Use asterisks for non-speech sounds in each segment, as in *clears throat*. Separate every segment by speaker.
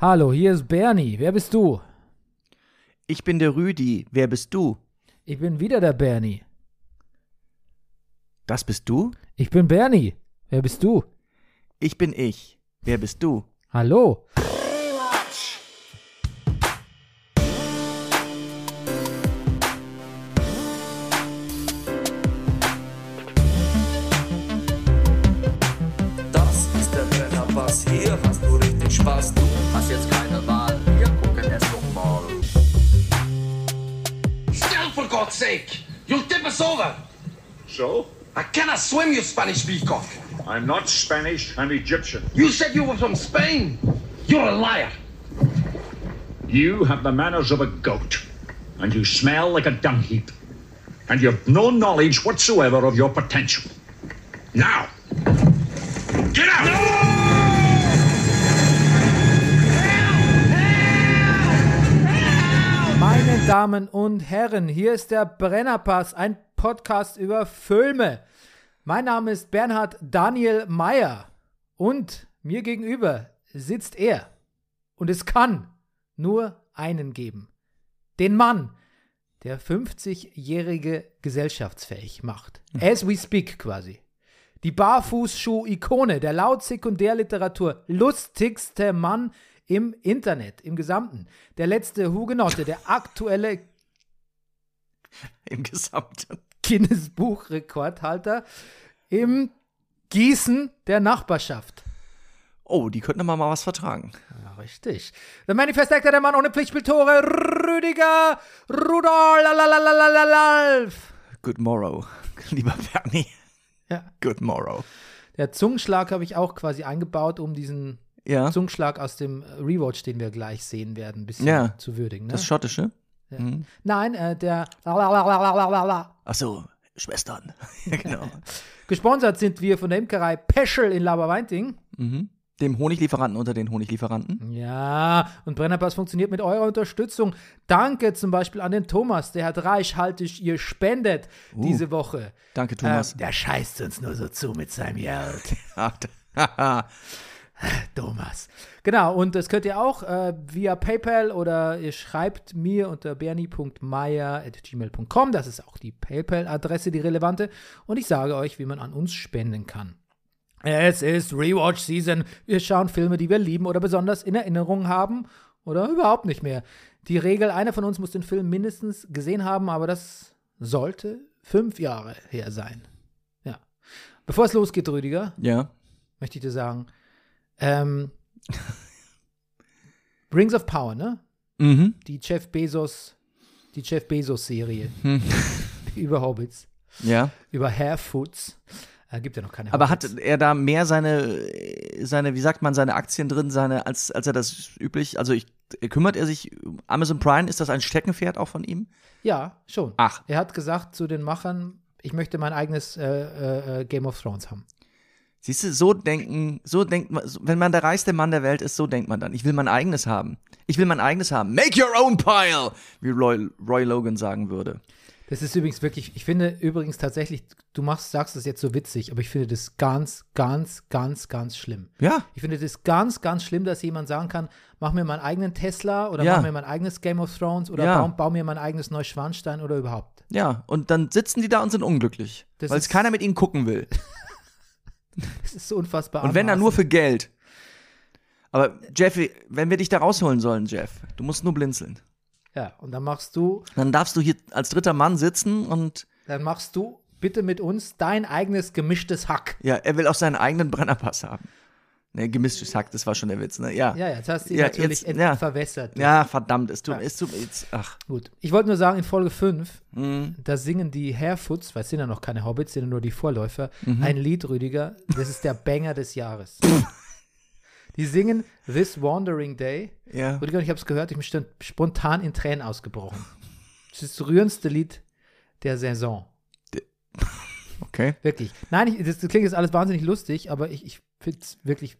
Speaker 1: Hallo, hier ist Bernie. Wer bist du?
Speaker 2: Ich bin der Rüdi. Wer bist du?
Speaker 1: Ich bin wieder der Bernie.
Speaker 2: Das bist du?
Speaker 1: Ich bin Bernie. Wer bist du?
Speaker 2: Ich bin ich. Wer bist du? *laughs*
Speaker 1: Hallo.
Speaker 3: Das ist der Brennerpass, hier hast du richtig Spaß. Du hast jetzt keine Wahl, wir gucken es doch mal.
Speaker 4: Stand for God's sake! You'll tip us over!
Speaker 5: So?
Speaker 4: I cannot swim, you Spanish speak of.
Speaker 5: I'm not Spanish, I'm Egyptian.
Speaker 4: You said you were from Spain! You're a liar!
Speaker 5: You have the manners of a goat, and you smell like a dung heap, and you've no knowledge whatsoever of your potential. Now, get out!
Speaker 1: Meine Damen und Herren, hier ist der Brennerpass, ein Podcast über Filme. Mein Name ist Bernhard Daniel Meyer und mir gegenüber sitzt er. Und es kann nur einen geben. Den Mann, der 50-jährige gesellschaftsfähig macht. As we speak quasi. Die Barfußschuh-Ikone der laut Sekundärliteratur lustigste Mann im Internet, im Gesamten. Der letzte Hugenotte, der aktuelle
Speaker 2: Im Gesamten.
Speaker 1: Guinness-Buch-Rekordhalter im Gießen der Nachbarschaft.
Speaker 2: Oh, die könnten aber mal was vertragen.
Speaker 1: Ja, richtig. Der Manifest Actor, der Mann ohne Pflichtspieltore, Rüdiger Rudolf.
Speaker 2: Good morrow, *laughs* lieber Bernie.
Speaker 1: Ja.
Speaker 2: Good morrow.
Speaker 1: Der Zungenschlag habe ich auch quasi eingebaut, um diesen
Speaker 2: Ja,
Speaker 1: Zungenschlag aus dem Rewatch, den wir gleich sehen werden, ein bisschen
Speaker 2: Ja.
Speaker 1: zu würdigen. Ne?
Speaker 2: das Schottische.
Speaker 1: Nein, äh, der Lalalalalala.
Speaker 2: Ach so, Schwestern. *laughs* ja, genau.
Speaker 1: Gesponsert sind wir von der Imkerei Peschel in Laberweinting.
Speaker 2: Mhm. Dem Honiglieferanten unter den Honiglieferanten.
Speaker 1: Mhm. Ja, und Brennerpass funktioniert mit eurer Unterstützung. Danke zum Beispiel an den Thomas, der hat reichhaltig ihr spendet diese Woche.
Speaker 2: Danke, Thomas.
Speaker 1: Ähm, der scheißt uns nur so zu mit seinem Geld.
Speaker 2: Ach, d-
Speaker 1: Thomas. Genau, und das könnt ihr auch äh, via PayPal oder ihr schreibt mir unter bernie.meier.gmail.com. Das ist auch die PayPal-Adresse, die relevante. Und ich sage euch, wie man an uns spenden kann. Es ist Rewatch Season. Wir schauen Filme, die wir lieben oder besonders in Erinnerung haben oder überhaupt nicht mehr. Die Regel, einer von uns muss den Film mindestens gesehen haben, aber das sollte fünf Jahre her sein. Ja. Bevor es losgeht, Rüdiger,
Speaker 2: *laughs* ja.
Speaker 1: möchte ich dir sagen. Ähm, Rings of Power, ne?
Speaker 2: Mhm.
Speaker 1: Die Jeff Bezos, die Jeff
Speaker 2: *laughs*
Speaker 1: Bezos-Serie über Hobbits,
Speaker 2: Ja.
Speaker 1: über Harefoots. Äh, gibt ja noch keine.
Speaker 2: Aber hat
Speaker 1: Hobbits.
Speaker 2: er da mehr seine, äh, seine, wie sagt man, seine Aktien drin, seine, als, als er das üblich, also ich, kümmert er sich, um Amazon Prime, ist das ein Steckenpferd auch von ihm?
Speaker 1: ja schon.
Speaker 2: Ach.
Speaker 1: Er hat gesagt zu den Machern, ich möchte mein eigenes äh, äh, Game of Thrones haben.
Speaker 2: Siehst du, so denken, so denkt man, so- wenn man der reichste Mann der Welt ist, so denkt man dann. Ich will mein eigenes haben. Ich will mein eigenes haben. Make your own pile, wie Roy, Roy Logan sagen würde.
Speaker 1: Das ist übrigens wirklich, ich finde übrigens tatsächlich, du machst, sagst das jetzt so witzig, aber ich finde das ganz, ganz, ganz, ganz schlimm.
Speaker 2: Ja.
Speaker 1: Ich finde das ganz, ganz schlimm, dass jemand sagen kann, mach mir meinen eigenen Tesla oder
Speaker 2: Ja.
Speaker 1: mach mir mein eigenes Game of Thrones oder
Speaker 2: Ja.
Speaker 1: bau, bau mir mein eigenes Neuschwanstein oder überhaupt. *laughs*
Speaker 2: Ja, und dann sitzen die da und sind unglücklich,
Speaker 1: Das
Speaker 2: weil
Speaker 1: ist-
Speaker 2: es keiner mit ihnen gucken will.
Speaker 1: Das ist so unfassbar.
Speaker 2: Und wenn dann nur
Speaker 1: anmaßend.
Speaker 2: für Geld. Aber Jeff, wenn wir dich da rausholen sollen, Jeff, du musst nur blinzeln.
Speaker 1: Ja, und dann machst du,
Speaker 2: Dann darfst du hier als dritter Mann sitzen und
Speaker 1: dann machst du bitte mit uns dein eigenes gemischtes Hack.
Speaker 2: ja, er will auch seinen eigenen Brennerpass haben. Ne, gemischtes Hack, das war schon der Witz, ne? Ja.
Speaker 1: Ja, ja, jetzt hast du ihn
Speaker 2: Ja,
Speaker 1: natürlich
Speaker 2: jetzt-
Speaker 1: ent-
Speaker 2: ja.
Speaker 1: verwässert.
Speaker 2: Ja, verdammt, es tut,
Speaker 1: Ja.
Speaker 2: es tut jetzt, ach,
Speaker 1: Gut. Ich wollte nur sagen, in Folge 5,
Speaker 2: Mhm.
Speaker 1: da singen die Harefoots, weil es sind ja noch keine Hobbits, sind ja nur die Vorläufer,
Speaker 2: Mhm.
Speaker 1: ein Lied, Rüdiger, das ist der Banger des
Speaker 2: *laughs*
Speaker 1: Jahres. die singen This Wandering Day.
Speaker 2: ja.
Speaker 1: Rüdiger, ich habe es gehört, ich bin stan- spontan in Tränen
Speaker 2: *laughs*
Speaker 1: ausgebrochen. Das ist das rührendste Lied der Saison.
Speaker 2: Okay.
Speaker 1: Wirklich. Nein, ich, das, das klingt jetzt alles wahnsinnig lustig, aber ich, ich finde es wirklich.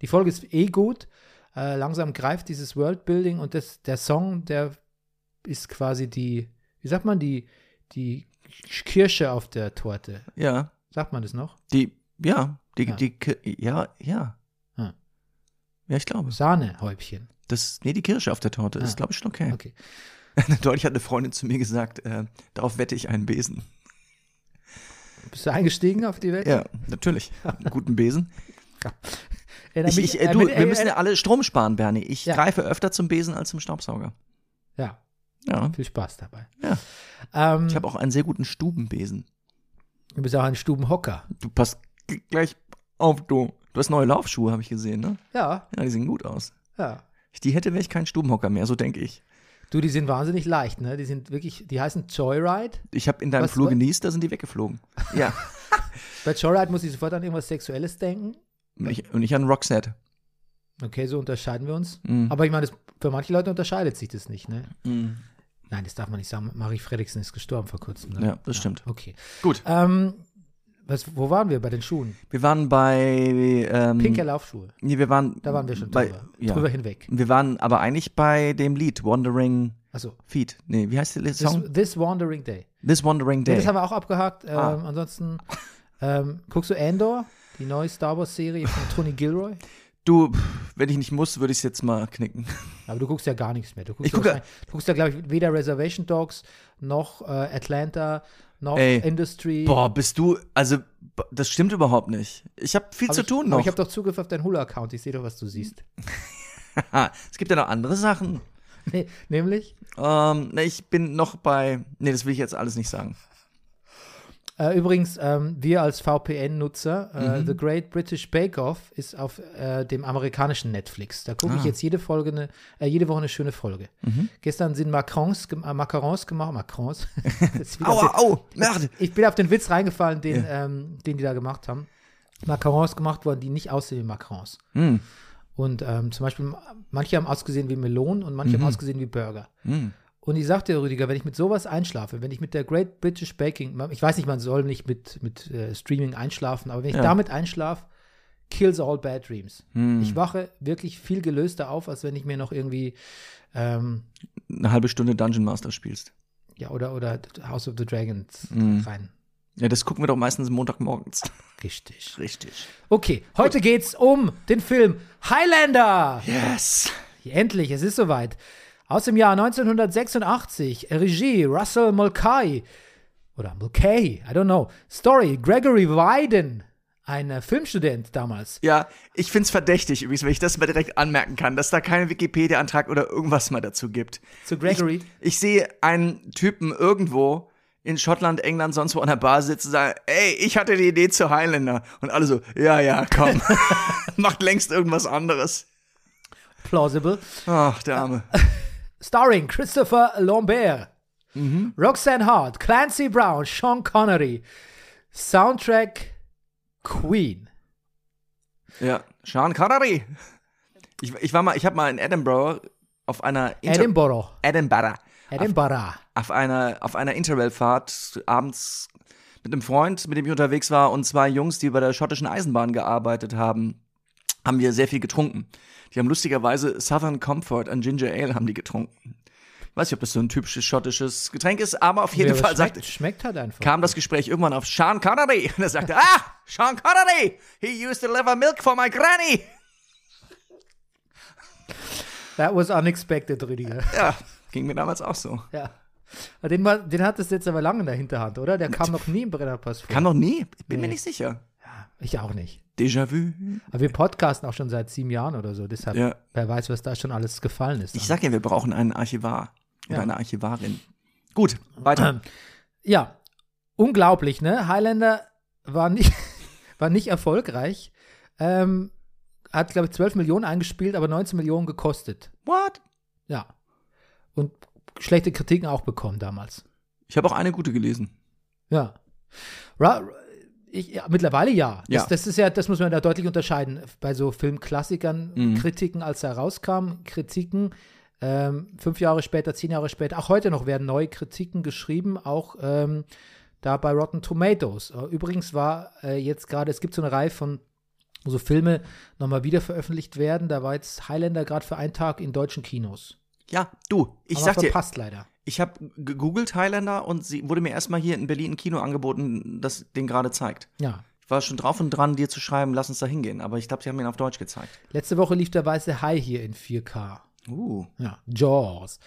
Speaker 1: Die Folge ist eh gut. Äh, langsam greift dieses Worldbuilding und das, der Song, der ist quasi die, wie sagt man, die, die Kirsche auf der Torte.
Speaker 2: Ja.
Speaker 1: Sagt man das noch?
Speaker 2: Die, ja, die,
Speaker 1: Ja.
Speaker 2: die, ja, ja.
Speaker 1: Hm.
Speaker 2: Ja, ich glaube.
Speaker 1: Sahnehäubchen.
Speaker 2: Das, nee, die Kirsche auf der Torte ist, glaube ich, schon okay.
Speaker 1: Okay.
Speaker 2: *laughs* Deutlich hat eine Freundin zu mir gesagt, äh, darauf wette ich einen Besen.
Speaker 1: Bist du eingestiegen auf die Welt?
Speaker 2: Ja, natürlich. Einen guten Besen.
Speaker 1: Erinnere
Speaker 2: Ich,
Speaker 1: mich-
Speaker 2: ich, äh,
Speaker 1: äh,
Speaker 2: du,
Speaker 1: mit- äh,
Speaker 2: wir müssen ja alle Strom sparen, Bernie. Ich
Speaker 1: Ja.
Speaker 2: greife öfter zum Besen als zum Staubsauger.
Speaker 1: äh, ja,
Speaker 2: Ja.
Speaker 1: viel Spaß dabei.
Speaker 2: Ja.
Speaker 1: Ähm,
Speaker 2: Ich habe auch einen sehr guten Stubenbesen.
Speaker 1: du bist auch ein Stubenhocker.
Speaker 2: Du passt g- gleich auf, du. Du hast neue Laufschuhe, habe ich gesehen, ne?
Speaker 1: Ja,
Speaker 2: Ja, die sehen gut aus.
Speaker 1: ja.
Speaker 2: Ich die hätte, wäre ich kein Stubenhocker mehr, so denke ich.
Speaker 1: Du, die sind wahnsinnig leicht, ne? Die sind wirklich, die heißen Joyride.
Speaker 2: Ich habe in deinem
Speaker 1: Was,
Speaker 2: Flur
Speaker 1: was?
Speaker 2: genießt, da sind die
Speaker 1: *laughs*
Speaker 2: weggeflogen. Ja.
Speaker 1: Bei Joyride muss ich sofort an irgendwas Sexuelles denken.
Speaker 2: und, ich, und ich an Roxette.
Speaker 1: Okay, so unterscheiden wir uns.
Speaker 2: Mhm.
Speaker 1: Aber ich meine, das- für manche Leute unterscheidet sich das nicht, ne? Nein, das darf man nicht sagen. Marie Fredriksen ist gestorben vor kurzem. Ne?
Speaker 2: Ja, das stimmt.
Speaker 1: Okay.
Speaker 2: Gut.
Speaker 1: Ähm, was, wo waren wir bei den Schuhen?
Speaker 2: Wir waren bei. Ähm,
Speaker 1: Pinke Laufschuhe.
Speaker 2: Nee, wir waren.
Speaker 1: Da waren wir schon
Speaker 2: bei,
Speaker 1: drüber.
Speaker 2: Ja.
Speaker 1: Drüber hinweg.
Speaker 2: Wir waren aber eigentlich bei dem Lied Wandering
Speaker 1: Also
Speaker 2: Feet. Nee, wie heißt der
Speaker 1: this,
Speaker 2: Song? This,
Speaker 1: this Wandering Day.
Speaker 2: Wandering
Speaker 1: Nee,
Speaker 2: Day.
Speaker 1: das haben wir auch abgehakt. Ähm,
Speaker 2: Ah.
Speaker 1: Ansonsten ähm, guckst du Andor, die neue Star Wars Serie von Tony Gilroy.
Speaker 2: du, pff, wenn ich nicht muss, würde ich es jetzt mal
Speaker 1: *laughs*
Speaker 2: knicken.
Speaker 1: Aber du guckst ja gar nichts mehr. Du guckst
Speaker 2: Ich
Speaker 1: ja,
Speaker 2: gucke-
Speaker 1: wahrscheinlich- du guckst ja glaube ich, weder Reservation Dogs noch äh, Atlanta noch
Speaker 2: Ey.
Speaker 1: Industry.
Speaker 2: Boah, bist du. Also, b- das stimmt überhaupt nicht. Ich habe viel
Speaker 1: Aber
Speaker 2: zu
Speaker 1: ich,
Speaker 2: tun
Speaker 1: aber
Speaker 2: noch.
Speaker 1: Ich habe doch Zugriff auf deinen Hulu-Account. Ich sehe doch, was du
Speaker 2: *laughs*
Speaker 1: siehst.
Speaker 2: Haha, Ah, es gibt ja noch andere Sachen.
Speaker 1: Nee, Nämlich,
Speaker 2: Ähm, nee, ich bin noch bei. Nee, das will ich jetzt alles nicht sagen.
Speaker 1: äh, übrigens, ähm, wir als VPN-Nutzer,
Speaker 2: Mhm.
Speaker 1: äh, The Great British Bake Off ist auf äh, dem amerikanischen Netflix. Da
Speaker 2: Ah.
Speaker 1: gucke ich jetzt jede, Folge eine, äh, jede Woche eine schöne Folge.
Speaker 2: Mhm.
Speaker 1: Gestern sind Macrons, gem- äh, Macarons gemacht. Macrons. *laughs* Jetzt wieder
Speaker 2: Aua,
Speaker 1: auf den-
Speaker 2: au, Merde.
Speaker 1: Ich bin auf den Witz reingefallen, den, ähm, den die da gemacht haben. Macarons gemacht worden, die nicht aussehen wie Macarons.
Speaker 2: Hm,
Speaker 1: Und ähm, zum Beispiel, manche haben ausgesehen wie Melonen und manche haben ausgesehen wie Burger. Und ich sagte, Rüdiger, wenn ich mit sowas einschlafe, wenn ich mit der Great British Baking, ich weiß nicht, man soll nicht mit, mit äh, Streaming einschlafen, aber wenn ich damit einschlafe, kills all bad dreams. Ich wache wirklich viel gelöster auf, als wenn ich mir noch irgendwie, ähm,
Speaker 2: Eine halbe Stunde Dungeon Master spielst.
Speaker 1: ja, oder, oder House of the Dragons rein.
Speaker 2: Ja, das gucken wir doch meistens Montagmorgens.
Speaker 1: Richtig.
Speaker 2: Richtig.
Speaker 1: Okay, heute geht's um den Film Highlander.
Speaker 2: Yes.
Speaker 1: Endlich, es ist soweit. Aus dem Jahr 1986, Regie Russell Mulcahy oder Mulcahy, I don't know. Story Gregory Wyden, ein äh, Filmstudent damals.
Speaker 2: Ja, ich find's verdächtig übrigens, wenn ich das mal direkt anmerken kann, dass da keinen Wikipedia-Antrag oder irgendwas mal dazu gibt.
Speaker 1: Zu Gregory.
Speaker 2: Ich, ich sehe einen Typen irgendwo in Schottland, England, sonst wo an der Bar sitzen und sagen, ey, ich hatte die Idee zu Highlander. Und alle so, ja, ja, komm. Macht längst irgendwas anderes.
Speaker 1: Plausible.
Speaker 2: Ach,
Speaker 1: *laughs*
Speaker 2: der Arme.
Speaker 1: Starring Christopher Lambert,
Speaker 2: Mhm.
Speaker 1: Roxanne Hart, Clancy Brown, Sean Connery. Soundtrack Queen.
Speaker 2: Ja, Sean Connery. Ich, ich war mal, ich habe mal in Edinburgh auf einer Inter-
Speaker 1: Edinburgh.
Speaker 2: Edinburgh.
Speaker 1: Edinburgh.
Speaker 2: auf einer, auf einer Interrail-Fahrt abends mit einem Freund, mit dem ich unterwegs war, und zwei Jungs, die bei der schottischen Eisenbahn gearbeitet haben, haben wir sehr viel getrunken. Die haben lustigerweise Southern Comfort und Ginger Ale haben die getrunken. Weiß nicht, ob das so ein typisches schottisches Getränk ist, aber auf jeden
Speaker 1: Ja, aber
Speaker 2: Fall
Speaker 1: schmeckt,
Speaker 2: sagt,
Speaker 1: schmeckt halt einfach.
Speaker 2: kam das Gespräch irgendwann auf Sean Connery. *laughs* Und er sagte, ah, Sean Connery, he used to deliver milk for my granny.
Speaker 1: That was unexpected, Rüdiger.
Speaker 2: Ja, ging mir damals auch so.
Speaker 1: Ja. Aber Den, war, den hat es jetzt aber lange in der Hinterhand, oder? Der kam noch nie im Brennerpass vor.
Speaker 2: Kam noch nie, bin mir
Speaker 1: Nee.
Speaker 2: nicht sicher.
Speaker 1: ich auch nicht.
Speaker 2: Déjà-vu.
Speaker 1: Aber wir podcasten auch schon seit sieben Jahren oder so. Deshalb,
Speaker 2: Ja.
Speaker 1: wer weiß, was da schon alles gefallen ist.
Speaker 2: Ich sag ja, wir brauchen einen Archivar oder
Speaker 1: Ja.
Speaker 2: eine Archivarin. Gut, weiter.
Speaker 1: *clears throat* ja, unglaublich, ne? Highlander war nicht, *laughs* war nicht erfolgreich. Ähm, hat, glaube ich, 12 Millionen eingespielt, aber 19 Millionen gekostet.
Speaker 2: What?
Speaker 1: Ja. Und schlechte Kritiken auch bekommen damals.
Speaker 2: Ich habe auch eine gute gelesen.
Speaker 1: Ja. Ra ich, ja mittlerweile ja. Das,
Speaker 2: Ja.
Speaker 1: das ist ja, das muss man da deutlich unterscheiden. Bei so Filmklassikern,
Speaker 2: Mhm.
Speaker 1: Kritiken, als er rauskam, Kritiken, ähm, fünf Jahre später, zehn Jahre später, auch heute noch werden neue Kritiken geschrieben, auch ähm, da bei Rotten Tomatoes. Äh, Übrigens war äh, jetzt gerade, es gibt so eine Reihe von wo so Filme nochmal wieder veröffentlicht werden. Da war jetzt Highlander gerade für einen Tag in deutschen Kinos.
Speaker 2: Ja, du, ich
Speaker 1: Aber
Speaker 2: sag dir,
Speaker 1: verpasst leider.
Speaker 2: ich habe gegoogelt Highlander und sie wurde mir erstmal hier in Berlin ein Kino angeboten, das den gerade zeigt.
Speaker 1: Ja.
Speaker 2: Ich war schon drauf und dran, dir zu schreiben, lass uns da hingehen. Aber ich glaube, sie haben ihn auf Deutsch gezeigt.
Speaker 1: Letzte Woche lief der weiße Hai hier in 4K.
Speaker 2: Uh.
Speaker 1: Ja, Jaws.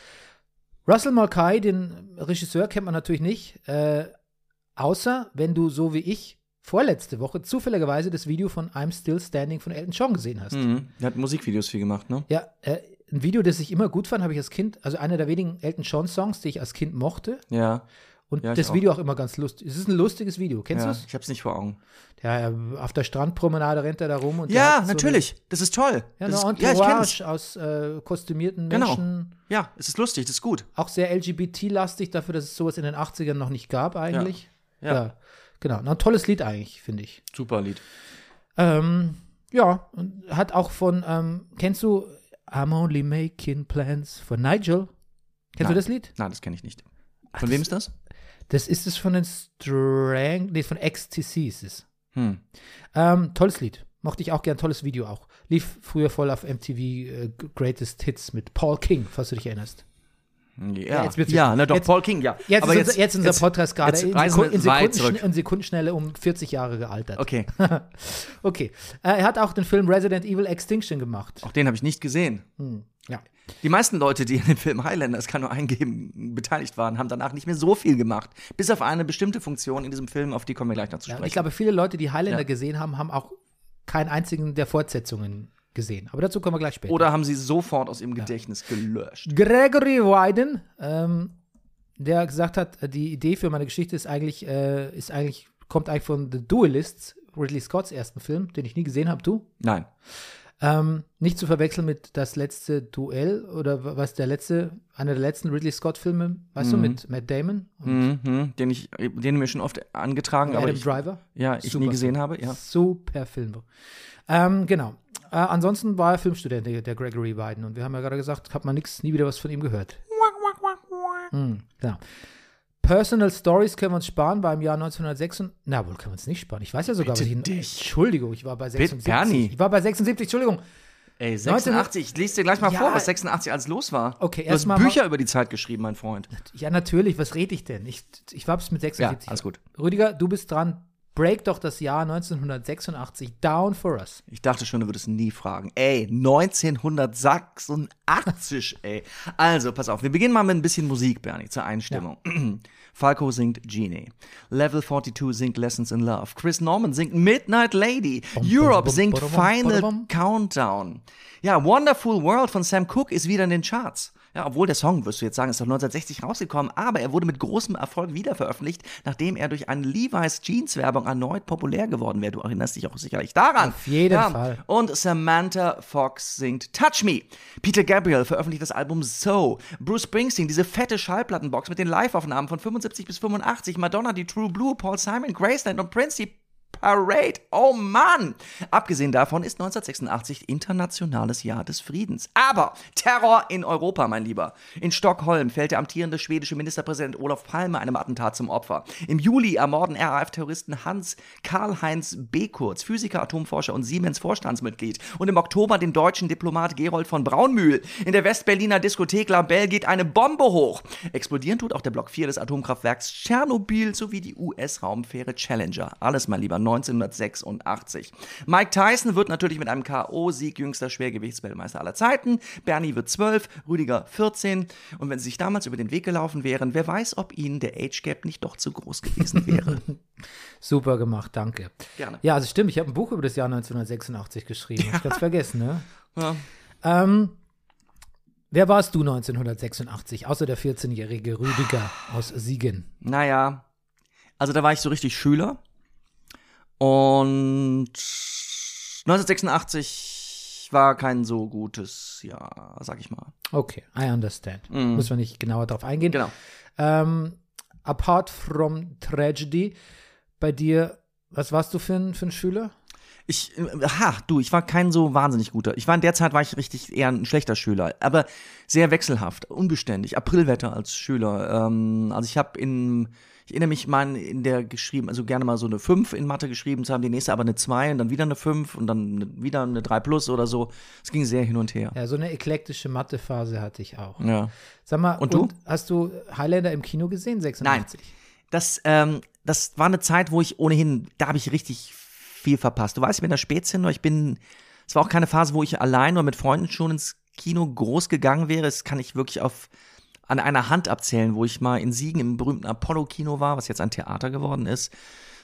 Speaker 1: Russell Mulcahy, den Regisseur, kennt man natürlich nicht. Äh, außer wenn du so wie ich vorletzte Woche zufälligerweise das Video von I'm Still Standing von Elton John gesehen hast.
Speaker 2: Mhm. Er hat Musikvideos viel gemacht, ne?
Speaker 1: Ja, äh, ein Video, das ich immer gut fand, habe ich als Kind, also einer der wenigen Elton John Songs, die ich als Kind mochte.
Speaker 2: Ja.
Speaker 1: Und
Speaker 2: Ja, ich
Speaker 1: das
Speaker 2: auch.
Speaker 1: Video auch immer ganz lustig. Es ist ein lustiges Video. Kennst
Speaker 2: ja.
Speaker 1: du es?
Speaker 2: Ich hab's nicht vor Augen.
Speaker 1: Ja, äh, auf der Strandpromenade rennt er da rum. Und der
Speaker 2: Ja,
Speaker 1: hat so
Speaker 2: natürlich. das ist toll.
Speaker 1: Eine,
Speaker 2: das
Speaker 1: ja,
Speaker 2: ist,
Speaker 1: eine
Speaker 2: ja, ich
Speaker 1: Entourage
Speaker 2: kenn's.
Speaker 1: aus äh, kostümierten
Speaker 2: Genau.
Speaker 1: Menschen.
Speaker 2: Ja, es ist lustig, das ist gut.
Speaker 1: auch sehr LGBT-lastig dafür, dass es sowas in den 80ern noch nicht gab eigentlich.
Speaker 2: Ja.
Speaker 1: Genau. Na, ein tolles Lied eigentlich, finde ich.
Speaker 2: Super Lied.
Speaker 1: Ähm, ja, und hat auch von, ähm, kennst du I'm Only Making Plans von Nigel? Kennst du
Speaker 2: Nein.
Speaker 1: das Lied?
Speaker 2: Nein, das kenne ich nicht. Von wem ist das?
Speaker 1: Das ist es von den Strang, nee, von XTC ist es.
Speaker 2: Hm.
Speaker 1: Ähm, tolles Lied. Mochte ich auch gern, tolles Video auch. Lief früher voll auf MTV äh, Greatest Hits mit Paul King, falls du dich erinnerst.
Speaker 2: Ja,
Speaker 1: jetzt wird's-
Speaker 2: ja na doch,
Speaker 1: jetzt-
Speaker 2: Paul King, ja.
Speaker 1: Jetzt,
Speaker 2: Aber
Speaker 1: ist, unser, jetzt ist unser Podcast gerade
Speaker 2: jetzt
Speaker 1: in,
Speaker 2: reisen
Speaker 1: Seku
Speaker 2: wir
Speaker 1: in,
Speaker 2: weit
Speaker 1: Sekunden,
Speaker 2: zurück.
Speaker 1: in Sekundenschnelle um 40 Jahre gealtert.
Speaker 2: Okay,
Speaker 1: *laughs* Okay. Äh, er hat auch den Film Resident Evil Extinction gemacht.
Speaker 2: auch den habe ich nicht gesehen.
Speaker 1: Ja.
Speaker 2: Die meisten Leute, die in dem Film Highlander, es kann nur eingeben, beteiligt waren, haben danach nicht mehr so viel gemacht. Bis auf eine bestimmte Funktion in diesem Film, auf die kommen wir gleich noch zu
Speaker 1: ja
Speaker 2: sprechen.
Speaker 1: und ich glaube, viele Leute, die Highlander
Speaker 2: Ja.
Speaker 1: gesehen haben, haben auch keinen einzigen der Fortsetzungen gesehen. Aber dazu kommen wir gleich später.
Speaker 2: Oder haben sie sofort aus ihrem Gedächtnis gelöscht.
Speaker 1: Gregory Wyden, ähm, der gesagt hat, äh, die Idee für meine Geschichte ist eigentlich, äh, ist eigentlich, kommt eigentlich von The Duelists, Ridley Scotts ersten Film, den ich nie gesehen habe, du.
Speaker 2: Nein.
Speaker 1: Ähm, nicht zu verwechseln mit das letzte Duell oder wa- was der letzte, einer der letzten Ridley Scott-Filme, weißt du, mit Matt Damon und
Speaker 2: Mhm, den ich, den mir schon oft angetragen, aber
Speaker 1: Adam
Speaker 2: ich,
Speaker 1: Driver.
Speaker 2: ja, ich
Speaker 1: Super.
Speaker 2: nie gesehen habe. Ja.
Speaker 1: Super Film. Ähm, genau. Äh, ansonsten war er Filmstudent, der, der Gregory Wyden. Und wir haben ja gerade gesagt, hat man nichts, nie wieder was von ihm gehört. Hm, genau. Personal Stories können wir uns sparen, war im Jahr 1906. Na wohl, können wir uns nicht sparen. Ich weiß ja sogar,
Speaker 2: Bitte
Speaker 1: was ich.
Speaker 2: dich.
Speaker 1: Entschuldigung, ich war bei 76.
Speaker 2: Bernie.
Speaker 1: Ich war bei 76, Entschuldigung.
Speaker 2: Ey, 86, ich lese dir gleich mal
Speaker 1: Ja.
Speaker 2: vor, was 86 alles los war.
Speaker 1: Okay,
Speaker 2: du hast
Speaker 1: erst mal-
Speaker 2: Bücher über die Zeit geschrieben, mein Freund.
Speaker 1: Ja, natürlich, was rede ich denn? Ich, ich war bis mit 76.
Speaker 2: Ja, alles gut.
Speaker 1: Rüdiger, du bist dran. Break doch das Jahr 1986 down for us.
Speaker 2: Ich dachte schon, du würdest nie fragen. Ey, 1986, ey. Also, pass auf, wir beginnen mal mit ein bisschen Musik, Bernie, zur Einstimmung. *clears throat* Falco singt Genie. Level 42 singt Lessons in Love. Chris Norman singt Midnight Lady. Europe
Speaker 1: bum,
Speaker 2: singt
Speaker 1: bum, bum,
Speaker 2: Final
Speaker 1: bum.
Speaker 2: Countdown. Ja, Wonderful World von Sam Cooke ist wieder in den Charts. Ja, obwohl der Song, wirst du jetzt sagen, ist doch 1960 rausgekommen, aber er wurde mit großem Erfolg wiederveröffentlicht, nachdem er durch eine Levi's Jeans Werbung erneut populär geworden wäre. Du erinnerst dich auch sicherlich daran.
Speaker 1: Auf jeden Fall.
Speaker 2: Und Samantha Fox singt Touch Me. Peter Gabriel veröffentlicht das Album So. Bruce Springsteen, diese fette Schallplattenbox mit den Live-Aufnahmen von 75 bis 85. Madonna, die True Blue, Paul Simon, Graceland und Prince, die Parade. Oh Mann! Abgesehen davon ist 1986 internationales Jahr des Friedens. Aber Terror in Europa, mein Lieber. In Stockholm fällt der amtierende schwedische Ministerpräsident Olaf Palme einem Attentat zum Opfer. Im Juli ermorden RAF-Terroristen Hans Karl-Heinz Bekurz, Physiker, Atomforscher und Siemens-Vorstandsmitglied. Und im Oktober den deutschen Diplomat Gerold von Braunmühl. In der Westberliner Diskothek La Belle geht eine Bombe hoch. Explodieren tut auch der Block 4 des Atomkraftwerks Tschernobyl sowie die US-Raumfähre Challenger. Alles, mein Lieber, 1986. Mike Tyson wird natürlich mit einem K.O.-Sieg jüngster Schwergewichtsweltmeister aller Zeiten. Bernie wird 12, Rüdiger 14. Und wenn sie sich damals über den Weg gelaufen wären, wer weiß, ob ihnen der Age Gap nicht doch zu groß gewesen wäre.
Speaker 1: Super gemacht, danke.
Speaker 2: Gerne.
Speaker 1: Ja, also stimmt, ich habe ein Buch über das Jahr 1986 geschrieben.
Speaker 2: *laughs*
Speaker 1: Hab Ich ganz vergessen, ne?
Speaker 2: Ja.
Speaker 1: Ähm, wer warst du 1986, außer der 14-jährige Rüdiger aus Siegen?
Speaker 2: Naja, also da war ich so richtig Schüler. Und 1986 war kein so gutes Jahr, sag ich mal.
Speaker 1: Okay, I understand. Muss man nicht genauer drauf eingehen.
Speaker 2: Mhm. Genau.
Speaker 1: Ähm, apart from Tragedy, bei dir, was warst du für ein, für ein Schüler?
Speaker 2: Ich, ha, du, ich war kein so wahnsinnig guter. Ich war in der Zeit war ich richtig eher ein schlechter Schüler, aber sehr wechselhaft, unbeständig, Aprilwetter als Schüler. Ähm, also ich habe in, ich erinnere mich mal in der geschrieben, also gerne mal so eine 5 in Mathe geschrieben zu haben, die nächste aber eine 2 und dann wieder eine 5 und dann eine, wieder eine 3 plus oder so. Es ging sehr hin und her.
Speaker 1: Ja, so eine eklektische Mathe-Phase hatte ich auch.
Speaker 2: ja.
Speaker 1: Sag mal,
Speaker 2: Und du?
Speaker 1: hast du Highlander im Kino gesehen, 86?
Speaker 2: Nein. Das, ähm, das war eine Zeit, wo ich ohnehin, da habe ich richtig viel verpasst. Du weißt, ich bin da spät hin, aber ich bin. Es war auch keine Phase, wo ich allein oder mit Freunden schon ins Kino groß gegangen wäre. Das kann ich wirklich auf an einer Hand abzählen, wo ich mal in Siegen im berühmten Apollo-Kino war, was jetzt ein Theater geworden ist.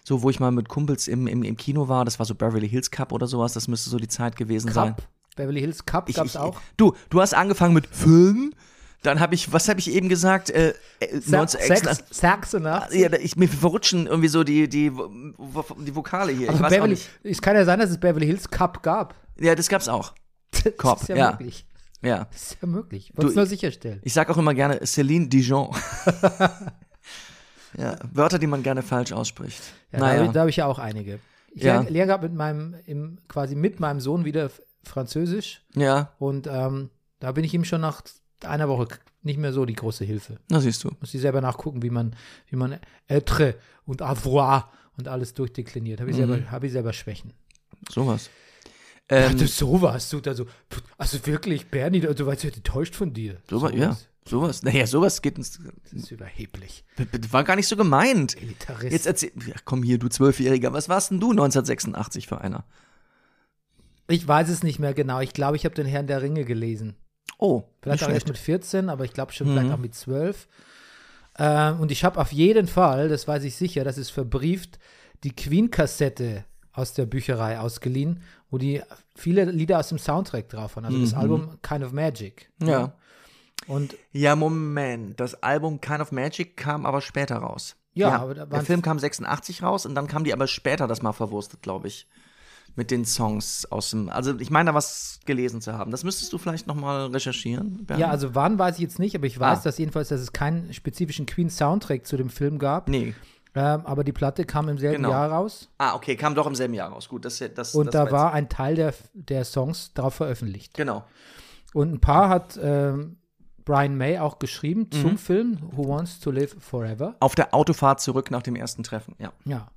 Speaker 2: So, wo ich mal mit Kumpels im, im, im Kino war, das war so Beverly Hills Cup oder sowas, das müsste so die Zeit gewesen sein.
Speaker 1: Cup. Beverly Hills Cup
Speaker 2: Ich-
Speaker 1: gab's
Speaker 2: ich-
Speaker 1: auch.
Speaker 2: Du, du hast angefangen mit Film. Dann habe ich, was habe ich eben gesagt? Äh, äh,
Speaker 1: Sa
Speaker 2: 19
Speaker 1: Sax Saxoner.
Speaker 2: Ah, ja, da- ich, mir verrutschen irgendwie so die, die, wo- wo- die Vokale hier. ich
Speaker 1: Also
Speaker 2: weiß auch
Speaker 1: Beverly,
Speaker 2: nicht.
Speaker 1: es kann ja sein, dass es Beverly Hills Cup gab. *laughs*
Speaker 2: Ja, das gab's auch.
Speaker 1: Das
Speaker 2: Cup,
Speaker 1: ist ja,
Speaker 2: ja.
Speaker 1: möglich.
Speaker 2: Ja.
Speaker 1: Das ist ja möglich. Ich wollte es
Speaker 2: ich-
Speaker 1: nur sicherstellen.
Speaker 2: Ich sag auch immer gerne Celine
Speaker 1: *laughs*
Speaker 2: Dijon. ja, Wörter, die man gerne falsch ausspricht.
Speaker 1: Ja, Da
Speaker 2: naja.
Speaker 1: habe ich, da hab ich ja auch einige. Ich
Speaker 2: Ja.
Speaker 1: lerne, lerne gerade mit meinem, im, quasi mit meinem Sohn wieder F- Französisch
Speaker 2: ja,
Speaker 1: und ähm, da bin ich ihm schon nach einer Woche k- nicht mehr so die große Hilfe.
Speaker 2: na siehst du.
Speaker 1: Muss ich selber nachgucken, wie man, wie man être und avoir und alles durchdekliniert. Habe ich, selber, habe ich selber Schwächen.
Speaker 2: Sowas.
Speaker 1: Ach,
Speaker 2: Mhm. Ähm,
Speaker 1: das sowas, du da so, pf, also wirklich, Bernie, du warst ja enttäuscht von dir.
Speaker 2: sowas, ja. Sowas. Naja, sowas geht uns.
Speaker 1: Das ist überheblich.
Speaker 2: B- b- War gar nicht so gemeint.
Speaker 1: Militarist.
Speaker 2: Jetzt äh, erzähl. Ja, komm hier, du Zwölfjähriger. Was warst denn du 1986 für einer?
Speaker 1: ich weiß es nicht mehr genau. Ich glaube, ich habe den Herrn der Ringe gelesen.
Speaker 2: Oh,
Speaker 1: Vielleicht auch
Speaker 2: nicht
Speaker 1: erst
Speaker 2: schlecht. Mhm.
Speaker 1: mit 14, aber ich glaube schon vielleicht auch mit 12. Ähm, und ich habe auf jeden Fall, das weiß ich sicher, das ist verbrieft, die Queen-Kassette aus der Bücherei ausgeliehen, wo die viele Lieder aus dem Soundtrack drauf waren. Also das Album Kind of Magic.
Speaker 2: Mhm. Ja.
Speaker 1: Und
Speaker 2: Ja, Moment. Das Album Kind of Magic kam aber später raus.
Speaker 1: Ja, aber da
Speaker 2: der
Speaker 1: waren's-
Speaker 2: Film kam 86 raus und dann kam die aber später das mal verwurstet, glaube ich. Mit den Songs aus dem. Also, ich meine, da was gelesen zu haben. Das müsstest du vielleicht nochmal recherchieren. Bernd.
Speaker 1: ja, also wann weiß ich jetzt nicht, aber ich weiß,
Speaker 2: Ah.
Speaker 1: dass jedenfalls, dass es keinen spezifischen Queen-Soundtrack zu dem Film gab.
Speaker 2: Nee.
Speaker 1: Ähm, aber die Platte kam im selben
Speaker 2: Genau.
Speaker 1: Jahr raus
Speaker 2: Ah, okay, kam doch im selben Jahr raus. Gut, das. das
Speaker 1: und
Speaker 2: das
Speaker 1: da
Speaker 2: jetzt-
Speaker 1: war ein Teil der, der Songs drauf veröffentlicht.
Speaker 2: Genau.
Speaker 1: Und ein paar hat ähm, Brian May auch geschrieben
Speaker 2: Mhm.
Speaker 1: zum Film Who Wants to Live Forever.
Speaker 2: Auf der Autofahrt zurück nach dem ersten Treffen. Ja.
Speaker 1: Ja.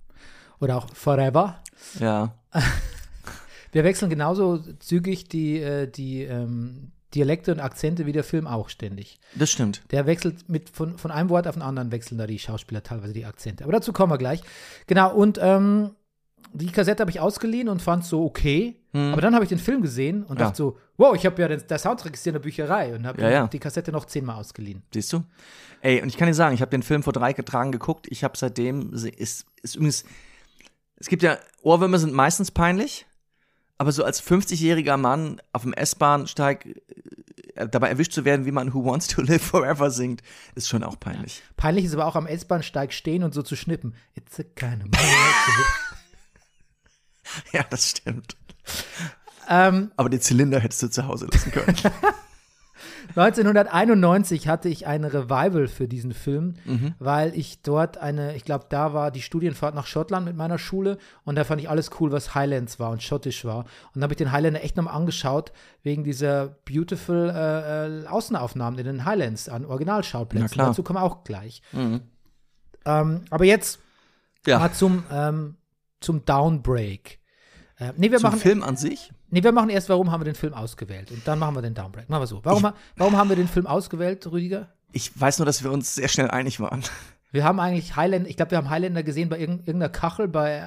Speaker 1: Oder auch Forever.
Speaker 2: Ja.
Speaker 1: Wir wechseln genauso zügig die, äh, die ähm, Dialekte und Akzente wie der Film auch ständig.
Speaker 2: Das stimmt.
Speaker 1: Der wechselt mit von, von einem Wort auf den anderen wechseln da die Schauspieler teilweise die Akzente. Aber dazu kommen wir gleich. Genau, und ähm, die Kassette habe ich ausgeliehen und fand so okay. Aber dann habe ich den Film gesehen und
Speaker 2: Mhm. Ja.
Speaker 1: dachte so, wow, ich habe ja den, der Soundtrack ist ja in der Bücherei und habe
Speaker 2: Ja, ja.
Speaker 1: die Kassette noch zehnmal ausgeliehen.
Speaker 2: Siehst du? Ey, und ich kann dir sagen, ich habe den Film vor drei Tagen geguckt. Ich habe seitdem, se- ist, ist übrigens, es gibt ja, Ohrwürmer sind meistens peinlich, aber so als 50-jähriger Mann auf dem S-Bahnsteig äh, dabei erwischt zu werden, wie man Who Wants to Live Forever singt, ist schon auch peinlich.
Speaker 1: Peinlich ist aber auch am S-Bahnsteig stehen und so zu schnippen. It's a kind of magic.
Speaker 2: Ja, das stimmt.
Speaker 1: *laughs* ähm,
Speaker 2: Aber den Zylinder hättest du zu Hause lassen können.
Speaker 1: 1991 hatte ich ein Revival für diesen Film,
Speaker 2: Mhm.
Speaker 1: weil ich dort eine, ich glaube, da war die Studienfahrt nach Schottland mit meiner Schule und da fand ich alles cool, was Highlands war und schottisch war. Und da habe ich den Highlander echt nochmal angeschaut, wegen dieser beautiful äh, äh, Außenaufnahmen in den Highlands an Originalschauplätzen.
Speaker 2: Na klar. Mhm.
Speaker 1: Dazu kommen wir auch gleich. Ähm, aber jetzt
Speaker 2: ja.
Speaker 1: mal zum, ähm, zum Downbreak. Äh, nee, wir
Speaker 2: Zum
Speaker 1: machen
Speaker 2: Film an sich?
Speaker 1: Nee, wir machen erst, warum haben wir den Film ausgewählt und dann machen wir den Downbreak. Machen wir so. Warum, ha- warum haben wir den Film ausgewählt, Rüdiger?
Speaker 2: Ich weiß nur, dass wir uns sehr schnell einig waren.
Speaker 1: Wir haben eigentlich Highlander, ich glaube, wir haben Highlander gesehen bei irgend- irgendeiner Kachel bei äh,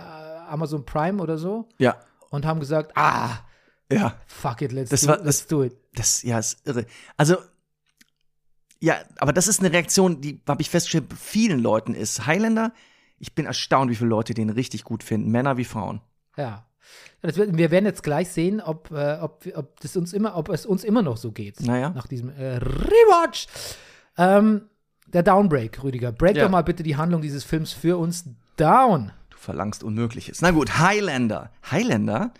Speaker 1: Amazon Prime oder so
Speaker 2: Ja.
Speaker 1: und haben gesagt, ah,
Speaker 2: Ja.
Speaker 1: fuck it, let's,
Speaker 2: Das
Speaker 1: do,
Speaker 2: war-
Speaker 1: let's
Speaker 2: das-
Speaker 1: do it.
Speaker 2: Das, ja, ist irre. Also, ja, aber das ist eine Reaktion, die, habe ich festgestellt, bei vielen Leuten ist. Highlander, ich bin erstaunt, wie viele Leute den richtig gut finden. Männer wie Frauen.
Speaker 1: Ja. Das wird, wir werden jetzt gleich sehen, ob, äh, ob, wir- ob, das uns immer, ob es uns immer noch so geht.
Speaker 2: Naja.
Speaker 1: Nach diesem äh, Rewatch. Ähm, der Downbreak, Rüdiger. Break
Speaker 2: Ja.
Speaker 1: doch mal bitte die Handlung dieses Films für uns down.
Speaker 2: Du verlangst Unmögliches. Na gut, Highlander. Highlander?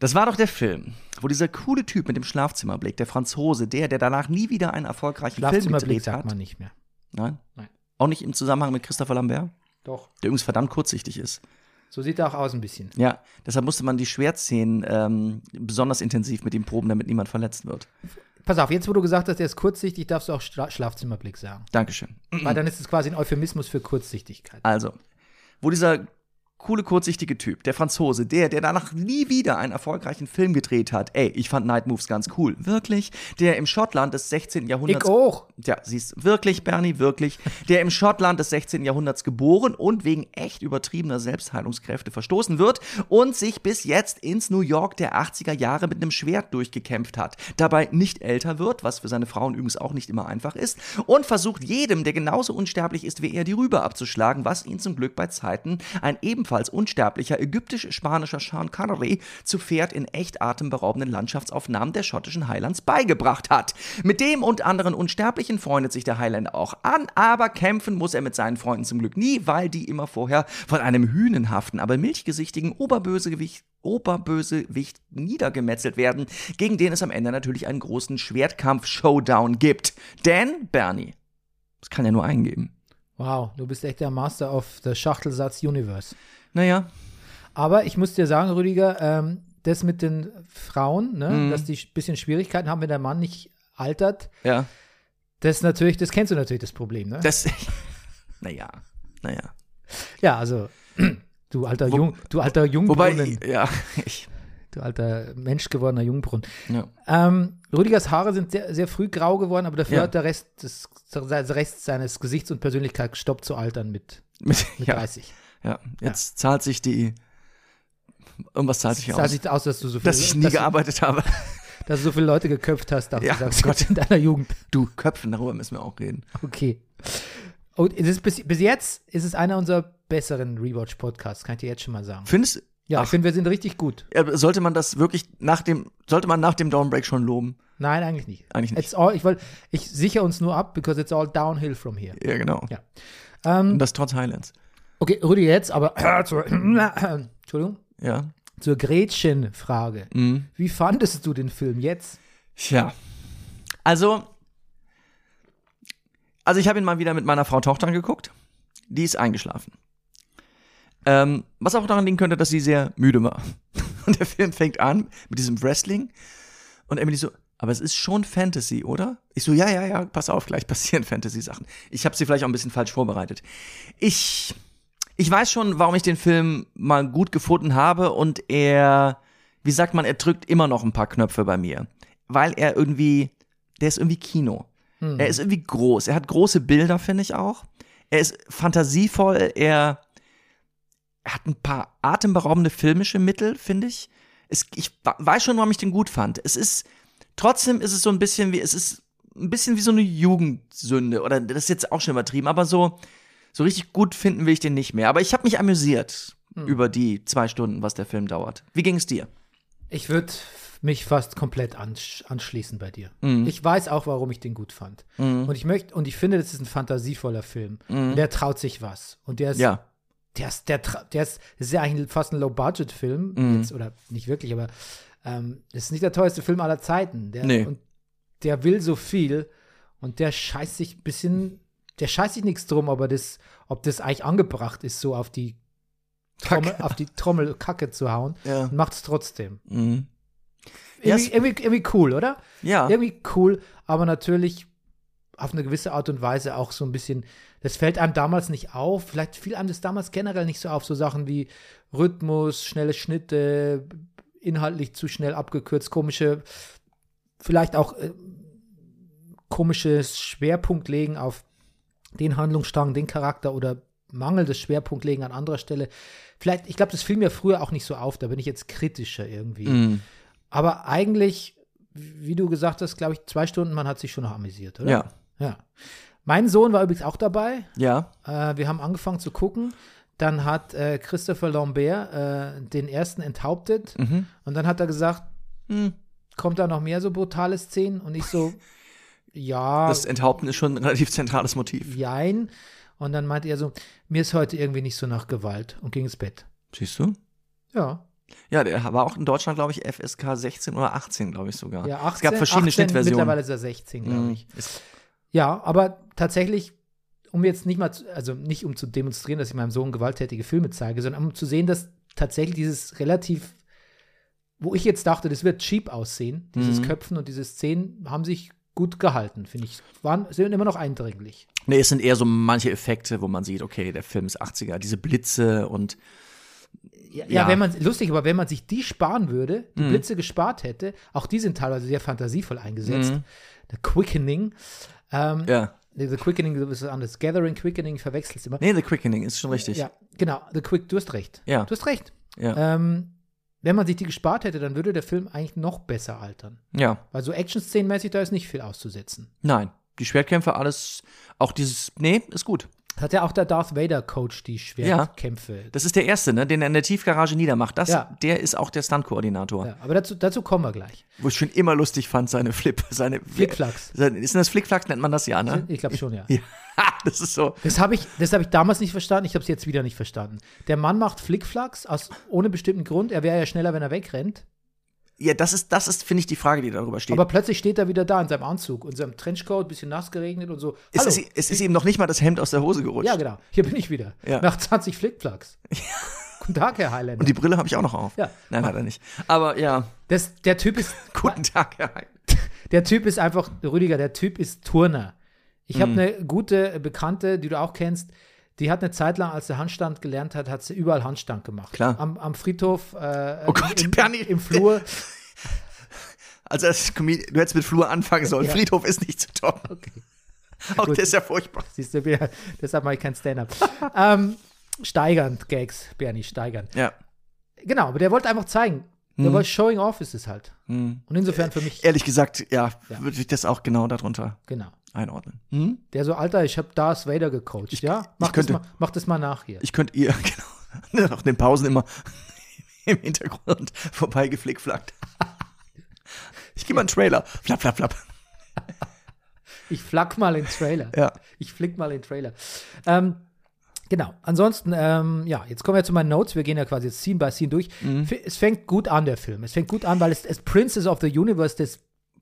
Speaker 2: Das war doch der Film, wo dieser coole Typ mit dem Schlafzimmerblick, der Franzose, der, der danach nie wieder einen erfolgreichen Film
Speaker 1: Schlafzimmerblick
Speaker 2: gedreht
Speaker 1: sagt
Speaker 2: hat.
Speaker 1: man nicht mehr.
Speaker 2: Nein?
Speaker 1: Nein.
Speaker 2: Auch nicht im Zusammenhang mit Christopher Lambert,
Speaker 1: Doch.
Speaker 2: der übrigens verdammt kurzsichtig ist.
Speaker 1: So sieht er auch aus ein bisschen.
Speaker 2: Ja, deshalb musste man die Schwertszenen ähm, besonders intensiv mit ihm proben, damit niemand verletzt wird.
Speaker 1: Pass auf, jetzt wo du gesagt hast, der ist kurzsichtig, darfst du auch Schla Schlafzimmerblick sagen.
Speaker 2: Dankeschön.
Speaker 1: Weil dann ist es quasi ein Euphemismus für Kurzsichtigkeit.
Speaker 2: Also, wo dieser coole, kurzsichtige Typ, der Franzose, der, der danach nie wieder einen erfolgreichen Film gedreht hat. Ey, ich fand Night Moves ganz cool. Wirklich? Der im Schottland des 16.
Speaker 1: Ich
Speaker 2: Jahrhunderts.
Speaker 1: auch.
Speaker 2: Ja, siehst wirklich, Bernie, wirklich. Der im Schottland des 16. Jahrhunderts geboren und wegen echt übertriebener Selbstheilungskräfte verstoßen wird und sich bis jetzt ins New York der 80er Jahre mit einem Schwert durchgekämpft hat. Dabei nicht älter wird, was für seine Frauen übrigens auch nicht immer einfach ist, und versucht jedem, der genauso unsterblich ist wie er, die Rübe abzuschlagen, was ihn zum Glück bei Zeiten ein ebenfalls unsterblicher ägyptisch-spanischer Sean Connery zu Pferd in echt atemberaubenden Landschaftsaufnahmen der schottischen Highlands beigebracht hat. Mit dem und anderen Unsterblichen freundet sich der Highlander auch an, aber kämpfen muss er mit seinen Freunden zum Glück nie, weil die immer vorher von einem hühnenhaften, aber milchgesichtigen Oberbösegewicht Oberbösewicht niedergemetzelt werden, gegen den es am Ende natürlich einen großen Schwertkampf-Showdown gibt. Denn, Bernie, es kann ja nur einen geben.
Speaker 1: Wow, du bist echt der Master of the Schachtelsatz Universe.
Speaker 2: Naja,
Speaker 1: Aber ich muss dir sagen, Rüdiger, ähm, das mit den Frauen, ne,
Speaker 2: Mm.
Speaker 1: dass die ein bisschen Schwierigkeiten haben, wenn der Mann nicht altert,
Speaker 2: ja.
Speaker 1: das ist natürlich, das kennst du natürlich das Problem, ne?
Speaker 2: Das. *laughs* naja, naja.
Speaker 1: ja, also *clears throat* du alter
Speaker 2: Wo-
Speaker 1: Jung, du alter Jungbrunnen,
Speaker 2: Wobei, ja, *laughs* ich.
Speaker 1: du alter Mensch gewordener Jungbrunnen.
Speaker 2: Ja.
Speaker 1: Ähm, Rüdigers Haare sind sehr, sehr früh grau geworden, aber dafür
Speaker 2: Ja.
Speaker 1: hat der Rest, des, der Rest seines Gesichts und Persönlichkeit gestoppt zu altern mit,
Speaker 2: Mit,
Speaker 1: mit
Speaker 2: ja,
Speaker 1: 30.
Speaker 2: ja, jetzt zahlt sich die. Irgendwas zahlt sich
Speaker 1: Das
Speaker 2: aus.
Speaker 1: sah sich aus, dass du so viel,
Speaker 2: dass ich nie
Speaker 1: dass, du,
Speaker 2: gearbeitet habe.
Speaker 1: dass du so viele Leute geköpft hast, dachte
Speaker 2: Ja,
Speaker 1: ich, sagst du
Speaker 2: Gott.
Speaker 1: in deiner Jugend.
Speaker 2: Du, Köpfen, darüber müssen wir auch reden.
Speaker 1: Okay. Und es ist bis, bis jetzt ist es einer unserer besseren Rewatch-Podcasts, kann ich dir jetzt schon mal sagen.
Speaker 2: Findest
Speaker 1: Ja,
Speaker 2: ach.
Speaker 1: ich finde, wir sind richtig gut.
Speaker 2: äh, sollte man das wirklich nach dem, sollte man nach dem Downbreak schon loben?
Speaker 1: Nein, eigentlich nicht.
Speaker 2: Eigentlich nicht.
Speaker 1: It's all, ich, wollt- ich sichere uns nur ab, because it's all downhill from here.
Speaker 2: Ja, Ähm, genau.
Speaker 1: Ja.
Speaker 2: Und das trotz Highlands.
Speaker 1: Okay, Rüdi, jetzt aber *clears throat* zur, Entschuldigung,
Speaker 2: Ja.
Speaker 1: zur Gretchen-Frage. Wie fandest du den Film jetzt?
Speaker 2: Tja. Also, also ich habe ihn mal wieder mit meiner Frau Tochter angeguckt. Die ist eingeschlafen. Ähm, was auch daran liegen könnte, dass sie sehr müde war. *laughs* Und der Film fängt an mit diesem Wrestling. Und Emily so, aber es ist schon Fantasy, oder? Ich so, ja, ja, ja, pass auf, gleich *laughs* passieren Fantasy-Sachen. Ich habe sie vielleicht auch ein bisschen falsch vorbereitet. Ich, ich weiß schon, warum ich den Film mal gut gefunden habe und er, wie sagt man, er drückt immer noch ein paar Knöpfe bei mir. Weil er irgendwie, der ist irgendwie Kino. Er ist irgendwie groß. Er hat große Bilder, finde ich auch. Er ist fantasievoll. Er, er hat ein paar atemberaubende filmische Mittel, finde ich. Es, ich wa- weiß schon, warum ich den gut fand. Es ist, trotzdem ist es so ein bisschen wie, es ist ein bisschen wie so eine Jugendsünde. Oder das ist jetzt auch schon übertrieben, aber so, so richtig gut finden will ich den nicht mehr. Aber ich habe mich amüsiert
Speaker 1: Hm.
Speaker 2: über die zwei Stunden, was der Film dauert. Wie ging es dir?
Speaker 1: Ich würde mich fast komplett ansch anschließen bei dir. Ich weiß auch, warum ich den gut fand.
Speaker 2: Mhm.
Speaker 1: Und ich möchte, und ich finde, das ist ein fantasievoller Film. Und der traut sich was. Und der ist
Speaker 2: Ja.
Speaker 1: der ist, der, tra- der ist, das ist ja eigentlich fast ein Low-Budget-Film,
Speaker 2: Mhm.
Speaker 1: jetzt, oder nicht wirklich, aber ähm, das ist nicht der teuerste Film aller Zeiten. Der,
Speaker 2: Nee.
Speaker 1: Und der will so viel und der scheißt sich ein bisschen, der scheißt sich nichts drum, aber das, ob das eigentlich angebracht ist, so auf die Trommel, auf die Trommel Kacke zu hauen,
Speaker 2: Ja.
Speaker 1: und macht es trotzdem.
Speaker 2: Mhm. Ja,
Speaker 1: Irgendwie, irgendwie, irgendwie cool, oder?
Speaker 2: Ja.
Speaker 1: Irgendwie cool, aber natürlich auf eine gewisse Art und Weise auch so ein bisschen, das fällt einem damals nicht auf, vielleicht fiel einem das damals generell nicht so auf, so Sachen wie Rhythmus, schnelle Schnitte, inhaltlich zu schnell abgekürzt, komische, vielleicht auch äh, komisches Schwerpunkt legen auf den Handlungsstrang, den Charakter oder mangelndes Schwerpunkt legen an anderer Stelle. Vielleicht, ich glaube, das fiel mir früher auch nicht so auf, da bin ich jetzt kritischer irgendwie.
Speaker 2: Mhm.
Speaker 1: Aber eigentlich, wie du gesagt hast, glaube ich, zwei Stunden, man hat sich schon noch amüsiert, oder?
Speaker 2: Ja.
Speaker 1: ja. Mein Sohn war übrigens auch dabei.
Speaker 2: Ja.
Speaker 1: Äh, wir haben angefangen zu gucken. Dann hat äh, Christopher Lambert äh, den ersten enthauptet. Und dann hat er gesagt,
Speaker 2: Hm.
Speaker 1: kommt da noch mehr so brutale Szenen? Und ich so, ja,
Speaker 2: Das Enthaupten ist schon ein relativ zentrales Motiv.
Speaker 1: jein. Und dann meinte er so, mir ist heute irgendwie nicht so nach Gewalt und ging ins Bett.
Speaker 2: Siehst du?
Speaker 1: Ja,
Speaker 2: Ja, der war auch in Deutschland, glaube ich, FSK 16 oder 18, glaube ich sogar.
Speaker 1: ja 18,
Speaker 2: es gab verschiedene
Speaker 1: 18, Mittlerweile
Speaker 2: Schnittversionen.
Speaker 1: ist er 16, glaube
Speaker 2: Mhm.
Speaker 1: ich. Ja, aber tatsächlich, um jetzt nicht mal, zu, also nicht um zu demonstrieren, dass ich meinem Sohn gewalttätige Filme zeige, sondern um zu sehen, dass tatsächlich dieses relativ, wo ich jetzt dachte, das wird cheap aussehen, dieses
Speaker 2: Mhm.
Speaker 1: Köpfen und diese Szenen haben sich gut gehalten, finde ich. Waren, sind immer noch eindringlich.
Speaker 2: Nee, es sind eher so manche Effekte, wo man sieht, okay, der Film ist 80er, diese Blitze und
Speaker 1: Ja,
Speaker 2: Ja. Mhm.
Speaker 1: ja, wenn man lustig, aber wenn man sich die sparen würde, die Blitze gespart hätte, auch die sind teilweise sehr fantasievoll eingesetzt.
Speaker 2: Mhm.
Speaker 1: The Quickening, ähm,
Speaker 2: Ja.
Speaker 1: nee, The Quickening das ist was anderes. Gathering, Quickening, ich verwechsel's immer.
Speaker 2: Nee, The Quickening ist schon richtig.
Speaker 1: Ja, genau. The Quick, du hast recht.
Speaker 2: Ja.
Speaker 1: Du hast recht.
Speaker 2: Ja.
Speaker 1: Ähm, wenn man sich die gespart hätte, dann würde der Film eigentlich noch besser altern.
Speaker 2: ja.
Speaker 1: Weil so Action-Szenen-mäßig, da ist nicht viel auszusetzen.
Speaker 2: Nein. Die Schwertkämpfe, alles, auch dieses, nee, ist gut.
Speaker 1: Das hat ja auch der Darth Vader-Coach die Schwertkämpfe.
Speaker 2: Das ist der erste, ne, den er in der Tiefgarage niedermacht. Das,
Speaker 1: Ja.
Speaker 2: der ist auch der Stunt-Koordinator.
Speaker 1: Ja, aber dazu, dazu kommen wir gleich.
Speaker 2: Wo ich schon immer lustig fand, seine Flip, seine
Speaker 1: Flickflacks.
Speaker 2: Seine, ist das Flickflack, nennt man das ja, ne?
Speaker 1: Ich glaube schon, ja.
Speaker 2: Ja, *laughs* das ist so.
Speaker 1: Das habe ich, das hab ich damals nicht verstanden, ich habe es jetzt wieder nicht verstanden. Der Mann macht Flickflacks aus ohne bestimmten Grund, er wäre ja schneller, wenn er wegrennt.
Speaker 2: Ja, das ist, das ist, finde ich, die Frage, die darüber steht.
Speaker 1: Aber plötzlich steht er wieder da in seinem Anzug, in seinem Trenchcoat, bisschen nass geregnet und so.
Speaker 2: es,
Speaker 1: Hallo.
Speaker 2: ist, es ist ihm noch nicht mal das Hemd aus der Hose gerutscht.
Speaker 1: ja, genau. Hier bin ich wieder.
Speaker 2: Ja.
Speaker 1: Nach 20 Flickflacks. Guten Tag, Herr Highlander.
Speaker 2: Und die Brille habe ich auch noch auf.
Speaker 1: Ja.
Speaker 2: Nein, hat er nicht. Aber ja,
Speaker 1: das, der, typ ist,
Speaker 2: guten Tag, Herr Hein.
Speaker 1: der Typ ist einfach, Rüdiger, der Typ ist Turner. Ich
Speaker 2: Mhm.
Speaker 1: habe eine gute Bekannte, die du auch kennst, die hat eine Zeit lang, als sie Handstand gelernt hat, hat sie überall Handstand gemacht.
Speaker 2: Klar.
Speaker 1: Am, am Friedhof, äh,
Speaker 2: Oh Gott,
Speaker 1: im,
Speaker 2: Bernie.
Speaker 1: im Flur.
Speaker 2: Also, als Comedi- du hättest mit Flur anfangen sollen. Friedhof ist nicht zu toppen. Auch der ist ja furchtbar.
Speaker 1: Siehst du, wir, deshalb mache ich kein
Speaker 2: *laughs*
Speaker 1: Stand-up. ähm, steigernd, Gags, Bernie, steigern.
Speaker 2: Ja.
Speaker 1: Genau, aber der wollte einfach zeigen.
Speaker 2: Mhm.
Speaker 1: Der wollte Showing Off ist es halt. Und insofern für mich,
Speaker 2: Ehrlich gesagt, ja, würde ich das auch genau darunter
Speaker 1: genau.
Speaker 2: einordnen. Hm?
Speaker 1: Der so, Alter, ich habe Darth Vader gecoacht, ja? Mach,
Speaker 2: könnte-
Speaker 1: das mal, mach das mal nach hier.
Speaker 2: Ich könnte ihr, *laughs* genau, nach den Pausen immer *laughs* im Hintergrund vorbeigeflickflackt. *laughs* Ich gebe mal einen Trailer. Flap, flap, flap.
Speaker 1: Ich flack mal in den Trailer.
Speaker 2: *laughs* Ja.
Speaker 1: Ich flick mal in den Trailer. Ähm, genau. Ansonsten, ähm, ja, jetzt kommen wir zu meinen Notes. Wir gehen ja quasi jetzt Scene by Scene durch.
Speaker 2: Mhm.
Speaker 1: F- Es fängt gut an, der Film. Es fängt gut an, weil es, es Princess of the Universe, das,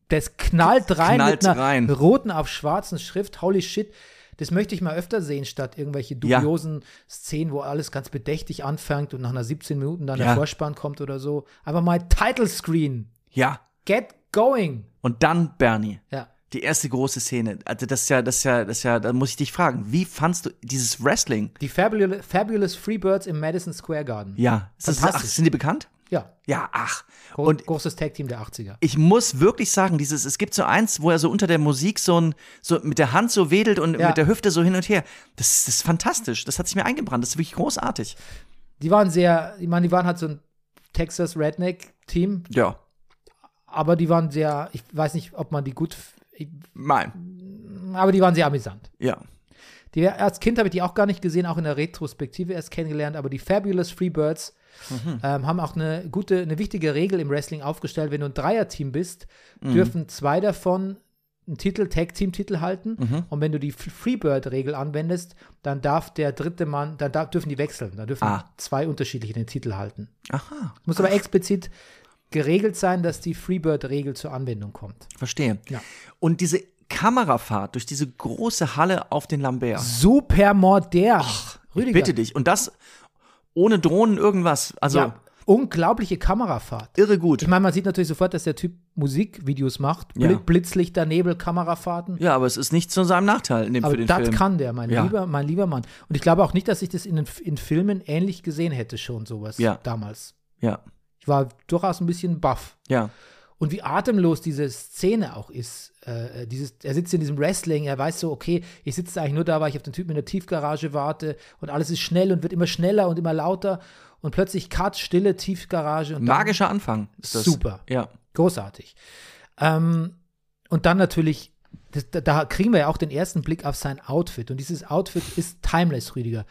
Speaker 1: das knallt rein
Speaker 2: Knallt
Speaker 1: mit einer
Speaker 2: rein.
Speaker 1: roten auf schwarzen Schrift. Holy shit. Das möchte ich mal öfter sehen, statt irgendwelche
Speaker 2: Ja.
Speaker 1: dubiosen Szenen, wo alles ganz bedächtig anfängt und nach einer 17 Minuten dann
Speaker 2: Ja.
Speaker 1: der Vorspann kommt oder so. Einfach mal Title Screen.
Speaker 2: Ja.
Speaker 1: Get going.
Speaker 2: Und dann Bernie.
Speaker 1: Ja.
Speaker 2: Die erste große Szene. Also das ist ja, das ist ja, das ist ja, da muss ich dich fragen, wie fandst du dieses Wrestling?
Speaker 1: Die Fabulous, Fabulous Freebirds im Madison Square Garden.
Speaker 2: Ja. Ist das, ach,
Speaker 1: Fantastisch.
Speaker 2: sind die bekannt?
Speaker 1: Ja,
Speaker 2: Ja, ach.
Speaker 1: Gro
Speaker 2: Und
Speaker 1: großes Tag-Team der 80er.
Speaker 2: ich muss wirklich sagen, dieses, es gibt so eins, wo er so unter der Musik so ein, so mit der Hand so wedelt und
Speaker 1: Ja.
Speaker 2: mit der Hüfte so hin und her. Das, das ist fantastisch. Das hat sich mir eingebrannt. Das ist wirklich großartig.
Speaker 1: Die waren sehr, ich meine, die waren halt so ein Texas Redneck-Team,
Speaker 2: Ja.
Speaker 1: aber die waren sehr, ich weiß nicht, ob man die gut, f- ich-
Speaker 2: Mein.
Speaker 1: aber die waren sehr amüsant.
Speaker 2: Ja.
Speaker 1: Die, als Kind habe ich die auch gar nicht gesehen, auch in der Retrospektive erst kennengelernt, aber die Fabulous Freebirds
Speaker 2: Mhm.
Speaker 1: ähm, haben auch eine gute, eine wichtige Regel im Wrestling aufgestellt. Wenn du ein Dreier-Team bist,
Speaker 2: Mhm.
Speaker 1: dürfen zwei davon einen Titel, Tag-Team-Titel halten.
Speaker 2: Mhm.
Speaker 1: Und wenn du die F- Freebird-Regel anwendest, dann darf der dritte Mann, dann darf, dürfen die wechseln. Dann dürfen
Speaker 2: Ah.
Speaker 1: zwei unterschiedliche den Titel halten.
Speaker 2: Aha.
Speaker 1: Muss aber explizit geregelt sein, dass die Freebird-Regel zur Anwendung kommt.
Speaker 2: Verstehe.
Speaker 1: Ja.
Speaker 2: Und diese Kamerafahrt durch diese große Halle auf den Lambert.
Speaker 1: Super modern. Rüdiger.
Speaker 2: Bitte dich. Und das ohne Drohnen irgendwas. Also
Speaker 1: Ja, unglaubliche Kamerafahrt.
Speaker 2: irre gut.
Speaker 1: Ich meine, man sieht natürlich sofort, dass der Typ Musikvideos macht. Bl
Speaker 2: Ja.
Speaker 1: Blitzlichter, Nebel, Kamerafahrten.
Speaker 2: ja, aber es ist nicht zu seinem Nachteil in dem, für
Speaker 1: Aber
Speaker 2: den
Speaker 1: das
Speaker 2: Film.
Speaker 1: kann der, mein,
Speaker 2: Ja.
Speaker 1: lieber, mein lieber Mann. Und ich glaube auch nicht, dass ich das in, den, F- in Filmen ähnlich gesehen hätte, schon sowas
Speaker 2: Ja.
Speaker 1: damals.
Speaker 2: ja,
Speaker 1: Ich war durchaus ein bisschen baff.
Speaker 2: ja,
Speaker 1: Und wie atemlos diese Szene auch ist. Äh, dieses, er sitzt in diesem Wrestling, er weiß so, okay, ich sitze eigentlich nur da, weil ich auf den Typen in der Tiefgarage warte und alles ist schnell und wird immer schneller und immer lauter. Und plötzlich Cut, stille Tiefgarage und dann-
Speaker 2: magischer Anfang. Ist das.
Speaker 1: Super.
Speaker 2: Ja,
Speaker 1: Großartig. Ähm, und dann natürlich, das, da, da kriegen wir ja auch den ersten Blick auf sein Outfit. Und dieses Outfit ist timeless, Rüdiger.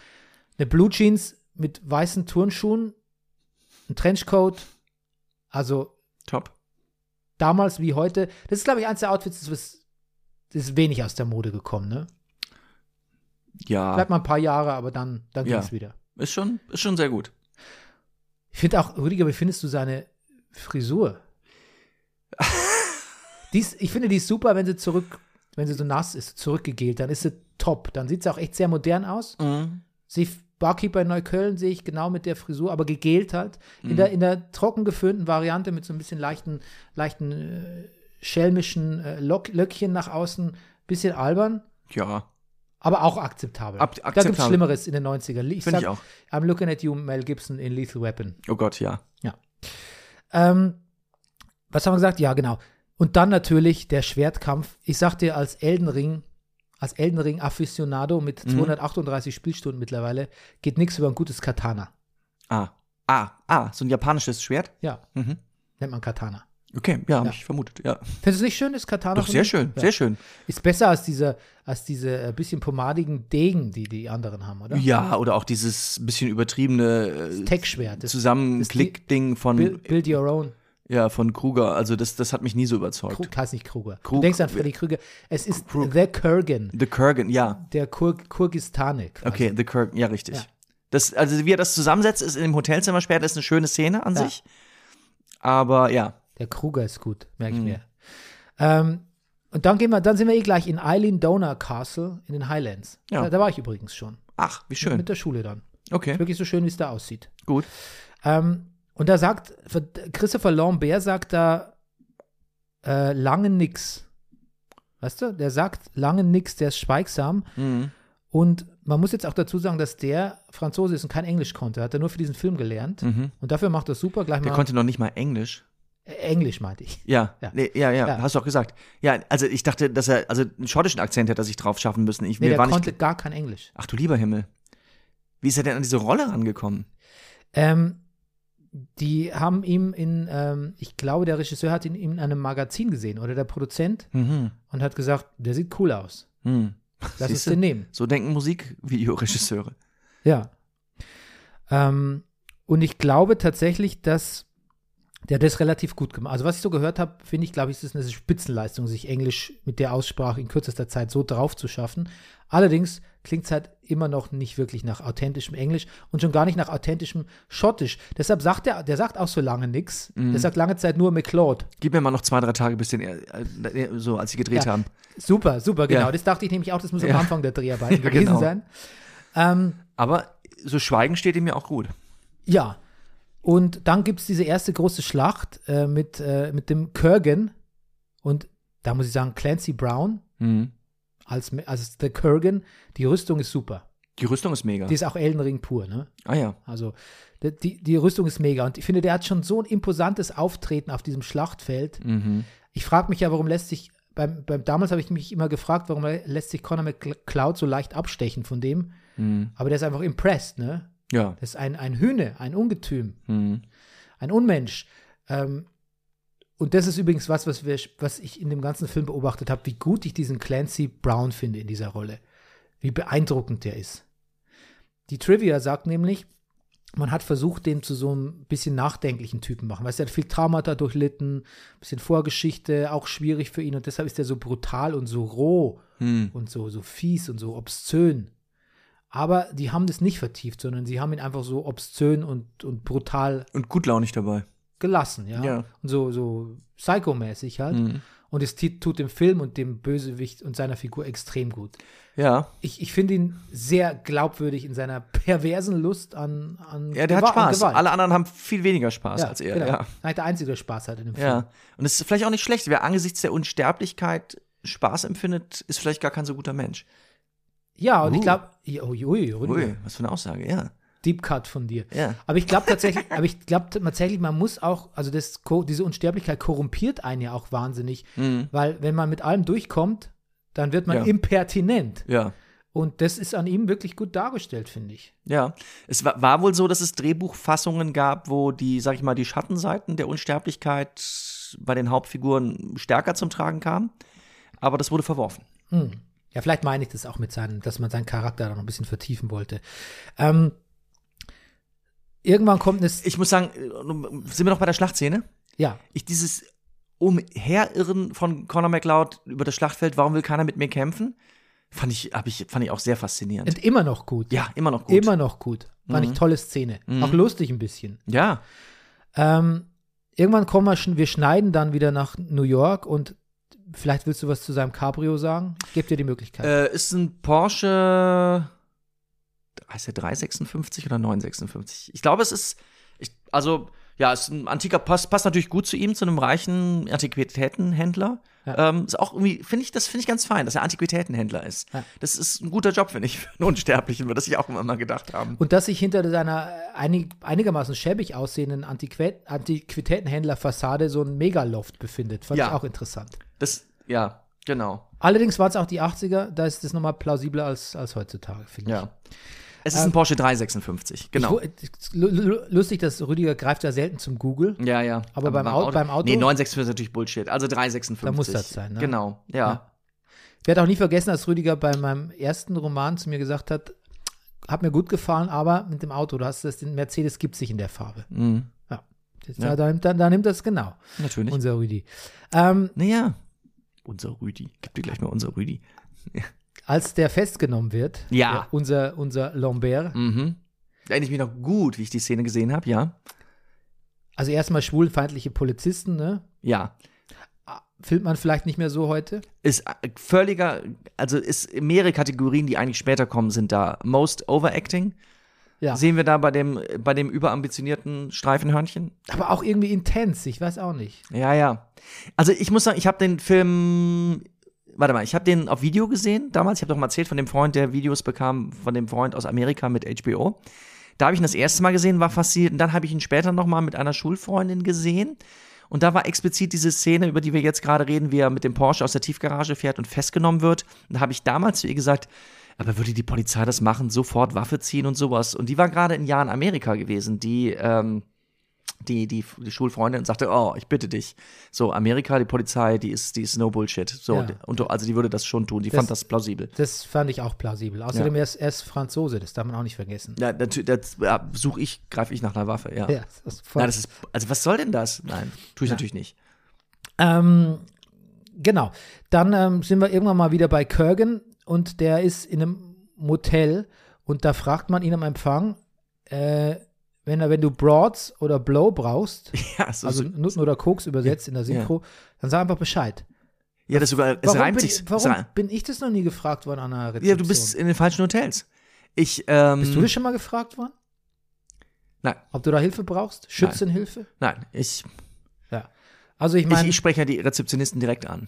Speaker 1: Eine Blue Jeans mit weißen Turnschuhen, ein Trenchcoat. Also
Speaker 2: top.
Speaker 1: damals wie heute. Das ist, glaube ich, eins der Outfits, das ist, das ist wenig aus der Mode gekommen. Ne?
Speaker 2: Ja,
Speaker 1: Bleibt mal ein paar Jahre, aber dann, dann
Speaker 2: Ja.
Speaker 1: ging es wieder.
Speaker 2: ist schon, ist schon sehr gut.
Speaker 1: Ich finde auch, Rüdiger, wie findest du seine Frisur? die ist, ich finde, die ist super, wenn sie zurück, wenn sie so nass ist, zurückgegelt, dann ist sie top. Dann sieht sie auch echt sehr modern aus.
Speaker 2: Mhm.
Speaker 1: Sie Barkeeper in Neukölln sehe ich genau mit der Frisur, aber gegelt halt.
Speaker 2: Mhm.
Speaker 1: In, der, in der trocken geföhnten Variante mit so ein bisschen leichten, leichten äh, schelmischen äh, Lock, Löckchen nach außen, bisschen albern.
Speaker 2: Ja,
Speaker 1: Aber auch akzeptabel.
Speaker 2: Ab-
Speaker 1: Da gibt es
Speaker 2: akzeptabel.
Speaker 1: Schlimmeres in den 90ern. Ich
Speaker 2: Find
Speaker 1: sag,
Speaker 2: ich auch.
Speaker 1: I'm looking at you, Mel Gibson in Lethal Weapon.
Speaker 2: Oh Gott, ja.
Speaker 1: Ähm, was haben wir gesagt? Ja, genau. Und dann natürlich der Schwertkampf. Ich sagte dir als Elden Ring, als Elden Ring Aficionado mit
Speaker 2: Mhm.
Speaker 1: 238 Spielstunden mittlerweile, geht nichts über ein gutes Katana.
Speaker 2: Ah. Ah, ah, so ein japanisches Schwert?
Speaker 1: Ja,
Speaker 2: Mhm.
Speaker 1: nennt man Katana.
Speaker 2: Okay, ja, hab
Speaker 1: Ja.
Speaker 2: ich vermutet, ja.
Speaker 1: Findest du nicht schön, das Katana?
Speaker 2: Doch,
Speaker 1: von
Speaker 2: sehr
Speaker 1: ihm?
Speaker 2: schön,
Speaker 1: Ja.
Speaker 2: sehr schön.
Speaker 1: Ist besser als diese, als diese äh, bisschen pomadigen Degen, die die anderen haben, oder?
Speaker 2: Ja, oder auch dieses bisschen übertriebene äh,
Speaker 1: Tech-Schwert. das
Speaker 2: Zusammenklick-Ding von,
Speaker 1: Build, build your own.
Speaker 2: ja, von Kruger. Also das, das hat mich nie so überzeugt.
Speaker 1: Krug, heißt nicht Kruger. Du
Speaker 2: Krug-
Speaker 1: denkst an Freddy Krüger. Es ist
Speaker 2: Krug.
Speaker 1: The Kurgan,
Speaker 2: The Kurgan, ja.
Speaker 1: der Kur Kurgistane. quasi.
Speaker 2: Okay, The Kurgan, ja, richtig.
Speaker 1: Also- Ja.
Speaker 2: Das, also wie er das zusammensetzt, ist in dem Hotelzimmer später, ist eine schöne Szene an
Speaker 1: Ja.
Speaker 2: sich. Aber ja,
Speaker 1: Der Kruger ist gut, merke
Speaker 2: Mhm.
Speaker 1: ich mir. Ähm, und dann gehen wir, dann sind wir eh gleich in Eileen Donor Castle in den Highlands.
Speaker 2: Ja.
Speaker 1: Da, da war ich übrigens schon.
Speaker 2: ach, wie schön.
Speaker 1: Mit der Schule dann.
Speaker 2: Okay,
Speaker 1: Ist wirklich so schön, wie es da aussieht.
Speaker 2: gut.
Speaker 1: Ähm, und da sagt, Christopher Lambert sagt da äh, lange nix. Weißt du, der sagt lange nix, der ist schweigsam.
Speaker 2: Mhm.
Speaker 1: Und man muss jetzt auch dazu sagen, dass der Franzose ist und kein Englisch konnte. Hat er nur für diesen Film gelernt.
Speaker 2: Mhm.
Speaker 1: Und dafür macht er super gleich
Speaker 2: Der
Speaker 1: mal
Speaker 2: konnte noch nicht mal Englisch.
Speaker 1: Äh, Englisch, meinte ich.
Speaker 2: Ja,
Speaker 1: Ja.
Speaker 2: ja, nee, ja, ja,
Speaker 1: Ja.
Speaker 2: hast du auch gesagt. Ja, also ich dachte, dass er, also einen schottischen Akzent hätte er sich drauf schaffen müssen. Ich,
Speaker 1: Nee,
Speaker 2: mir
Speaker 1: der
Speaker 2: war
Speaker 1: konnte
Speaker 2: nicht,
Speaker 1: gar kein Englisch.
Speaker 2: ach du lieber Himmel. Wie ist er denn an diese Rolle rangekommen?
Speaker 1: Ähm, die haben ihm in, ähm, ich glaube, der Regisseur hat ihn in einem Magazin gesehen oder der Produzent
Speaker 2: Mhm.
Speaker 1: und hat gesagt, der sieht cool aus.
Speaker 2: Hm.
Speaker 1: Lass es
Speaker 2: Siehste?
Speaker 1: den nehmen.
Speaker 2: So denken Musikvideoregisseure.
Speaker 1: Ja. Ähm, und ich glaube tatsächlich, dass der hat das relativ gut gemacht. Also was ich so gehört habe, finde ich, glaube ich, ist es eine Spitzenleistung, sich Englisch mit der Aussprache in kürzester Zeit so drauf zu schaffen. Allerdings klingt es halt immer noch nicht wirklich nach authentischem Englisch und schon gar nicht nach authentischem Schottisch. Deshalb sagt er, der sagt auch so lange nichts.
Speaker 2: Mhm.
Speaker 1: Der sagt lange Zeit nur McLeod.
Speaker 2: Gib mir mal noch zwei, drei Tage, bis den, äh, so, als sie gedreht
Speaker 1: Ja.
Speaker 2: haben.
Speaker 1: Super, super, genau.
Speaker 2: Ja.
Speaker 1: Das dachte ich nämlich auch, das muss
Speaker 2: Ja.
Speaker 1: am Anfang der Dreharbeiten
Speaker 2: *laughs* Ja,
Speaker 1: gewesen
Speaker 2: genau.
Speaker 1: sein. Ähm,
Speaker 2: Aber so Schweigen steht ihm ja auch gut.
Speaker 1: Ja. Und dann gibt es diese erste große Schlacht äh, mit, äh, mit dem Kurgan. Und da muss ich sagen, Clancy Brown
Speaker 2: Mhm.
Speaker 1: als, als der Kurgan, die Rüstung ist super.
Speaker 2: Die Rüstung ist mega.
Speaker 1: Die ist auch Elden Ring pur, ne?
Speaker 2: ah ja.
Speaker 1: Also die- die, die Rüstung ist mega. Und ich finde, der hat schon so ein imposantes Auftreten auf diesem Schlachtfeld.
Speaker 2: Mhm.
Speaker 1: Ich frage mich ja, warum lässt sich, beim, beim damals habe ich mich immer gefragt, warum lässt sich Conor McCloud so leicht abstechen von dem.
Speaker 2: Mhm.
Speaker 1: Aber der ist einfach impressed, ne?
Speaker 2: Ja.
Speaker 1: Das ist ein, ein Hühne, ein Ungetüm.
Speaker 2: Mhm.
Speaker 1: ein Unmensch. Ähm, und das ist übrigens was, was, wir, was ich in dem ganzen Film beobachtet habe, wie gut ich diesen Clancy Brown finde in dieser Rolle. Wie beeindruckend der ist. Die Trivia sagt nämlich, man hat versucht, den zu so einem bisschen nachdenklichen Typen machen. Weißt du, er hat viel Traumata durchlitten, bisschen Vorgeschichte, auch schwierig für ihn. Und deshalb ist er so brutal und so roh
Speaker 2: Mhm.
Speaker 1: und so, so fies und so obszön. Aber die haben das nicht vertieft, sondern sie haben ihn einfach so obszön und, und brutal
Speaker 2: Und gutlaunig dabei.
Speaker 1: gelassen, ja.
Speaker 2: Ja. Mhm.
Speaker 1: Und so, so psychomäßig halt. Und es ti- tut dem Film und dem Bösewicht und seiner Figur extrem gut.
Speaker 2: Ja.
Speaker 1: Ich, ich finde ihn sehr glaubwürdig in seiner perversen Lust an, an
Speaker 2: Ja, der
Speaker 1: Gewa-
Speaker 2: hat
Speaker 1: an
Speaker 2: Spaß.
Speaker 1: Gewalt.
Speaker 2: Alle anderen haben viel weniger Spaß
Speaker 1: ja,
Speaker 2: als er.
Speaker 1: Genau.
Speaker 2: Ja.
Speaker 1: Nein, der Einzige, der Spaß hat in dem Film.
Speaker 2: ja. Und es ist vielleicht auch nicht schlecht. Wer angesichts der Unsterblichkeit Spaß empfindet, ist vielleicht gar kein so guter Mensch.
Speaker 1: Ja, und ich
Speaker 2: Uh.
Speaker 1: glaube, ui, ui, ui,
Speaker 2: Ui, was für eine Aussage, ja.
Speaker 1: Deep Cut von dir.
Speaker 2: Ja.
Speaker 1: Aber ich glaube tatsächlich, *laughs* aber ich glaube tatsächlich, man muss auch, also das, ko- diese Unsterblichkeit korrumpiert einen ja auch wahnsinnig,
Speaker 2: Mhm.
Speaker 1: weil wenn man mit allem durchkommt, dann wird man
Speaker 2: Ja.
Speaker 1: impertinent.
Speaker 2: Ja.
Speaker 1: Und das ist an ihm wirklich gut dargestellt, finde ich.
Speaker 2: Ja, es war, war wohl so, dass es Drehbuchfassungen gab, wo die, sag ich mal, die Schattenseiten der Unsterblichkeit bei den Hauptfiguren stärker zum Tragen kamen. Aber das wurde verworfen.
Speaker 1: Hm. Ja, vielleicht meine ich das auch mit seinem, dass man seinen Charakter da noch ein bisschen vertiefen wollte. Ähm, irgendwann kommt es.
Speaker 2: Ich muss sagen, äh, nun sind wir noch bei der Schlachtszene?
Speaker 1: Ja,
Speaker 2: Ich dieses Umherirren von Conor McLeod über das Schlachtfeld, warum will keiner mit mir kämpfen? Fand ich, hab ich, fand ich auch sehr faszinierend.
Speaker 1: und immer noch gut.
Speaker 2: ja, immer noch gut.
Speaker 1: Äh,
Speaker 2: Mhm.
Speaker 1: Immer noch gut. War nicht tolle Szene. Auch lustig ein bisschen.
Speaker 2: Ja.
Speaker 1: Ähm, irgendwann kommen wir, schon- wir schneiden dann wieder nach New York und vielleicht willst du was zu seinem Cabrio sagen? Ich gebe dir die Möglichkeit.
Speaker 2: Äh, ist ein Porsche. Heißt der 356 oder 956? Ich glaube, es ist. Ich, also, Ja, ist ein antiker Pass, passt natürlich gut zu ihm, zu einem reichen Antiquitätenhändler. Ähm, ist auch irgendwie, finde ich, das finde ich ganz fein, dass er Antiquitätenhändler ist. Das ist ein guter Job, finde ich, für einen Unsterblichen, würde das ich auch immer mal gedacht haben.
Speaker 1: Und dass sich hinter seiner äh, einig, einigermaßen schäbig aussehenden Antiquä- Antiquitätenhändler-Fassade so ein Megaloft befindet. Fand
Speaker 2: Ja.
Speaker 1: ich auch interessant.
Speaker 2: Das, ja, genau.
Speaker 1: Allerdings waren es auch die 80er, da ist das nochmal plausibler als, als heutzutage, finde ich.
Speaker 2: Ja. Es ist ein Porsche 356, genau.
Speaker 1: Ähm, Ich wu- es- lu- lu- Lustig, dass Rüdiger greift ja selten zum Google.
Speaker 2: ja, ja.
Speaker 1: Aber beim Au- beim Auto-
Speaker 2: Nee, 964 ist natürlich Bullshit. Also 356.
Speaker 1: Da muss das sein, ne?
Speaker 2: Genau, ja.
Speaker 1: Ich werde auch nie vergessen, als Rüdiger bei meinem ersten Roman zu mir gesagt hat, hat mir gut gefallen, aber mit dem Auto, du hast das, den Mercedes gibt sich in der Farbe.
Speaker 2: Mhm,
Speaker 1: Ja. Das, Da, da, nimmt- da, da nimmt das genau,
Speaker 2: natürlich.
Speaker 1: unser Rüdi. Ähm,
Speaker 2: naja. Unser Rüdi. Gib dir gleich mal unser Rüdi.
Speaker 1: als der festgenommen wird,
Speaker 2: Ja.
Speaker 1: der- unser, unser Lambert,
Speaker 2: Mhm. Da erinnere ich mich noch gut, wie ich die Szene gesehen habe, ja.
Speaker 1: also erstmal schwulenfeindliche Polizisten, ne?
Speaker 2: Ja.
Speaker 1: Filmt man vielleicht nicht mehr so heute.
Speaker 2: Ist äh, völliger, also ist mehrere Kategorien, die eigentlich später kommen, sind da. Most Overacting.
Speaker 1: Ja.
Speaker 2: Sehen wir da bei dem, bei dem überambitionierten Streifenhörnchen?
Speaker 1: Aber auch irgendwie intens, ich weiß auch nicht.
Speaker 2: Ja, ja. Also ich muss sagen, ich habe den Film. Warte mal, ich habe den auf Video gesehen damals. Ich habe doch mal erzählt von dem Freund, der Videos bekam, von dem Freund aus Amerika mit HBO. Da habe ich ihn das erste Mal gesehen, war fasziniert. Und dann habe ich ihn später nochmal mit einer Schulfreundin gesehen. Und da war explizit diese Szene, über die wir jetzt gerade reden, wie er mit dem Porsche aus der Tiefgarage fährt und festgenommen wird. Und da habe ich damals zu ihr gesagt, aber würde die Polizei das machen, sofort Waffe ziehen und sowas? Und die war gerade in Jahren Amerika gewesen, die, ähm, die, die, die Schulfreundin und sagte, oh, ich bitte dich. So, Amerika, die Polizei, die ist, die ist no bullshit. So,
Speaker 1: Ja.
Speaker 2: und du- also die würde das schon tun. Die
Speaker 1: Das-
Speaker 2: fand das plausibel.
Speaker 1: Das fand ich auch plausibel. Außerdem, er, ist, er ist Franzose, das darf man auch nicht vergessen.
Speaker 2: Ja, natürlich, das ja, suche ich, greife ich nach einer Waffe, ja.
Speaker 1: Ja, das ist voll-
Speaker 2: Nein, das ist, also was soll denn das? Nein, tue ich natürlich nicht.
Speaker 1: Ähm, genau. Dann ähm, sind wir irgendwann mal wieder bei Kurgan und der ist in einem Motel und da fragt man ihn am Empfang, äh, wenn, er, wenn du Broads oder Blow brauchst,
Speaker 2: *laughs* Ja, so,
Speaker 1: also
Speaker 2: so,
Speaker 1: Nutten oder Koks übersetzt in der Synchro, dann sag einfach Bescheid.
Speaker 2: ja das sogar, es
Speaker 1: Warum,
Speaker 2: reimt
Speaker 1: bin,
Speaker 2: sich.
Speaker 1: ich,
Speaker 2: Es
Speaker 1: warum
Speaker 2: rei-
Speaker 1: bin ich das noch nie gefragt worden an einer Rezeption?
Speaker 2: Ja, du bist in den falschen Hotels. Ich, ähm,
Speaker 1: Bist du das schon mal gefragt worden?
Speaker 2: Nein.
Speaker 1: Ob du da Hilfe brauchst? Schützenhilfe?
Speaker 2: Nein, ich,
Speaker 1: Ja. Also ich
Speaker 2: ich,
Speaker 1: meine,
Speaker 2: ich spreche ja die Rezeptionisten direkt an.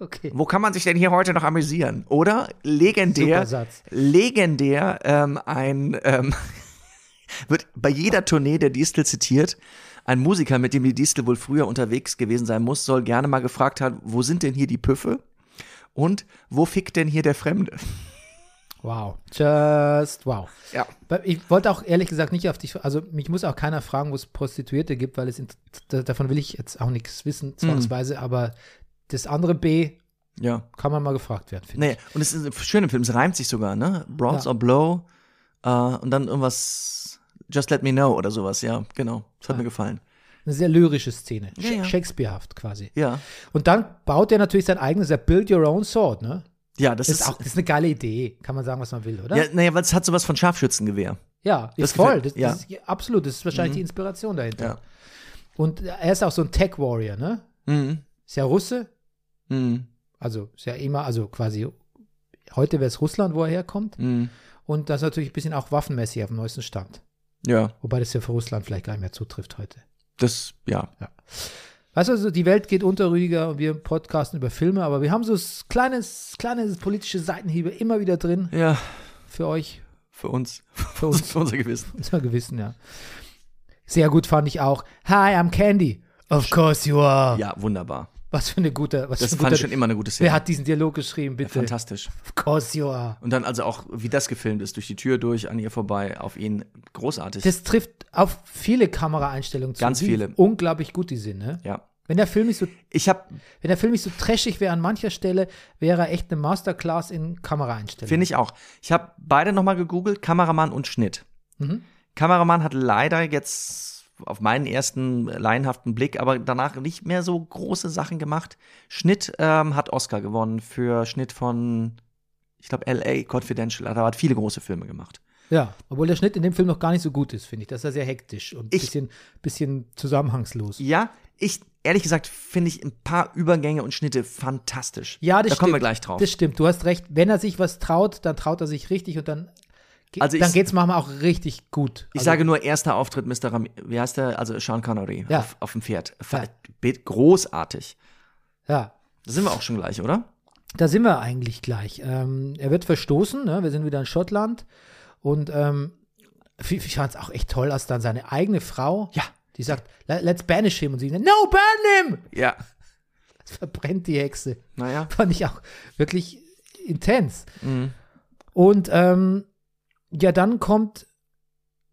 Speaker 1: okay.
Speaker 2: Wo kann man sich denn hier heute noch amüsieren? Oder legendär,
Speaker 1: Super Satz.
Speaker 2: legendär ähm, ein ähm, *laughs* wird bei jeder Tournee der Distel zitiert. Ein Musiker, mit dem die Distel wohl früher unterwegs gewesen sein muss, soll gerne mal gefragt haben, wo sind denn hier die Püffe? Und wo fickt denn hier der Fremde? *laughs*
Speaker 1: Wow. Just wow.
Speaker 2: Ja.
Speaker 1: Weil Ich wollte auch ehrlich gesagt nicht auf dich, also mich muss auch keiner fragen, wo es Prostituierte gibt, weil es in, da, davon will ich jetzt auch nichts
Speaker 2: Mhm.
Speaker 1: wissen, zwangsweise, aber das andere B
Speaker 2: Ja.
Speaker 1: kann man mal gefragt werden, finde
Speaker 2: Nee, und es ist schön im Film, es reimt sich sogar, ne? Bronze
Speaker 1: Ja.
Speaker 2: or Blow äh, und dann irgendwas Just Let Me Know oder sowas, ja, genau. Das hat mir gefallen.
Speaker 1: ich. Eine sehr lyrische Szene.
Speaker 2: Ja, ja.
Speaker 1: Sh- Shakespearehaft quasi.
Speaker 2: Ja.
Speaker 1: Und dann baut er natürlich sein eigenes, er build your own sword, ne?
Speaker 2: Ja, das,
Speaker 1: Das ist,
Speaker 2: ist,
Speaker 1: auch, das ist eine geile Idee, kann man sagen, was man will, oder?
Speaker 2: Ja, naja, weil es hat sowas von Scharfschützengewehr.
Speaker 1: Ja, ist
Speaker 2: Das
Speaker 1: voll.
Speaker 2: gefällt-
Speaker 1: Das, das
Speaker 2: ja. Mhm.
Speaker 1: ist, absolut, das ist wahrscheinlich die Inspiration dahinter.
Speaker 2: Ja.
Speaker 1: Und er ist auch so ein Tech-Warrior, ne?
Speaker 2: Mhm.
Speaker 1: Ist ja Russe,
Speaker 2: Mhm.
Speaker 1: also ist ja immer, also quasi, heute wäre es Russland, wo er herkommt.
Speaker 2: Mhm.
Speaker 1: Und das ist natürlich ein bisschen auch waffenmäßig auf dem neuesten Stand.
Speaker 2: Ja,
Speaker 1: Wobei das ja für Russland vielleicht gar nicht mehr zutrifft heute.
Speaker 2: das, ja.
Speaker 1: Weißt du, also die Welt geht unter, Rüdiger, und wir podcasten über Filme, aber wir haben so s- kleines, kleines politische Seitenhiebe immer wieder drin
Speaker 2: Ja,
Speaker 1: für euch,
Speaker 2: für uns. *laughs*
Speaker 1: für uns,
Speaker 2: für unser Gewissen.
Speaker 1: unser Gewissen, ja. Sehr gut fand ich auch. Hi, I'm Candy. Of course you are.
Speaker 2: Ja, wunderbar.
Speaker 1: Was für eine gute, was
Speaker 2: Das
Speaker 1: für ein
Speaker 2: fand
Speaker 1: guter,
Speaker 2: ich schon immer eine gute Szene.
Speaker 1: Wer hat diesen Dialog geschrieben, bitte?
Speaker 2: Fantastisch.
Speaker 1: Of course you are.
Speaker 2: Und dann also auch, wie das gefilmt ist, durch die Tür durch, an ihr vorbei, auf ihn. Großartig.
Speaker 1: Das trifft auf viele Kameraeinstellungen zu.
Speaker 2: Ganz
Speaker 1: wie
Speaker 2: viele.
Speaker 1: Unglaublich gut die sind, ne?
Speaker 2: ja.
Speaker 1: Wenn der Film nicht so
Speaker 2: Ich habe,
Speaker 1: Wenn der Film nicht so trashig wäre an mancher Stelle, wäre er echt eine Masterclass in Kameraeinstellungen.
Speaker 2: finde ich auch. Ich habe beide nochmal gegoogelt, Kameramann und Schnitt.
Speaker 1: Mhm.
Speaker 2: Kameramann hat leider jetzt auf meinen ersten laienhaften Blick, aber danach nicht mehr so große Sachen gemacht. Schnitt ähm, hat Oscar gewonnen für Schnitt von, ich glaube, LA Confidential. Er hat viele große Filme gemacht.
Speaker 1: Ja, obwohl der Schnitt in dem Film noch gar nicht so gut ist, finde ich. Das ist ja sehr hektisch und ein
Speaker 2: Ich-
Speaker 1: bisschen, bisschen zusammenhangslos.
Speaker 2: Ja, ich, ehrlich gesagt, finde ich ein paar Übergänge und Schnitte fantastisch.
Speaker 1: Ja, das
Speaker 2: Da kommen wir
Speaker 1: stimmt.
Speaker 2: gleich drauf.
Speaker 1: Das stimmt, du hast recht. Wenn er sich was traut, dann traut er sich richtig und dann Ge-
Speaker 2: Also
Speaker 1: dann
Speaker 2: ich-
Speaker 1: geht's manchmal auch richtig gut.
Speaker 2: Ich
Speaker 1: Also,
Speaker 2: sage nur, erster Auftritt Mr. Ram wie heißt der? Also Sean Connery
Speaker 1: Ja.
Speaker 2: auf, auf dem Pferd. Ver
Speaker 1: Ja.
Speaker 2: be- Großartig.
Speaker 1: ja,
Speaker 2: Da sind wir auch schon gleich, oder?
Speaker 1: da sind wir eigentlich gleich. Ähm, er wird verstoßen, ne? wir sind wieder in Schottland und ähm, ich fand es auch echt toll, als dann seine eigene Frau,
Speaker 2: Ja.
Speaker 1: die sagt, "Le- let's banish him und sie sagt, no, burn him! *laughs*
Speaker 2: Ja.
Speaker 1: Das verbrennt die Hexe.
Speaker 2: Naja. Hm.
Speaker 1: Fand ich auch wirklich intens. Und ähm, ja, dann kommt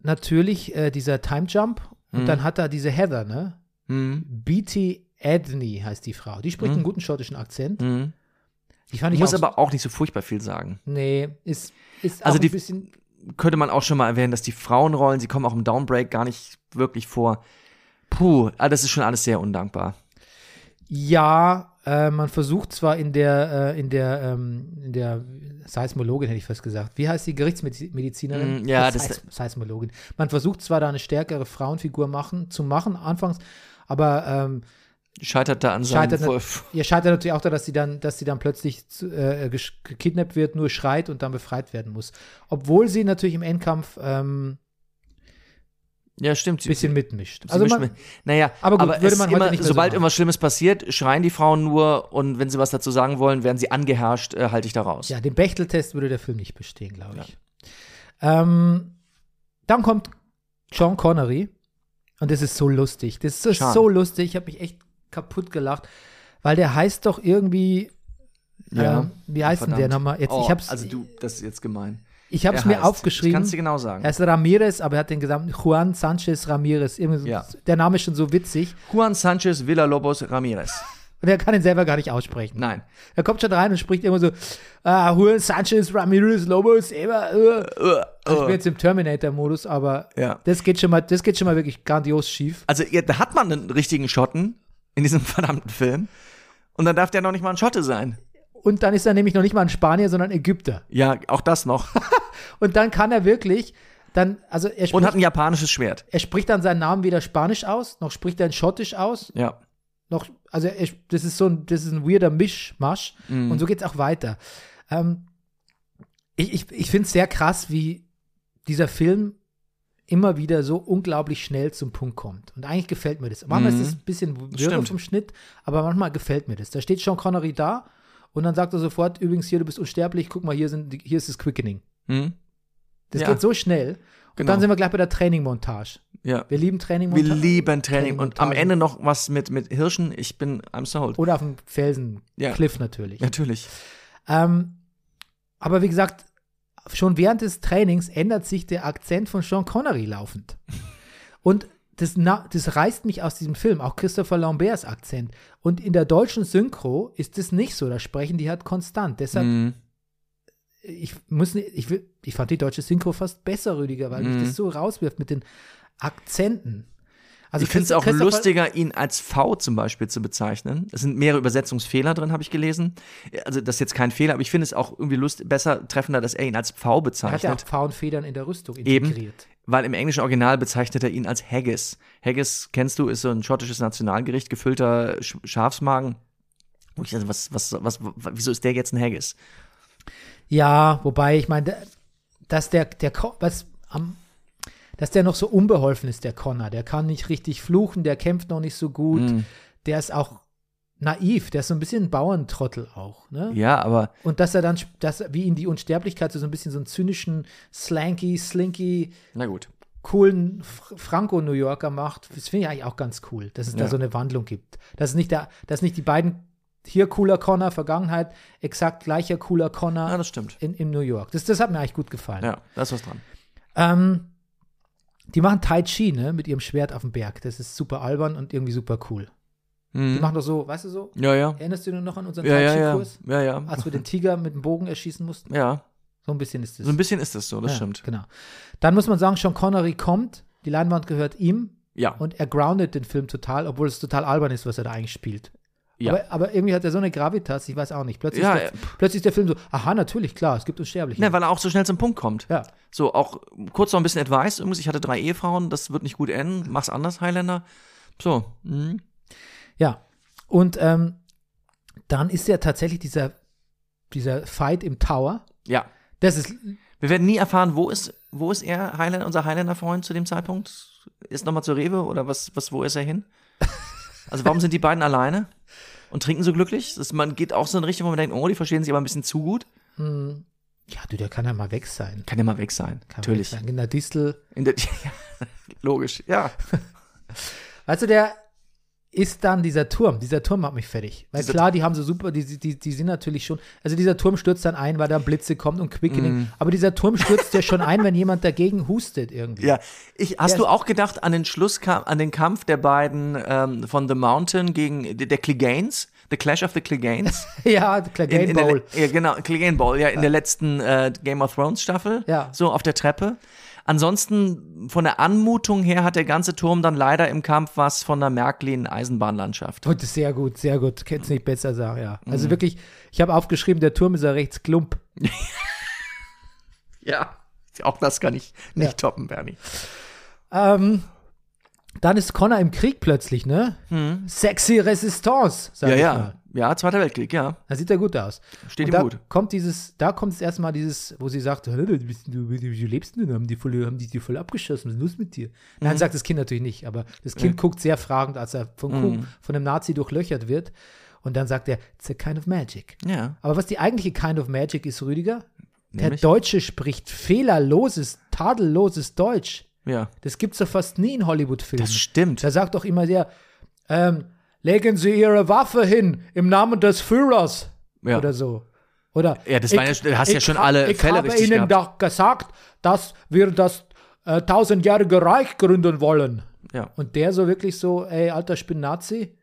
Speaker 1: natürlich äh, dieser Time Jump und
Speaker 2: Mhm.
Speaker 1: dann hat er diese Heather, ne?
Speaker 2: Hm.
Speaker 1: Beatty Adney heißt die Frau. Die spricht
Speaker 2: Mhm.
Speaker 1: einen guten schottischen Akzent.
Speaker 2: Hm.
Speaker 1: Die fand ich
Speaker 2: Muss
Speaker 1: auch,
Speaker 2: aber auch nicht so furchtbar viel sagen.
Speaker 1: Nee, ist, ist
Speaker 2: Also
Speaker 1: auch
Speaker 2: die-
Speaker 1: ein bisschen.
Speaker 2: Könnte man auch schon mal erwähnen, dass die Frauenrollen, sie kommen auch im Downbreak gar nicht wirklich vor. Puh, ah, das ist schon alles sehr undankbar.
Speaker 1: Ja, äh, man versucht zwar in der, äh, in der, ähm, in der Seismologin, hätte ich fast gesagt. Wie heißt die Gerichtsmedizinerin?
Speaker 2: Mm, ja, das-
Speaker 1: Seis Seismologin. Man versucht zwar da eine stärkere Frauenfigur machen, zu machen anfangs, aber ähm,
Speaker 2: Scheitert da an seinem
Speaker 1: scheitert,
Speaker 2: Vor-
Speaker 1: nat ja, scheitert natürlich auch da, dass sie dann, dass sie dann plötzlich zu, äh, gesch- gekidnappt wird, nur schreit und dann befreit werden muss. Obwohl sie natürlich im Endkampf ähm,
Speaker 2: Ja, stimmt. sie-
Speaker 1: bisschen mitmischt.
Speaker 2: Sie
Speaker 1: Also
Speaker 2: mischen
Speaker 1: man,
Speaker 2: mit- naja,
Speaker 1: Aber gut, würde
Speaker 2: es
Speaker 1: man
Speaker 2: ist
Speaker 1: heute
Speaker 2: immer,
Speaker 1: nicht mehr so
Speaker 2: sobald
Speaker 1: machen.
Speaker 2: irgendwas Schlimmes passiert, schreien die Frauen nur und wenn sie was dazu sagen wollen, werden sie angeherrscht, äh, halte ich da raus.
Speaker 1: Ja, den Bechteltest würde der Film nicht bestehen, glaube ich. Ähm, dann kommt Sean Connery und das ist so lustig. Das ist
Speaker 2: Sean.
Speaker 1: so lustig. Ich habe mich echt kaputt gelacht, weil der heißt doch irgendwie.
Speaker 2: Ja.
Speaker 1: Ähm, wie heißt denn der
Speaker 2: Verdammt.
Speaker 1: nochmal? Jetzt,
Speaker 2: oh,
Speaker 1: ich hab's,
Speaker 2: also du, das ist jetzt gemein.
Speaker 1: ich hab's
Speaker 2: Er
Speaker 1: mir
Speaker 2: heißt- Ich
Speaker 1: aufgeschrieben.
Speaker 2: kann's dir genau sagen.
Speaker 1: er ist Ramirez, aber er hat den gesamten Juan Sanchez Ramirez. Irgendwie so,
Speaker 2: Ja.
Speaker 1: Der Name ist schon so witzig
Speaker 2: Juan Sanchez Villalobos Ramirez.
Speaker 1: und er kann ihn selber gar nicht aussprechen.
Speaker 2: Nein.
Speaker 1: Er kommt schon rein und spricht immer so: ah, Juan Sanchez Ramirez Lobos, Eva, äh. Also ich bin jetzt im Terminator-Modus, aber
Speaker 2: Ja.
Speaker 1: das, geht schon mal, das geht schon mal wirklich grandios schief.
Speaker 2: Also ja, da hat man einen richtigen Schotten in diesem *laughs* verdammten Film und dann darf der noch nicht mal ein Schotte sein.
Speaker 1: Und dann ist er nämlich noch nicht mal ein Spanier, sondern Ägypter.
Speaker 2: Ja, auch das noch.
Speaker 1: Und dann kann er wirklich, dann, also er
Speaker 2: Und
Speaker 1: spricht,
Speaker 2: hat ein japanisches Schwert.
Speaker 1: er spricht dann seinen Namen weder Spanisch aus, noch spricht er in Schottisch aus,
Speaker 2: Ja.
Speaker 1: noch, also er, das ist so ein, das ist ein weirder Mischmasch.
Speaker 2: Mhm.
Speaker 1: Und so geht's auch weiter. Ähm, ich ich, ich finde es sehr krass, wie dieser Film immer wieder so unglaublich schnell zum Punkt kommt. Und eigentlich gefällt mir das. Manchmal
Speaker 2: Mhm.
Speaker 1: ist es ein bisschen wirre
Speaker 2: Stimmt.
Speaker 1: vom Schnitt, aber manchmal gefällt mir das. Da steht Sean Connery da und dann sagt er sofort, übrigens hier, du bist unsterblich, guck mal, hier, sind, die- hier ist das Quickening.
Speaker 2: Hm?
Speaker 1: Das
Speaker 2: Ja.
Speaker 1: geht so schnell. Und
Speaker 2: Genau.
Speaker 1: dann sind wir gleich bei der Trainingmontage.
Speaker 2: Ja.
Speaker 1: Wir lieben
Speaker 2: Wir
Speaker 1: Trainingmontage.
Speaker 2: lieben Training und am
Speaker 1: Trainingmontagen.
Speaker 2: Ende noch was mit, mit Hirschen. Ich bin, I'm sold.
Speaker 1: Oder auf dem Felsen,
Speaker 2: Ja.
Speaker 1: Cliff natürlich.
Speaker 2: Natürlich.
Speaker 1: Ähm, aber wie gesagt, schon während des Trainings ändert sich der Akzent von Sean Connery laufend. Und das, na, das reißt mich aus diesem Film, auch Christopher Lamberts Akzent. Und in der deutschen Synchro ist das nicht so, da sprechen die halt konstant. Deshalb,
Speaker 2: Mhm.
Speaker 1: ich, muss, nicht- ich, will- ich fand die deutsche Synchro fast besser, Rüdiger, weil
Speaker 2: Mhm.
Speaker 1: mich das so rauswirft mit den Akzenten. Also
Speaker 2: ich finde es
Speaker 1: Christ-
Speaker 2: auch
Speaker 1: Christopher-
Speaker 2: lustiger, ihn als V zum Beispiel zu bezeichnen. Es sind mehrere Übersetzungsfehler drin, habe ich gelesen. Also das ist jetzt kein Fehler, aber ich finde es auch irgendwie lust besser treffender, dass er ihn als V
Speaker 1: Er hat ja auch
Speaker 2: bezeichnet.
Speaker 1: Pfauenfedern in der Rüstung
Speaker 2: halt. Eben.
Speaker 1: integriert.
Speaker 2: Weil im englischen Original bezeichnet er ihn als Haggis. Haggis, kennst du, ist so ein schottisches Nationalgericht, gefüllter Sch Schafsmagen. Wo ich also, was, was, was, w- wieso ist der jetzt ein Haggis?
Speaker 1: Ja, wobei ich meine, da- dass der, der, Ko- was, am, dass der noch so unbeholfen ist, der Connor. Der kann nicht richtig fluchen, der kämpft noch nicht so gut. Der ist auch naiv, der ist so ein bisschen ein Bauerntrottel auch. Ne?
Speaker 2: Ja, aber
Speaker 1: Und dass er dann, sp- dass, er- wie ihn die Unsterblichkeit so, so ein bisschen so einen zynischen, slanky, slinky,
Speaker 2: na gut.
Speaker 1: coolen Fr Franco-New Yorker macht, das finde ich eigentlich auch ganz cool, dass es da
Speaker 2: Ja.
Speaker 1: so eine Wandlung gibt. Dass nicht, der, dass nicht die beiden hier cooler Connor Vergangenheit, exakt gleicher cooler Connor
Speaker 2: Ja, Ah, das stimmt.
Speaker 1: in, in New York. Das, das hat mir eigentlich gut gefallen.
Speaker 2: Ja, da ist was dran.
Speaker 1: Ähm, die machen Tai Chi, ne, mit ihrem Schwert auf dem Berg. Das ist super albern und irgendwie super cool. Die
Speaker 2: Mhm.
Speaker 1: machen doch so, weißt du so?
Speaker 2: Ja, ja.
Speaker 1: Erinnerst du dich noch an unseren
Speaker 2: Ja,
Speaker 1: Tai
Speaker 2: ja, ja.
Speaker 1: Chi-Kurs?
Speaker 2: Ja, ja.
Speaker 1: Als wir den Tiger mit dem Bogen erschießen mussten?
Speaker 2: Ja,
Speaker 1: So ein bisschen ist es.
Speaker 2: so ein bisschen ist das so, das
Speaker 1: ja,
Speaker 2: stimmt.
Speaker 1: Genau. Dann muss man sagen, Sean Connery kommt, die Leinwand gehört ihm
Speaker 2: Ja.
Speaker 1: und er groundet den Film total, obwohl es total albern ist, was er da eigentlich spielt.
Speaker 2: Ja.
Speaker 1: Aber, aber irgendwie hat er so eine Gravitas, ich weiß auch nicht. Plötzlich,
Speaker 2: Ja,
Speaker 1: ist,
Speaker 2: ja.
Speaker 1: der, plötzlich ist der Film so, aha, natürlich, klar, es gibt Unsterbliche.
Speaker 2: Ne, weil er auch so schnell zum Punkt kommt.
Speaker 1: Ja.
Speaker 2: So, auch kurz noch ein bisschen Advice. Übrigens, ich hatte drei Ehefrauen, das wird nicht gut enden. Mach's anders, Highlander. So, mhm.
Speaker 1: Ja. Und ähm, dann ist ja tatsächlich dieser, dieser Fight im Tower.
Speaker 2: ja.
Speaker 1: Das ist
Speaker 2: Wir werden nie erfahren, wo ist, wo ist er, Highlander, unser Highlander-Freund zu dem Zeitpunkt? Ist nochmal zur Rewe oder was, was, wo ist er hin? Also warum sind die beiden alleine und trinken so glücklich? Das, man geht auch so in eine Richtung, wo man denkt, oh, die verstehen sich aber ein bisschen zu gut.
Speaker 1: Ja, du, der kann ja mal weg sein.
Speaker 2: Kann ja mal weg sein,
Speaker 1: Kann
Speaker 2: natürlich.
Speaker 1: Weg sein. In der Distel.
Speaker 2: In der, *laughs* ja, logisch, ja.
Speaker 1: Weißt du, der ist dann dieser Turm. Dieser Turm macht mich fertig. Weil
Speaker 2: Dieser-
Speaker 1: klar, die haben so super, die, die, die sind natürlich schon. Also dieser Turm stürzt dann ein, weil da Blitze kommt und Quickening.
Speaker 2: Mhm.
Speaker 1: Aber dieser Turm stürzt ja schon ein, wenn jemand dagegen hustet irgendwie.
Speaker 2: Ja, ich, hast
Speaker 1: Der
Speaker 2: du
Speaker 1: ist-
Speaker 2: auch gedacht an den Schluss, an den Kampf der beiden ähm, von The Mountain gegen der Cleganes, The Clash of the Cleganes?
Speaker 1: *laughs* Ja, klar,
Speaker 2: In,
Speaker 1: Game
Speaker 2: in der,
Speaker 1: Bowl.
Speaker 2: le- ja, genau, Clegane Bowl, ja, in der letzten äh, Game of Thrones Staffel,
Speaker 1: Ja.
Speaker 2: so auf der Treppe. Ansonsten, von der Anmutung her hat der ganze Turm dann leider im Kampf was von einer Märklin-Eisenbahnlandschaft.
Speaker 1: Und sehr gut, sehr gut. Kennst nicht besser sagen, ja. Also
Speaker 2: Mhm.
Speaker 1: wirklich, ich habe aufgeschrieben, der Turm ist ja rechts klump.
Speaker 2: *laughs* Ja. Auch das kann ich nicht toppen, Bernie.
Speaker 1: Ähm, dann ist Connor im Krieg plötzlich, ne? Sexy Resistance, sag
Speaker 2: Hm. Ja,
Speaker 1: ich
Speaker 2: ja.
Speaker 1: mal.
Speaker 2: Ja, Zweiter Weltkrieg, ja.
Speaker 1: Da sieht er gut aus.
Speaker 2: Steht
Speaker 1: und
Speaker 2: ihm
Speaker 1: da
Speaker 2: gut.
Speaker 1: Kommt dieses, da kommt es erstmal dieses, wo sie sagt, "Hä, du, bist, du, du, du lebst denn, haben die voll, haben die, die voll abgeschossen, was ist los mit dir? Nein,
Speaker 2: Mhm.
Speaker 1: sagt das Kind natürlich nicht, aber das Kind guckt sehr fragend, als er von,
Speaker 2: Mhm.
Speaker 1: von einem Nazi durchlöchert wird. Und dann sagt er, it's a kind of magic.
Speaker 2: Ja.
Speaker 1: Aber was die eigentliche Kind of Magic ist, Rüdiger,
Speaker 2: Nämlich?
Speaker 1: der Deutsche spricht fehlerloses, tadelloses Deutsch.
Speaker 2: Ja.
Speaker 1: Das gibt's doch fast nie in Hollywood-Filmen.
Speaker 2: Das stimmt.
Speaker 1: Da sagt doch immer der, ähm, legen Sie Ihre Waffe hin im Namen des Führers
Speaker 2: Ja.
Speaker 1: oder so. Oder
Speaker 2: Ja, das waren ja- du hast ja schon
Speaker 1: ha-
Speaker 2: alle
Speaker 1: ich
Speaker 2: Fälle
Speaker 1: habe
Speaker 2: richtig
Speaker 1: Ihnen doch gesagt, dass wir das äh, tausendjährige Reich gründen wollen.
Speaker 2: Ja. Mhm.
Speaker 1: Und der so wirklich so, ey, alter, ich bin Nazi.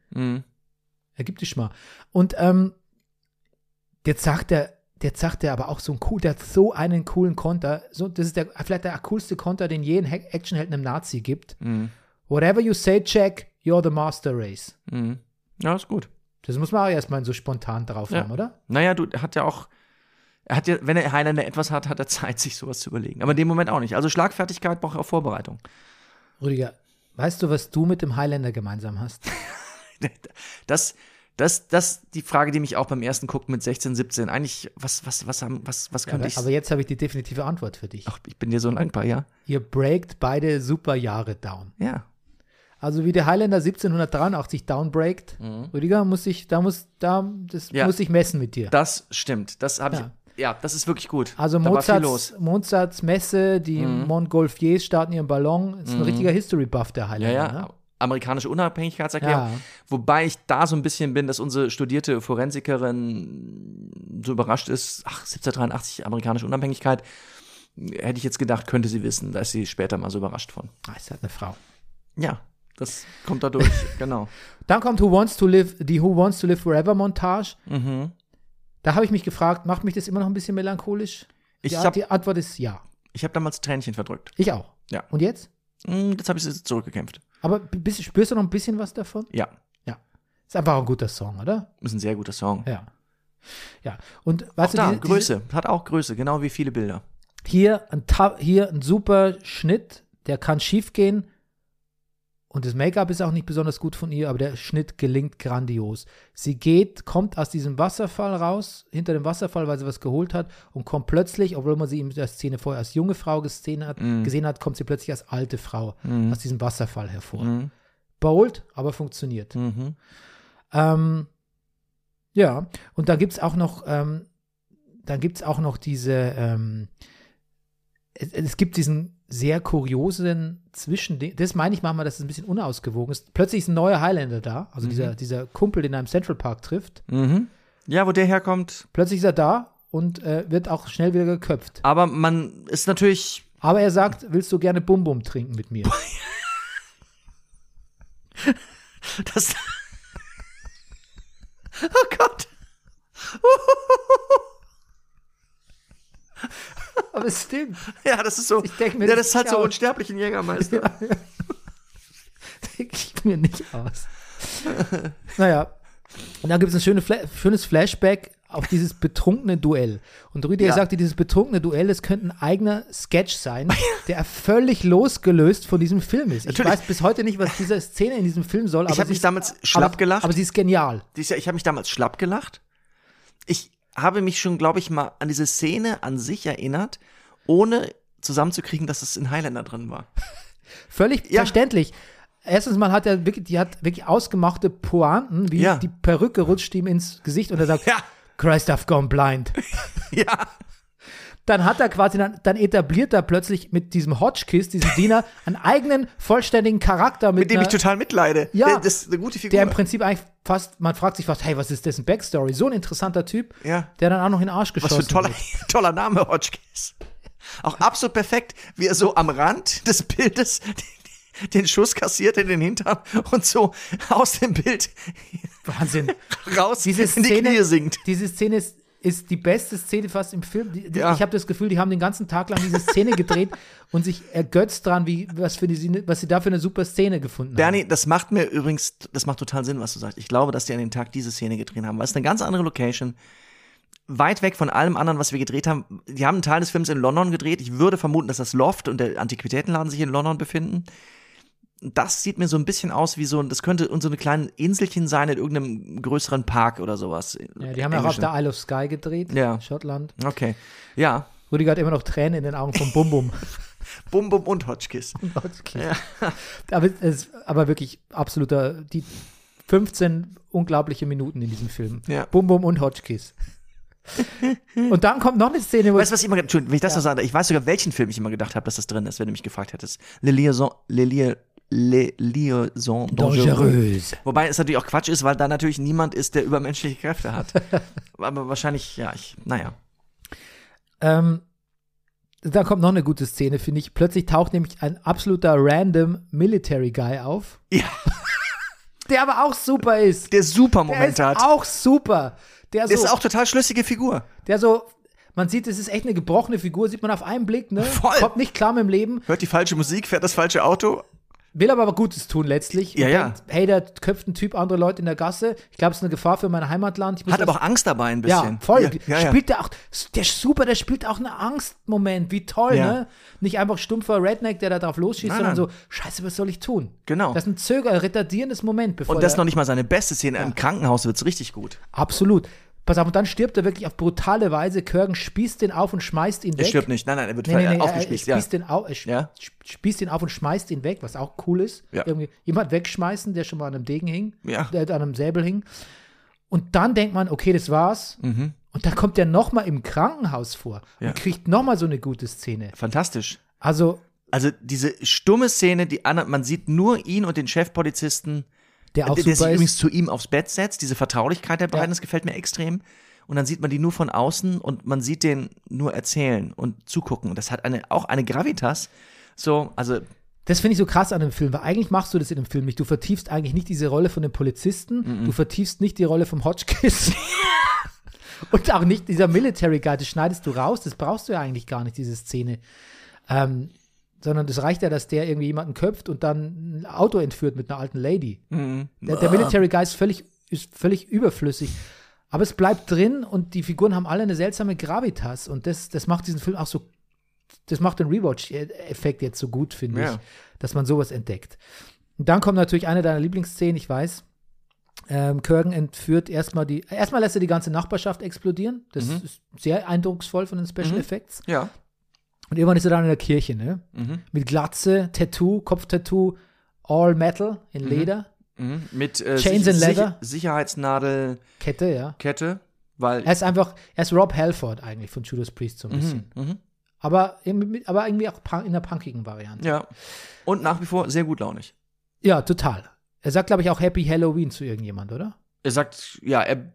Speaker 1: Ergib dich mal. Und ähm, jetzt sagt er, jetzt sagt er aber auch so ein cool, der hat so einen coolen Konter. So, das ist der, vielleicht der coolste Konter, den jeden Hack- Actionheld einem Nazi gibt. Whatever you say, Jack, you're the master race.
Speaker 2: Mhm. Ja, ist gut.
Speaker 1: Das muss man auch erstmal so spontan drauf
Speaker 2: Ja.
Speaker 1: haben, oder?
Speaker 2: Naja, du er hat ja auch. Er hat ja, wenn er Highlander etwas hat, hat er Zeit, sich sowas zu überlegen. Aber in dem Moment auch nicht. Also Schlagfertigkeit braucht auch Vorbereitung.
Speaker 1: Rüdiger, weißt du, was du mit dem Highlander gemeinsam
Speaker 2: *laughs*
Speaker 1: hast?
Speaker 2: Das, das, das, die Frage, die mich auch beim ersten guckt mit 16, 17. Eigentlich, was, was, was haben, was, was könnte
Speaker 1: Aber,
Speaker 2: ich?
Speaker 1: aber jetzt habe ich die definitive Antwort für dich.
Speaker 2: Ach, ich bin dir so dankbar, ja.
Speaker 1: Ihr breakt beide super Jahre down.
Speaker 2: Ja.
Speaker 1: Also wie der Highlander 1783 downbreakt, Rüdiger, muss ich, da muss, da, das
Speaker 2: Mhm. Ja.
Speaker 1: muss ich messen mit dir.
Speaker 2: Das stimmt. Das habe ich. Ja.
Speaker 1: Ja.
Speaker 2: das ist wirklich gut.
Speaker 1: also
Speaker 2: da war viel
Speaker 1: Mozarts,
Speaker 2: los. Mhm.
Speaker 1: Mozarts Messe, die Montgolfiers starten ihren Ballon, ist ein richtiger History-Buff der
Speaker 2: Ja,
Speaker 1: Highlander.
Speaker 2: Mhm. ja.
Speaker 1: Ne?
Speaker 2: Amerikanische Unabhängigkeitserklärung.
Speaker 1: Ja.
Speaker 2: Wobei ich da so ein bisschen bin, dass unsere studierte Forensikerin so überrascht ist. Ach, 1783, amerikanische Unabhängigkeit. Hätte ich jetzt gedacht, könnte sie wissen. Da ist sie später mal so überrascht von.
Speaker 1: Ah, ist halt eine Frau.
Speaker 2: Ja, das kommt dadurch. genau.
Speaker 1: Dann kommt Who Wants to Live, die Who Wants to Live Forever Montage.
Speaker 2: Mhm.
Speaker 1: Da habe ich mich gefragt, macht mich das immer noch ein bisschen melancholisch?
Speaker 2: Ich
Speaker 1: ja,
Speaker 2: hab-
Speaker 1: die Antwort ist ja.
Speaker 2: Ich habe damals Tränchen verdrückt.
Speaker 1: Ich auch.
Speaker 2: Ja.
Speaker 1: Und jetzt?
Speaker 2: Hm, Jetzt habe ich sie zurückgekämpft.
Speaker 1: Aber b- bist, spürst du noch ein bisschen was davon?
Speaker 2: Ja,
Speaker 1: Ja. Ist einfach auch ein guter Song, oder?
Speaker 2: ist ein sehr guter Song.
Speaker 1: Ja. Ja. Und weißt du,
Speaker 2: Da,
Speaker 1: diese- diese-
Speaker 2: Größe. Hat auch Größe, genau wie viele Bilder.
Speaker 1: hier ein, Ta- hier ein super Schnitt, der kann schief gehen. Und das Make-up ist auch nicht besonders gut von ihr, aber der Schnitt gelingt grandios. Sie geht, kommt aus diesem Wasserfall raus, hinter dem Wasserfall, weil sie was geholt hat, und kommt plötzlich, obwohl man sie in der Szene vorher als junge Frau gesehen hat, gesehen hat kommt sie plötzlich als alte Frau
Speaker 2: Hm. Mhm.
Speaker 1: aus diesem Wasserfall hervor. Bold, aber funktioniert.
Speaker 2: Hm,
Speaker 1: Ähm, ja, und dann gibt es auch noch, ähm, dann gibt es auch noch diese, ähm, es, es gibt diesen sehr kuriosen Zwischending, das meine ich manchmal, dass es ein bisschen unausgewogen ist. Plötzlich ist ein neuer Highlander da, also dieser, dieser Kumpel, den er im Central Park trifft,
Speaker 2: Mhm. Ja, wo der herkommt.
Speaker 1: plötzlich ist er da und äh, wird auch schnell wieder geköpft.
Speaker 2: Aber man ist natürlich. *laughs*
Speaker 1: Aber er sagt, willst du gerne Bum Bum trinken mit mir?
Speaker 2: Das *laughs* oh Gott.
Speaker 1: Aber es stimmt.
Speaker 2: Ja, das ist so.
Speaker 1: Ich denk mir
Speaker 2: ja,
Speaker 1: das
Speaker 2: das ist halt
Speaker 1: nicht
Speaker 2: so
Speaker 1: aus.
Speaker 2: unsterblichen Jägermeister.
Speaker 1: denke ich mir nicht
Speaker 2: *laughs*
Speaker 1: aus. naja. Und dann gibt es ein schöne Fla schönes Flashback auf dieses betrunkene Duell. Und Rüdiger
Speaker 2: Ja.
Speaker 1: sagte, dieses betrunkene Duell, das könnte ein eigener Sketch sein, der völlig losgelöst von diesem Film ist.
Speaker 2: Natürlich.
Speaker 1: Ich weiß bis heute nicht, was diese Szene in diesem Film soll. Aber
Speaker 2: hab
Speaker 1: sie
Speaker 2: mich
Speaker 1: ist-
Speaker 2: damals schlapp
Speaker 1: aber,
Speaker 2: gelacht.
Speaker 1: Aber sie ist genial.
Speaker 2: Dies Jahr, ich habe mich damals schlapp gelacht. Ich habe mich schon, glaube ich, mal an diese Szene an sich erinnert ohne zusammenzukriegen, dass es in Highlander drin war. *laughs*
Speaker 1: Völlig
Speaker 2: Ja.
Speaker 1: verständlich. Erstens mal hat er wirklich, die hat wirklich ausgemachte Pointen, wie
Speaker 2: Ja.
Speaker 1: die Perücke rutscht ihm ins Gesicht und er sagt,
Speaker 2: Ja.
Speaker 1: Christ I've gone blind.
Speaker 2: Ja.
Speaker 1: Dann hat er quasi, dann, dann etabliert er plötzlich mit diesem Hotchkiss, diesem
Speaker 2: *laughs*
Speaker 1: Diener, einen eigenen, vollständigen Charakter mit,
Speaker 2: Mit dem ich
Speaker 1: einer,
Speaker 2: total mitleide.
Speaker 1: Ne? Ja.
Speaker 2: Der- Das ist eine gute Figur.
Speaker 1: der im Prinzip eigentlich fast, man fragt sich fast, hey, was ist dessen Backstory? So ein interessanter Typ,
Speaker 2: Ja.
Speaker 1: der dann auch noch in den Arsch
Speaker 2: Was
Speaker 1: geschossen
Speaker 2: für ein toller,
Speaker 1: wird.
Speaker 2: *laughs* toller Name, Hotchkiss. Auch absolut perfekt, wie er so am Rand des Bildes *laughs* den, den Schuss kassiert in den Hintern und so aus dem Bild *laughs*
Speaker 1: Wahnsinn.
Speaker 2: raus
Speaker 1: Diese
Speaker 2: in die
Speaker 1: Szene,
Speaker 2: Knie sinkt.
Speaker 1: Diese Szene ist, ist die beste Szene fast im Film. Die, die,
Speaker 2: Ja.
Speaker 1: Ich habe das Gefühl, die haben den ganzen Tag lang diese Szene
Speaker 2: *laughs*
Speaker 1: gedreht und sich ergötzt dran, wie, was, für die, was sie da für eine super Szene gefunden haben.
Speaker 2: Bernie, das macht mir übrigens, das macht total Sinn, was du sagst. Ich glaube, dass die an dem Tag diese Szene gedreht haben, weil es eine ganz andere Location, weit weg von allem anderen, was wir gedreht haben. Die haben einen Teil des Films in London gedreht. Ich würde vermuten, dass das Loft und der Antiquitätenladen sich in London befinden. Das sieht mir so ein bisschen aus wie so, ein- das könnte so eine kleine Inselchen sein in irgendeinem größeren Park oder sowas.
Speaker 1: Ja, die haben ja auch auf der Isle of Sky gedreht,
Speaker 2: Ja.
Speaker 1: Schottland.
Speaker 2: Okay, ja.
Speaker 1: Rüdiger hat immer noch Tränen in den Augen vom Bum Bum.
Speaker 2: Bum Bum und Hotchkiss.
Speaker 1: *laughs* aber, es, aber wirklich absoluter, die 15 unglaubliche Minuten in diesem Film.
Speaker 2: Ja.
Speaker 1: Bum Bum und
Speaker 2: *laughs*
Speaker 1: Hotchkiss. und dann kommt noch eine Szene, wo
Speaker 2: Weißt du, was ich immer, Entschuldigung, wenn ich das noch sage, ich weiß sogar, welchen Film ich immer gedacht habe, dass das drin ist, wenn du mich gefragt hättest. Le Liaison, Le Lia- Le Liaison Dangereuse. Wobei es natürlich auch Quatsch ist, weil da natürlich niemand ist, der übermenschliche Kräfte
Speaker 1: *laughs*
Speaker 2: hat. Aber wahrscheinlich, ja, ich, naja.
Speaker 1: Ähm, da kommt noch eine gute Szene, finde ich. Plötzlich taucht nämlich ein absoluter random Military Guy auf,
Speaker 2: Ja,
Speaker 1: der aber auch super ist.
Speaker 2: der
Speaker 1: Der
Speaker 2: super Moment
Speaker 1: ist
Speaker 2: hat.
Speaker 1: auch super. Der so,
Speaker 2: Der ist auch total schlüssige Figur.
Speaker 1: der so, man sieht, es ist echt eine gebrochene Figur, sieht man auf einen Blick, ne?
Speaker 2: Voll.
Speaker 1: Kommt nicht klar mit dem Leben,
Speaker 2: Hört die falsche Musik, fährt das falsche Auto.
Speaker 1: will aber Gutes tun letztlich.
Speaker 2: Ja, ja.
Speaker 1: Denkt, hey, der köpft ein Typ andere Leute in der Gasse. Ich glaube, es ist eine Gefahr für mein Heimatland. Ich muss
Speaker 2: Hat aber
Speaker 1: das-
Speaker 2: auch Angst dabei ein bisschen.
Speaker 1: ja, voll.
Speaker 2: Ja, ja, ja.
Speaker 1: Spielt der auch, der ist super, der spielt auch einen Angstmoment. Wie toll,
Speaker 2: Ja.
Speaker 1: ne? Nicht einfach stumpfer Redneck, der da drauf losschießt,
Speaker 2: Nein,
Speaker 1: sondern
Speaker 2: nein.
Speaker 1: so, scheiße, was soll ich tun?
Speaker 2: Genau.
Speaker 1: Das ist ein Zöger, ein retardierendes Moment, bevor
Speaker 2: Und das ist
Speaker 1: der,
Speaker 2: noch nicht mal seine beste Szene. Im Krankenhaus wird's richtig gut.
Speaker 1: Absolut. Pass auf, und dann stirbt er wirklich auf brutale Weise. Körgen spießt den auf und schmeißt ihn
Speaker 2: Er
Speaker 1: weg.
Speaker 2: stirbt nicht. Nein, nein, er wird
Speaker 1: Nee, nee, nee, er,
Speaker 2: aufgespießt. äh, Ja.
Speaker 1: spießt den au, er sp-
Speaker 2: Ja.
Speaker 1: sp- spießt ihn auf und schmeißt ihn weg, was auch cool ist.
Speaker 2: Ja.
Speaker 1: Irgendwie jemand wegschmeißen, der schon mal an einem Degen hing,
Speaker 2: Ja.
Speaker 1: der an einem Säbel hing. Und dann denkt man, okay, das war's. Und dann kommt der nochmal im Krankenhaus vor
Speaker 2: Mhm. Ja.
Speaker 1: und kriegt nochmal so eine gute Szene.
Speaker 2: Fantastisch.
Speaker 1: Also,
Speaker 2: Also diese stumme Szene, die anderen, man sieht nur ihn und den Chefpolizisten,
Speaker 1: der auch
Speaker 2: Äh, der sich
Speaker 1: super
Speaker 2: übrigens
Speaker 1: ist.
Speaker 2: zu ihm aufs Bett setzt. Diese Vertraulichkeit der beiden, das gefällt mir extrem. Und dann sieht man die nur von außen und man sieht den nur erzählen und zugucken. Und das hat eine, auch eine Gravitas. So, also,
Speaker 1: Das finde ich so krass an dem Film, weil eigentlich machst du das in dem Film nicht. Du vertiefst eigentlich nicht diese Rolle von dem Polizisten, du vertiefst nicht die Rolle vom Hotchkiss. *laughs* Und auch nicht dieser Military Guy, das schneidest du raus, das brauchst du ja eigentlich gar nicht, diese Szene. Ähm, sondern es reicht ja, dass der irgendwie jemanden köpft und dann ein Auto entführt mit einer alten Lady.
Speaker 2: mhm.
Speaker 1: Der, der Military Guy ist völlig, ist völlig überflüssig. Aber es bleibt drin und die Figuren haben alle eine seltsame Gravitas. Und das, das macht diesen Film auch so, das macht den Rewatch-Effekt jetzt so gut, finde
Speaker 2: Ja.
Speaker 1: ich, dass man sowas entdeckt. Und dann kommt natürlich eine deiner Lieblingsszenen, ich weiß. Ähm, Körgen entführt erstmal die, erstmal lässt er die ganze Nachbarschaft explodieren. Das ist sehr eindrucksvoll von den Special Effects.
Speaker 2: ja.
Speaker 1: Und irgendwann ist er dann in der Kirche, ne?
Speaker 2: Mhm.
Speaker 1: Mit Glatze, Tattoo, Kopftattoo, All Metal in Leder,
Speaker 2: Mhm. Mit äh,
Speaker 1: Chains and Leather.
Speaker 2: Sicherheitsnadelkette,
Speaker 1: Kette, ja.
Speaker 2: weil
Speaker 1: Er ist einfach, er ist Rob Halford eigentlich von Judas Priest so
Speaker 2: Mhm.
Speaker 1: ein bisschen. Aber, irgendwie mit- aber irgendwie auch punk- in der punkigen Variante.
Speaker 2: ja. Und nach wie vor sehr gutlaunig.
Speaker 1: Ja, total. Er sagt, glaube ich, auch Happy Halloween zu irgendjemand, oder?
Speaker 2: Er sagt, ja, er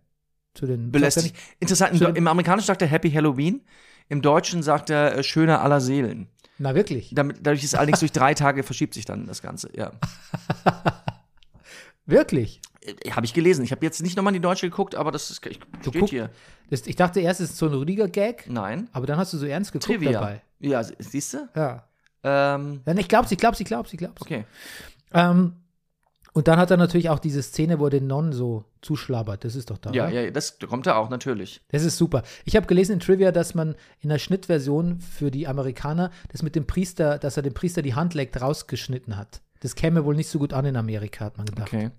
Speaker 1: Zu den
Speaker 2: belästigt. Interessant, im,
Speaker 1: Zu
Speaker 2: Do-
Speaker 1: dem-
Speaker 2: im Amerikanischen sagt er Happy Halloween, im Deutschen sagt er äh, Schöner aller Seelen.
Speaker 1: Na wirklich.
Speaker 2: Damit, dadurch ist allerdings durch drei Tage verschiebt sich dann das Ganze, ja.
Speaker 1: Wirklich.
Speaker 2: Äh, Habe ich gelesen. Ich habe jetzt nicht nochmal in die Deutsche geguckt, aber das ist, ich, steht
Speaker 1: guck-
Speaker 2: hier.
Speaker 1: Das, ich dachte erst, es ist so ein rudiger Gag,
Speaker 2: Nein.
Speaker 1: aber dann hast du so ernst geguckt
Speaker 2: Trivia.
Speaker 1: dabei.
Speaker 2: Ja, sie- siehst du?
Speaker 1: Ja.
Speaker 2: Ähm,
Speaker 1: Dann, ich glaub's, ich glaub's, ich glaub's, ich glaub's.
Speaker 2: okay.
Speaker 1: Ähm, und dann hat er natürlich auch diese Szene, wo er den Nonnen so zuschlabbert. Das ist doch da.
Speaker 2: Ja,
Speaker 1: oder?
Speaker 2: ja, das kommt da auch natürlich.
Speaker 1: Das ist super. Ich habe gelesen in Trivia, dass man in der Schnittversion für die Amerikaner das mit dem Priester, dass er dem Priester die Hand leckt, rausgeschnitten hat. Das käme wohl nicht so gut an in Amerika, hat man gedacht.
Speaker 2: Okay.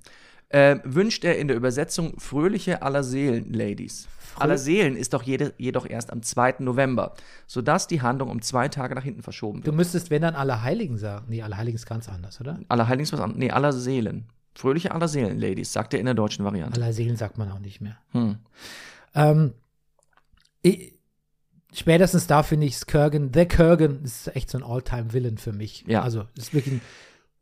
Speaker 2: äh, wünscht er in der Übersetzung fröhliche aller Seelen, Ladies. Aller Seelen ist doch jede, jedoch erst am 2. November, sodass die Handlung um zwei Tage nach hinten verschoben
Speaker 1: Du
Speaker 2: wird.
Speaker 1: müsstest, wenn dann Allerheiligen sagen. Nee, Allerheiligen ist ganz anders, oder?
Speaker 2: Allerheiligens was anderes. Nee, aller Seelen. Fröhliche aller Seelen, Ladies, sagt er in der deutschen Variante.
Speaker 1: Allerseelen sagt man auch nicht mehr.
Speaker 2: Hm.
Speaker 1: Ähm, ich, spätestens da finde ich Kurgan, The Kurgan ist echt so ein All-Time-Villain für mich.
Speaker 2: Ja.
Speaker 1: Also, ist wirklich ein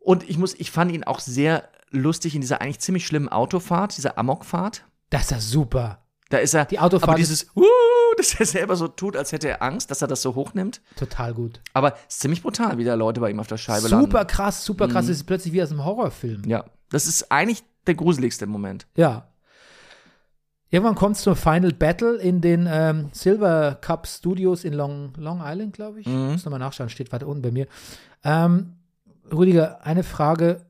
Speaker 2: Und ich muss, ich fand ihn auch sehr lustig in dieser eigentlich ziemlich schlimmen Autofahrt, dieser Amokfahrt.
Speaker 1: Das ist ja super.
Speaker 2: Da ist er.
Speaker 1: Die Autofahrt
Speaker 2: Aber dieses, uh, *laughs* dass er selber so tut, als hätte er Angst, dass er das so hochnimmt.
Speaker 1: Total gut.
Speaker 2: Aber es ist ziemlich brutal, wie da Leute bei ihm auf der Scheibe landen. Mhm.
Speaker 1: Super krass, super krass. Das ist plötzlich wie aus einem Horrorfilm.
Speaker 2: Ja, das ist eigentlich der gruseligste Moment.
Speaker 1: Ja. Irgendwann kommt es zum Final Battle in den ähm, Silver Cup Studios in Long, Long Island, glaube ich.
Speaker 2: Mhm.
Speaker 1: Muss nochmal nachschauen, steht weiter unten bei mir. Ähm, Rüdiger, eine Frage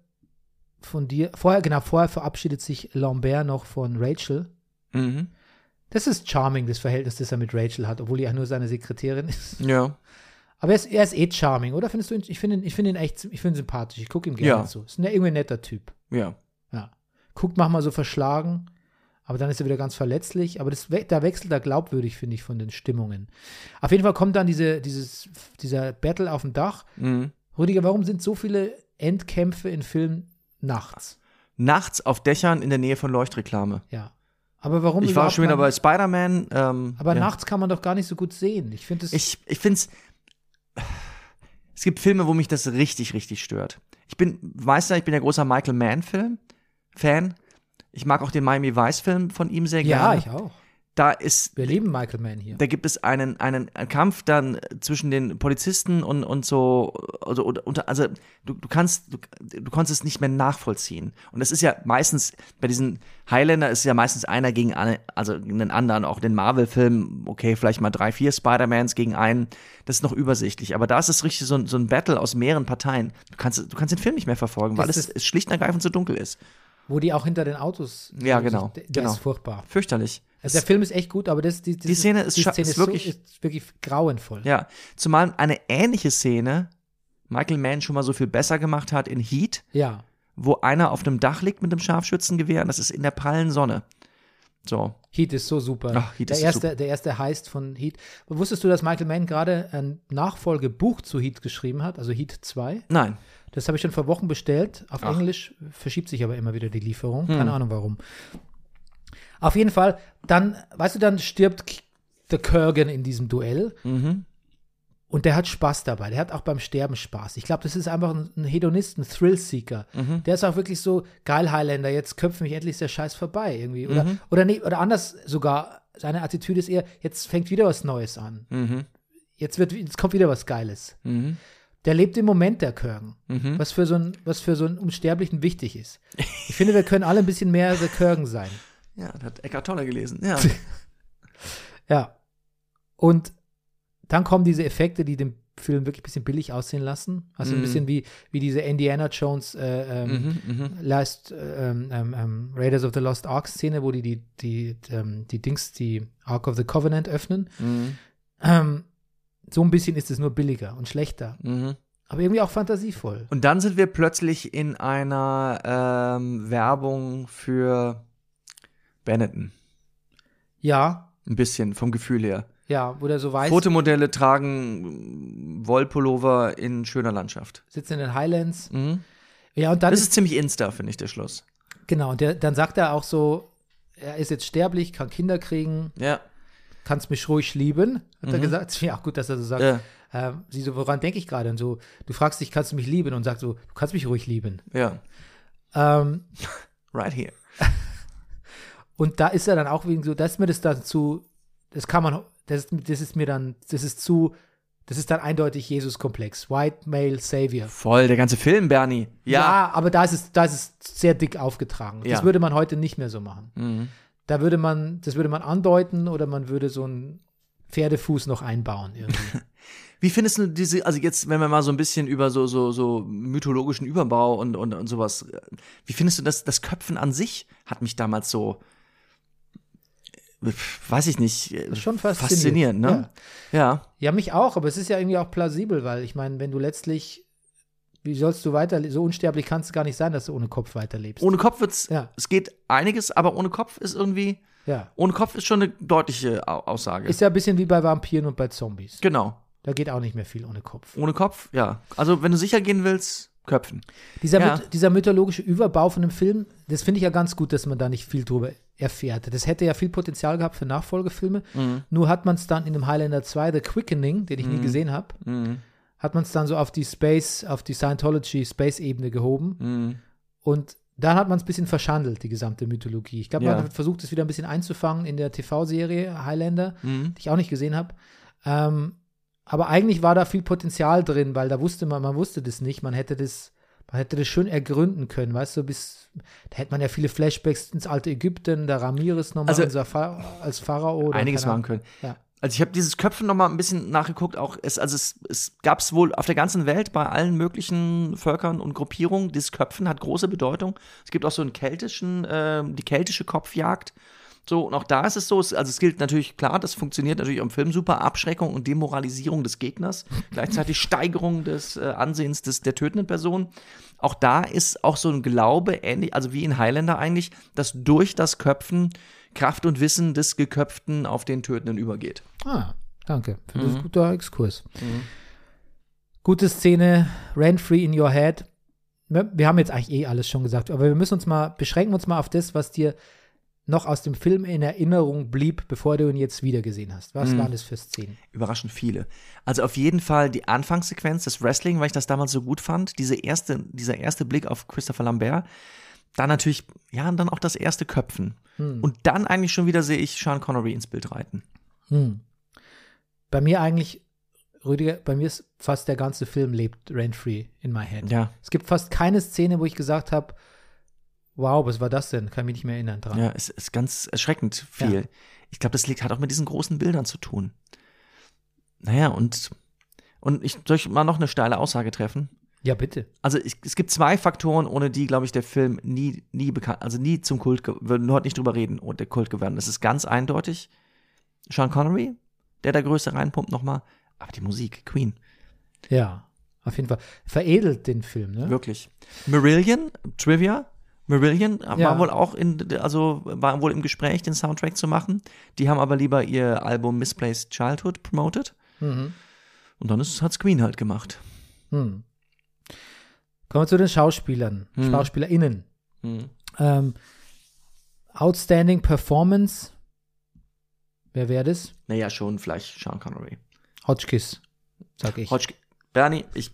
Speaker 1: von dir. Vorher, genau, vorher verabschiedet sich Lambert noch von Rachel.
Speaker 2: Mhm.
Speaker 1: Das ist charming, das Verhältnis, das er mit Rachel hat, obwohl die ja nur seine Sekretärin ist.
Speaker 2: Ja.
Speaker 1: Aber er ist, er ist eh charming, oder? Findest du ihn, ich finde ihn, ich finde ihn echt, ich finde ihn sympathisch. Ich gucke ihm gerne
Speaker 2: Ja.
Speaker 1: zu. Ist ein irgendwie ein netter Typ.
Speaker 2: Ja.
Speaker 1: Ja. Guckt manchmal so verschlagen, aber dann ist er wieder ganz verletzlich. Aber das, we- da wechselt er glaubwürdig, finde ich, von den Stimmungen. Auf jeden Fall kommt dann diese, dieses, dieser Battle auf dem Dach.
Speaker 2: Mhm.
Speaker 1: Rüdiger, warum sind so viele Endkämpfe in Filmen nachts?
Speaker 2: Nachts auf Dächern in der Nähe von Leuchtreklame.
Speaker 1: Ja. Aber warum
Speaker 2: Ich war
Speaker 1: überhaupt
Speaker 2: schon wieder
Speaker 1: man-
Speaker 2: bei Spider-Man. Ähm,
Speaker 1: Aber
Speaker 2: ja.
Speaker 1: nachts kann man doch gar nicht so gut sehen. Ich finde es.
Speaker 2: Ich, ich finde es. Es gibt Filme, wo mich das richtig, richtig stört. Ich bin, weißt du, ich bin ja großer Michael Mann-Film-Fan. Ich mag auch den Miami Vice-Film von ihm sehr
Speaker 1: ja,
Speaker 2: gerne.
Speaker 1: ich auch.
Speaker 2: Da ist
Speaker 1: Wir leben Michael Mann hier.
Speaker 2: Da gibt es einen, einen Kampf dann zwischen den Polizisten und, und so, also, und- und, also du, du kannst, du, du konntest es nicht mehr nachvollziehen. Und das ist ja meistens, bei diesen Highlander ist ja meistens einer gegen alle, also gegen den anderen, auch den Marvel-Film, okay, vielleicht mal drei, vier Spider-Mans gegen einen, das ist noch übersichtlich. Aber da ist es richtig so, ein- so ein Battle aus mehreren Parteien. Du kannst, du kannst den Film nicht mehr verfolgen, weil
Speaker 1: Das
Speaker 2: es,
Speaker 1: ist-
Speaker 2: es schlicht und ergreifend zu dunkel ist.
Speaker 1: Wo die auch hinter den Autos.
Speaker 2: Ja, genau,
Speaker 1: Der
Speaker 2: genau.
Speaker 1: ist furchtbar.
Speaker 2: Fürchterlich.
Speaker 1: Also der Film ist echt gut, aber das, die, die
Speaker 2: Szene ist scha- ist wirklich-
Speaker 1: so, ist wirklich grauenvoll.
Speaker 2: Ja, zumal eine ähnliche Szene Michael Mann schon mal so viel besser gemacht hat in Heat,
Speaker 1: ja.
Speaker 2: wo einer auf einem Dach liegt mit einem Scharfschützengewehr und das ist in der prallen Sonne. So,
Speaker 1: Heat ist so super.
Speaker 2: Ach, Heat
Speaker 1: der,
Speaker 2: ist
Speaker 1: erste,
Speaker 2: super.
Speaker 1: der erste Heist von Heat. Wusstest du, dass Michael Mann gerade ein Nachfolgebuch zu Heat geschrieben hat, also Heat 2?
Speaker 2: nein.
Speaker 1: Das habe ich schon vor Wochen bestellt, auf
Speaker 2: Ach. Hm.
Speaker 1: Englisch, verschiebt sich aber immer wieder die Lieferung, keine Ahnung warum. Auf jeden Fall, dann, weißt du, dann stirbt K- der Kurgan in diesem Duell
Speaker 2: Mhm.
Speaker 1: und der hat Spaß dabei, der hat auch beim Sterben Spaß. Ich glaube, das ist einfach ein ein Hedonist, ein Thrillseeker.
Speaker 2: Mhm.
Speaker 1: Der ist auch wirklich so, geil Highlander, jetzt köpft mich endlich der Scheiß vorbei irgendwie. Oder,
Speaker 2: Mhm.
Speaker 1: oder, nee, oder anders sogar, seine Attitüde ist eher, jetzt fängt wieder was Neues an.
Speaker 2: Mhm.
Speaker 1: Jetzt, wird, jetzt kommt wieder was Geiles.
Speaker 2: Mhm.
Speaker 1: Der lebt im Moment, der Kurgan.
Speaker 2: Hm?
Speaker 1: Was, für so ein, was für so einen Unsterblichen wichtig ist. Ich finde, wir können alle ein bisschen mehr The Kurgan sein.
Speaker 2: Ja, das hat Eckart Tolle gelesen. Ja.
Speaker 1: Ja. Und dann kommen diese Effekte, die den Film wirklich ein bisschen billig aussehen lassen. Also ein
Speaker 2: Mhm.
Speaker 1: bisschen wie, wie diese Indiana Jones äh, ähm,
Speaker 2: mhm, mhm.
Speaker 1: Last äh, ähm, ähm, ähm, Raiders of the Lost Ark Szene, wo die die, die, ähm, die Dings, die Ark of the Covenant öffnen.
Speaker 2: Mhm.
Speaker 1: Ähm, so ein bisschen ist es nur billiger und schlechter.
Speaker 2: Mhm.
Speaker 1: Aber irgendwie auch fantasievoll.
Speaker 2: Und dann sind wir plötzlich in einer ähm, Werbung für Benetton.
Speaker 1: Ja,
Speaker 2: Ein bisschen vom Gefühl her.
Speaker 1: ja, wo der so weiß,
Speaker 2: Fotomodelle tragen Wollpullover in schöner Landschaft.
Speaker 1: sitzt in den Highlands.
Speaker 2: Mhm.
Speaker 1: Ja, und dann
Speaker 2: Das
Speaker 1: ist,
Speaker 2: ist ziemlich Insta, finde ich, der Schluss.
Speaker 1: genau, und der, dann sagt er auch so, er ist jetzt sterblich, kann Kinder kriegen,
Speaker 2: Ja.
Speaker 1: kannst mich ruhig lieben, hat er gesagt. Ja, gut, dass er so sagt.
Speaker 2: Ja.
Speaker 1: Ähm, sie so, woran denke ich gerade? Und so, du fragst dich, kannst du mich lieben? Und sagt so, du kannst mich ruhig lieben.
Speaker 2: Ja.
Speaker 1: Ähm,
Speaker 2: Right here.
Speaker 1: Und da ist er dann auch wegen so, das ist mir das dann zu, das kann man, das, ist- das ist mir dann, das ist zu, das ist dann eindeutig Jesus-Komplex. White Male Savior.
Speaker 2: Voll, der ganze Film, Bernie. Ja.
Speaker 1: aber da ist es, da ist es sehr dick aufgetragen. Das
Speaker 2: Ja. Mhm.
Speaker 1: würde man heute nicht mehr so machen. Da würde man, das würde man andeuten oder man würde so einen Pferdefuß noch einbauen. Irgendwie.
Speaker 2: *laughs* Wie findest du diese, also jetzt, wenn wir mal so ein bisschen über so, so, so mythologischen Überbau und, und, und sowas, äh, wie findest du das, das Köpfen an sich hat mich damals so, äh, weiß ich nicht, äh,
Speaker 1: Schon
Speaker 2: faszinierend,
Speaker 1: faszinierend,
Speaker 2: ne? Ja.
Speaker 1: ja, mich auch, aber es ist ja irgendwie auch plausibel, weil ich meine, wenn du letztlich Wie sollst du weiter? So unsterblich kannst du gar nicht sein, dass du ohne Kopf weiterlebst.
Speaker 2: Ohne Kopf wird's,
Speaker 1: Ja.
Speaker 2: es geht einiges, aber ohne Kopf ist irgendwie,
Speaker 1: ja.
Speaker 2: ohne Kopf ist schon eine deutliche Au- Aussage.
Speaker 1: Ist ja ein bisschen wie bei Vampiren und bei Zombies.
Speaker 2: genau.
Speaker 1: Da geht auch nicht mehr viel ohne Kopf.
Speaker 2: Ohne Kopf, ja. Also, wenn du sicher gehen willst, köpfen.
Speaker 1: Dieser,
Speaker 2: Ja.
Speaker 1: myth- dieser mythologische Überbau von dem Film, das finde ich ja ganz gut, dass man da nicht viel drüber erfährt. Das hätte ja viel Potenzial gehabt für Nachfolgefilme.
Speaker 2: Mhm.
Speaker 1: Nur hat man es dann in dem Highlander 2, The Quickening, den ich nie gesehen habe,
Speaker 2: 嗯
Speaker 1: hat man es dann so auf die Space, auf die Scientology Space-Ebene gehoben.
Speaker 2: 嗯
Speaker 1: Und dann hat man es ein bisschen verschandelt, die gesamte Mythologie. Ich glaube,
Speaker 2: Ja.
Speaker 1: man hat versucht, es wieder ein bisschen einzufangen in der TV-Serie Highlander,
Speaker 2: 嗯
Speaker 1: die ich auch nicht gesehen habe. Ähm, aber eigentlich war da viel Potenzial drin, weil da wusste man, man wusste das nicht. Man hätte das, man hätte das schön ergründen können, weißt du, bis da hätte man ja viele Flashbacks ins alte Ägypten, da Ramirez nochmal
Speaker 2: Also-
Speaker 1: als Pha- als Pharao oder
Speaker 2: einiges
Speaker 1: keine
Speaker 2: machen
Speaker 1: Ahnung.
Speaker 2: können.
Speaker 1: Ja.
Speaker 2: Also ich habe dieses Köpfen noch mal ein bisschen nachgeguckt. Auch es, also es, es gab es wohl auf der ganzen Welt bei allen möglichen Völkern und Gruppierungen. Dieses Köpfen hat große Bedeutung. Es gibt auch so einen keltischen, ähm, die keltische Kopfjagd. So und auch da ist es so. Es, also es gilt natürlich klar, das funktioniert natürlich im Film super. Abschreckung und Demoralisierung des Gegners, gleichzeitig Steigerung des äh, Ansehens des der tötenden Person. Auch da ist auch so ein Glaube ähnlich, also wie in Highlander eigentlich, dass durch das Köpfen Kraft und Wissen des Geköpften auf den Tötenden übergeht.
Speaker 1: Ah, danke. Für
Speaker 2: Mhm.
Speaker 1: das guter Exkurs. Gute Szene, rent free in your head. Wir wir haben jetzt eigentlich eh alles schon gesagt, aber wir müssen uns mal, beschränken uns mal auf das, was dir noch aus dem Film in Erinnerung blieb, bevor du ihn jetzt wieder gesehen hast.
Speaker 2: Mhm.
Speaker 1: Was waren das für Szenen?
Speaker 2: Überraschend viele. Also auf jeden Fall die Anfangssequenz des Wrestling, weil ich das damals so gut fand. Diese erste, dieser erste Blick auf Christopher Lambert. Dann natürlich, ja, und dann auch das erste Köpfen. Und dann eigentlich schon wieder sehe ich Sean Connery ins Bild reiten.
Speaker 1: Hm. Bei mir eigentlich, Rüdiger, bei mir ist fast der ganze Film lebt rent free in my head.
Speaker 2: Ja,
Speaker 1: Es gibt fast keine Szene, wo ich gesagt habe, wow, was war das denn? Kann mich nicht mehr erinnern dran.
Speaker 2: ja, es ist ganz erschreckend viel.
Speaker 1: Ja.
Speaker 2: Ich glaube, das liegt, hat auch mit diesen großen Bildern zu tun. Naja, und, und ich, soll ich mal noch eine steile Aussage treffen?
Speaker 1: ja bitte.
Speaker 2: Also ich, es gibt zwei Faktoren, ohne die, glaube ich, der Film nie, nie bekannt, also nie zum Kult, ge- würden heute nicht drüber reden und der Kult geworden. Das ist ganz eindeutig. Sean Connery, der da Größe reinpumpt nochmal. Aber die Musik, Queen,
Speaker 1: Ja, auf jeden Fall. Veredelt den Film, ne?
Speaker 2: wirklich. Marillion, Trivia, Marillion war
Speaker 1: Ja.
Speaker 2: wohl auch in, also war wohl im Gespräch, den Soundtrack zu machen. Die haben aber lieber ihr Album Misplaced Childhood promoted.
Speaker 1: Mhm.
Speaker 2: Und dann ist- hat's Queen halt gemacht.
Speaker 1: Hm. Kommen wir zu den Schauspielern,
Speaker 2: Hm.
Speaker 1: SchauspielerInnen.
Speaker 2: Mhm.
Speaker 1: Ähm, outstanding Performance. Wer wäre das?
Speaker 2: Naja, schon vielleicht Sean Connery.
Speaker 1: Hotchkiss, sag ich.
Speaker 2: Hodgkiss. Bernie, ich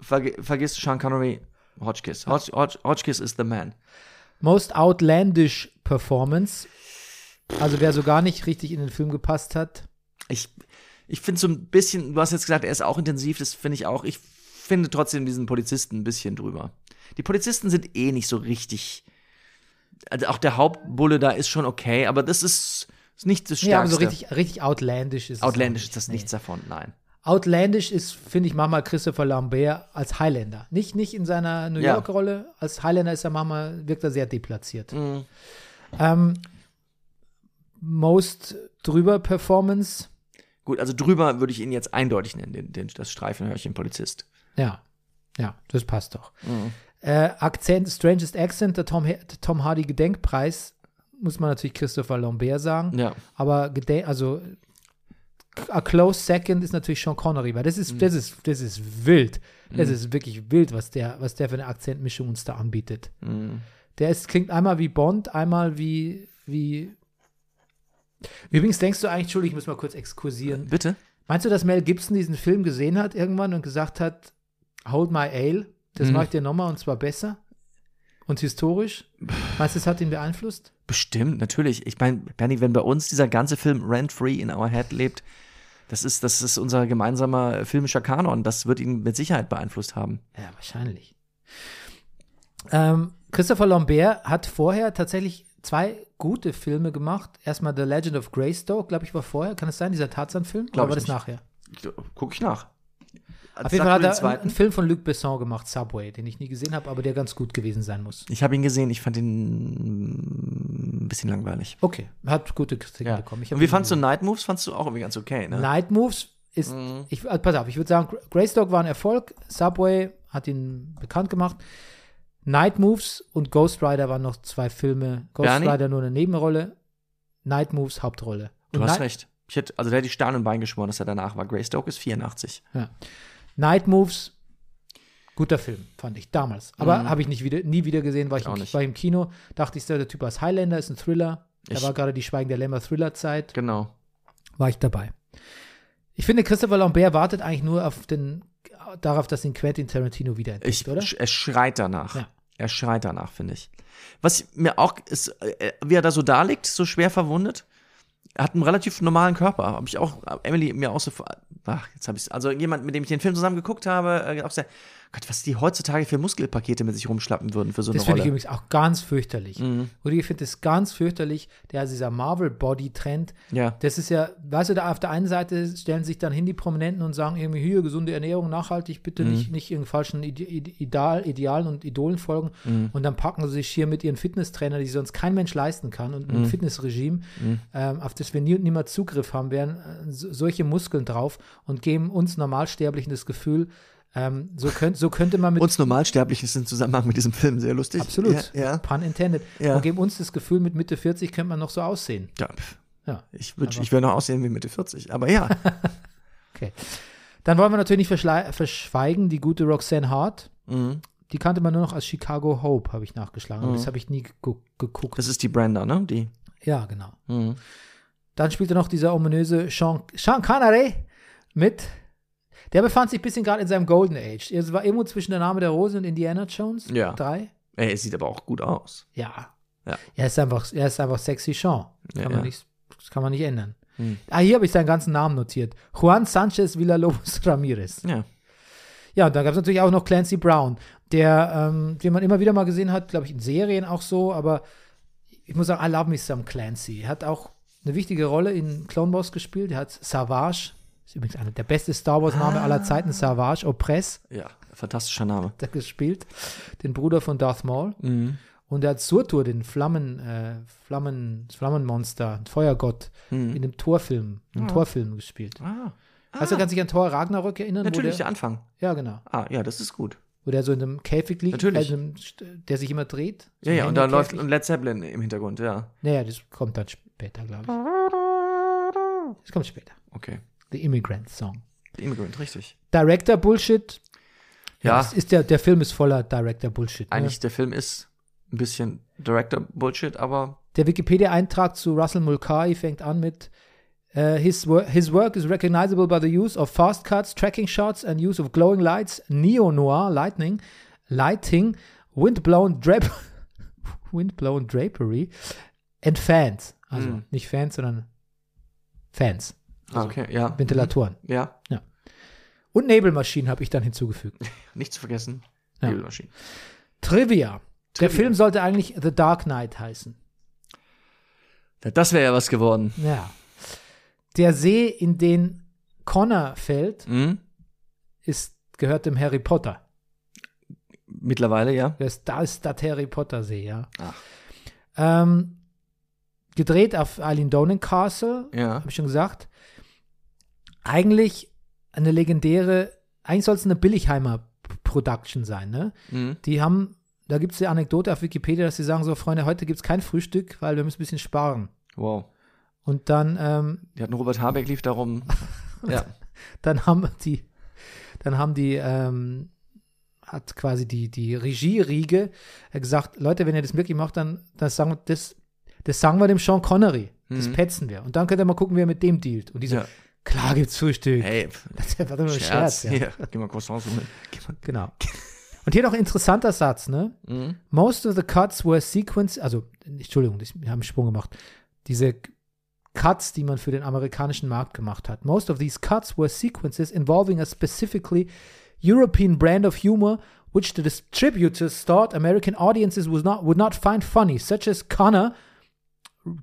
Speaker 2: verge vergiss Sean Connery. Hodgkiss. Hodg Hodg Hodgkiss ist the man.
Speaker 1: Most Outlandish Performance. Also wer so gar nicht richtig in den Film gepasst hat.
Speaker 2: Ich, ich finde so ein bisschen, du hast jetzt gesagt, er ist auch intensiv, das finde ich auch. Ich finde trotzdem diesen Polizisten ein bisschen drüber. Die Polizisten sind eh nicht so richtig. Also auch der Hauptbulle da ist schon okay, aber das ist, ist nicht das Stärkste.
Speaker 1: Ja, aber so richtig, richtig outlandish ist es
Speaker 2: Outlandish
Speaker 1: auch
Speaker 2: ist das
Speaker 1: Nee.
Speaker 2: nichts davon, nein.
Speaker 1: Outlandish ist, finde ich, manchmal Christopher Lambert als Highlander. Nicht, nicht in seiner New
Speaker 2: Ja.
Speaker 1: York-Rolle. Als Highlander ist er manchmal, wirkt er sehr deplatziert. Ähm, most drüber Performance.
Speaker 2: Gut, also drüber würde ich ihn jetzt eindeutig nennen, den, den, das Streifenhörchen Polizist.
Speaker 1: Ja. Ja, das passt doch. Äh, Akzent, Strangest Accent, der Tom, der Tom Hardy Gedenkpreis, muss man natürlich Christopher Lambert sagen.
Speaker 2: Ja.
Speaker 1: Aber Gede also a close second ist natürlich Sean Connery, weil das ist, das ist, das ist wild. Das ist wirklich wild, was der, was der für eine Akzentmischung uns da anbietet. Der ist, klingt einmal wie Bond, einmal wie, wie. Übrigens denkst du eigentlich, Entschuldigung, ich muss mal kurz exkursieren.
Speaker 2: Bitte?
Speaker 1: Meinst du, dass Mel Gibson diesen Film gesehen hat irgendwann und gesagt hat, hold my ale, das mache ich dir nochmal und zwar besser und historisch? Meinst du, das hat ihn beeinflusst?
Speaker 2: Bestimmt, natürlich. Ich meine, Bernie, wenn bei uns dieser ganze Film rent-free in our head lebt, das ist, das ist unser gemeinsamer äh, filmischer Kanon. Das wird ihn mit Sicherheit beeinflusst haben.
Speaker 1: Ja, wahrscheinlich. Ähm, Christopher Lambert hat vorher tatsächlich zwei gute Filme gemacht. Erstmal The Legend of Greystoke, glaube ich, war vorher. Kann es sein, dieser Tarzan-Film? Oder
Speaker 2: Glaub ich
Speaker 1: war das
Speaker 2: nicht.
Speaker 1: nachher?
Speaker 2: Guck ich nach.
Speaker 1: Auf jeden Fall hat er einen, einen
Speaker 2: zweiten.
Speaker 1: Film von Luc Besson gemacht, Subway, den ich nie gesehen habe, aber der ganz gut gewesen sein muss.
Speaker 2: Ich habe ihn gesehen, ich fand ihn mm, ein bisschen langweilig.
Speaker 1: Okay, hat gute Kritiken bekommen. Ich hab
Speaker 2: Und wie
Speaker 1: ihn
Speaker 2: fandst du
Speaker 1: gesehen.
Speaker 2: Night Moves? Fandst du auch irgendwie ganz okay, ne? Mhm.
Speaker 1: äh, Night Moves ist, ich, also pass auf, ich würde sagen, Greystock war ein Erfolg, Subway hat ihn bekannt gemacht. Night Moves und Ghost Rider waren noch zwei Filme. Ghost
Speaker 2: Bernie?
Speaker 1: Rider nur eine Nebenrolle, Night Moves Hauptrolle.
Speaker 2: Du
Speaker 1: Und
Speaker 2: hast
Speaker 1: Night-
Speaker 2: recht. Ich hätte, also da hätte ich Stern und Bein geschworen, dass er danach war. Greystoke ist 84.
Speaker 1: Ja. Night Moves, guter Film, fand ich damals. Aber
Speaker 2: Mhm.
Speaker 1: habe ich nicht wieder, nie wieder gesehen, war ich,
Speaker 2: auch
Speaker 1: im,
Speaker 2: nicht.
Speaker 1: war im Kino. Dachte ich, so, der Typ aus Highlander, ist ein Thriller. Da
Speaker 2: Ich-
Speaker 1: war gerade die Schweigen der Lämmer Thriller-Zeit.
Speaker 2: Genau.
Speaker 1: War ich dabei. Ich finde, Christopher Lambert wartet eigentlich nur auf den, darauf, dass ihn Quentin Tarantino wiederentdeckt,
Speaker 2: Ich,
Speaker 1: oder?
Speaker 2: sch- Er schreit danach.
Speaker 1: Ja.
Speaker 2: Er schreit danach, finde ich. Was mir auch ist, äh, wie er da so da liegt, so schwer verwundet, er hat einen relativ normalen Körper. Habe ich auch, äh, Emily mir auch so, vor- ach, jetzt habe ich Also jemand, mit dem ich den Film zusammen geguckt habe, äh, auch sehr, Gott, was die heutzutage für Muskelpakete mit sich rumschlappen würden für so eine
Speaker 1: Das finde ich
Speaker 2: Rolle. Mhm.
Speaker 1: übrigens auch ganz fürchterlich. Rudi, ich finde das ganz fürchterlich, der dieser Marvel-Body-Trend.
Speaker 2: Ja.
Speaker 1: Das ist ja, weißt du, da auf der einen Seite stellen sich dann hin die Prominenten und sagen irgendwie hier gesunde Ernährung, nachhaltig,
Speaker 2: Mhm.
Speaker 1: bitte nicht, nicht irgendwelchen falschen Ide Ide Ideal, Idealen und Idolen folgen.
Speaker 2: Mhm.
Speaker 1: Und dann packen sie sich hier mit ihren Fitnesstrainer, die sonst kein Mensch leisten kann und
Speaker 2: Mhm.
Speaker 1: ein Fitnessregime, ähm, auf das wir nie und nimmer Zugriff haben werden, äh, so, solche Muskeln drauf und geben uns Normalsterblichen das Gefühl, ähm, so, könnt, so könnte man mit
Speaker 2: Uns Normalsterblichen ist im Zusammenhang mit diesem Film sehr lustig.
Speaker 1: Absolut.
Speaker 2: Ja. ja.
Speaker 1: Pun intended.
Speaker 2: Ja.
Speaker 1: Und geben uns das Gefühl, mit Mitte 40 könnte man noch so aussehen.
Speaker 2: ja. pf,
Speaker 1: Ja,
Speaker 2: Ich, wünsch, ich will noch aussehen wie Mitte 40, aber
Speaker 1: *laughs*
Speaker 2: ja.
Speaker 1: okay. Dann wollen wir natürlich nicht verschlei- verschweigen, die gute Roxanne Hart.
Speaker 2: Mhm.
Speaker 1: Die kannte man nur noch als Chicago Hope, habe ich nachgeschlagen. Aber das habe ich nie geguckt- geguckt.
Speaker 2: Das ist die Brenda, ne? Die.
Speaker 1: ja, genau.
Speaker 2: Mhm.
Speaker 1: Dann spielte noch dieser ominöse Sean, Sean Connery mit. Der befand sich ein bisschen gerade in seinem Golden Age. Es war irgendwo zwischen der Name der Rose und Indiana Jones.
Speaker 2: Ja.
Speaker 1: Drei.
Speaker 2: Ey, sieht aber auch gut aus.
Speaker 1: Ja.
Speaker 2: Ja.
Speaker 1: Er, ist einfach, er ist einfach sexy Sean. Das kann,
Speaker 2: Ja, ja. Hm.
Speaker 1: Man, nicht, das kann man nicht ändern. Ah, hier habe ich seinen ganzen Namen notiert. Juan Sanchez Villalobos *laughs* Ramirez.
Speaker 2: Ja.
Speaker 1: Ja, und dann gab es natürlich auch noch Clancy Brown, der, ähm, den man immer wieder mal gesehen hat, glaube ich, in Serien auch so, aber ich muss sagen, I love me some Clancy. Er hat auch eine wichtige Rolle in Clone Wars gespielt. Er hat Savage, ist übrigens einer der beste Star Wars-Name
Speaker 2: Ah.
Speaker 1: aller Zeiten, Savage Opress
Speaker 2: Ja. Fantastischer
Speaker 1: *laughs*
Speaker 2: Name.
Speaker 1: hat er gespielt, den Bruder von Darth Maul.
Speaker 2: Mhm.
Speaker 1: Und er hat Surtur, den Flammen, äh, Flammen, Flammenmonster, den Feuergott,
Speaker 2: Mhm.
Speaker 1: in dem Torfilm, im Torfilm gespielt.
Speaker 2: Ah.
Speaker 1: Also kannst du dich an Thor Ragnarök erinnern?
Speaker 2: Natürlich,
Speaker 1: Wo
Speaker 2: der Anfang.
Speaker 1: der, ja, genau.
Speaker 2: Ah, ja, das ist gut.
Speaker 1: Wo der so in einem Käfig liegt,
Speaker 2: Natürlich.
Speaker 1: äh, in einem, St- der sich immer dreht. so
Speaker 2: Ja,
Speaker 1: ein
Speaker 2: ja, und da läuft
Speaker 1: Hängekäfig.
Speaker 2: ein Led Zeppelin im Hintergrund, ja.
Speaker 1: Naja, das kommt dann später, glaube ich. Das kommt später.
Speaker 2: Okay.
Speaker 1: The Immigrant Song.
Speaker 2: The Immigrant, richtig.
Speaker 1: Director Bullshit.
Speaker 2: Ja,
Speaker 1: Das ist der, der Film ist voller Director Bullshit. Ne?
Speaker 2: eigentlich, der Film ist ein bisschen Director-Bullshit, aber
Speaker 1: Der Wikipedia-Eintrag zu Russell Mulcahy fängt an mit äh, his, wor his work is recognizable by the use of fast cuts, tracking shots and use of glowing lights, neo-noir lightning, lighting, windblown drap *laughs* windblown drapery and fans. Also nicht Fans, sondern Fans,
Speaker 2: ah, okay, ja.
Speaker 1: Ventilatoren.
Speaker 2: Ja,
Speaker 1: Und Nebelmaschinen habe ich dann hinzugefügt.
Speaker 2: nicht zu vergessen.
Speaker 1: Ja.
Speaker 2: Nebelmaschine.
Speaker 1: Trivia. Der Film sollte eigentlich The Dark Knight heißen.
Speaker 2: Ja, Das wäre ja was geworden.
Speaker 1: Ja. Der See, in den Connor fällt,
Speaker 2: Mhm.
Speaker 1: ist, gehört dem Harry Potter.
Speaker 2: Mittlerweile, ja.
Speaker 1: Das ist das, das Harry Potter See, ja.
Speaker 2: Ach.
Speaker 1: Ähm, gedreht auf Eileen Donen Castle,
Speaker 2: Ja.
Speaker 1: habe ich schon gesagt. Eigentlich eine legendäre, eigentlich soll es eine Billigheimer Production sein, ne?
Speaker 2: Mhm.
Speaker 1: Die haben, da gibt es die Anekdote auf Wikipedia, dass sie sagen: So, Freunde, heute gibt es kein Frühstück, weil wir müssen ein bisschen sparen.
Speaker 2: Wow.
Speaker 1: Und dann ähm,
Speaker 2: Die hatten Robert Habeck lief darum. ja.
Speaker 1: dann haben die, dann haben die, ähm, hat quasi die, die Regieriege äh, gesagt, Leute, wenn ihr das wirklich macht, dann das sagen, wir- das, das sagen wir dem Sean Connery. Das petzen wir. Und dann könnt ihr mal gucken, wer mit dem dealt. Und die so,
Speaker 2: Ja.
Speaker 1: klar gibt's Frühstück.
Speaker 2: Hey, pf,
Speaker 1: *laughs* Das ist einfach nur ein Scherz.
Speaker 2: Scherz.
Speaker 1: ja.
Speaker 2: Hier, Geh mal Croissants holen. Geh mal.
Speaker 1: Genau. Und hier noch ein interessanter Satz, ne?
Speaker 2: Hm?
Speaker 1: Most of the cuts were sequenced, also, Entschuldigung, ich habe einen Sprung gemacht. Diese Cuts, die man für den amerikanischen Markt gemacht hat. Most of these cuts were sequences involving a specifically European brand of humor, which the distributors thought American audiences was not, would not find funny, such as Connor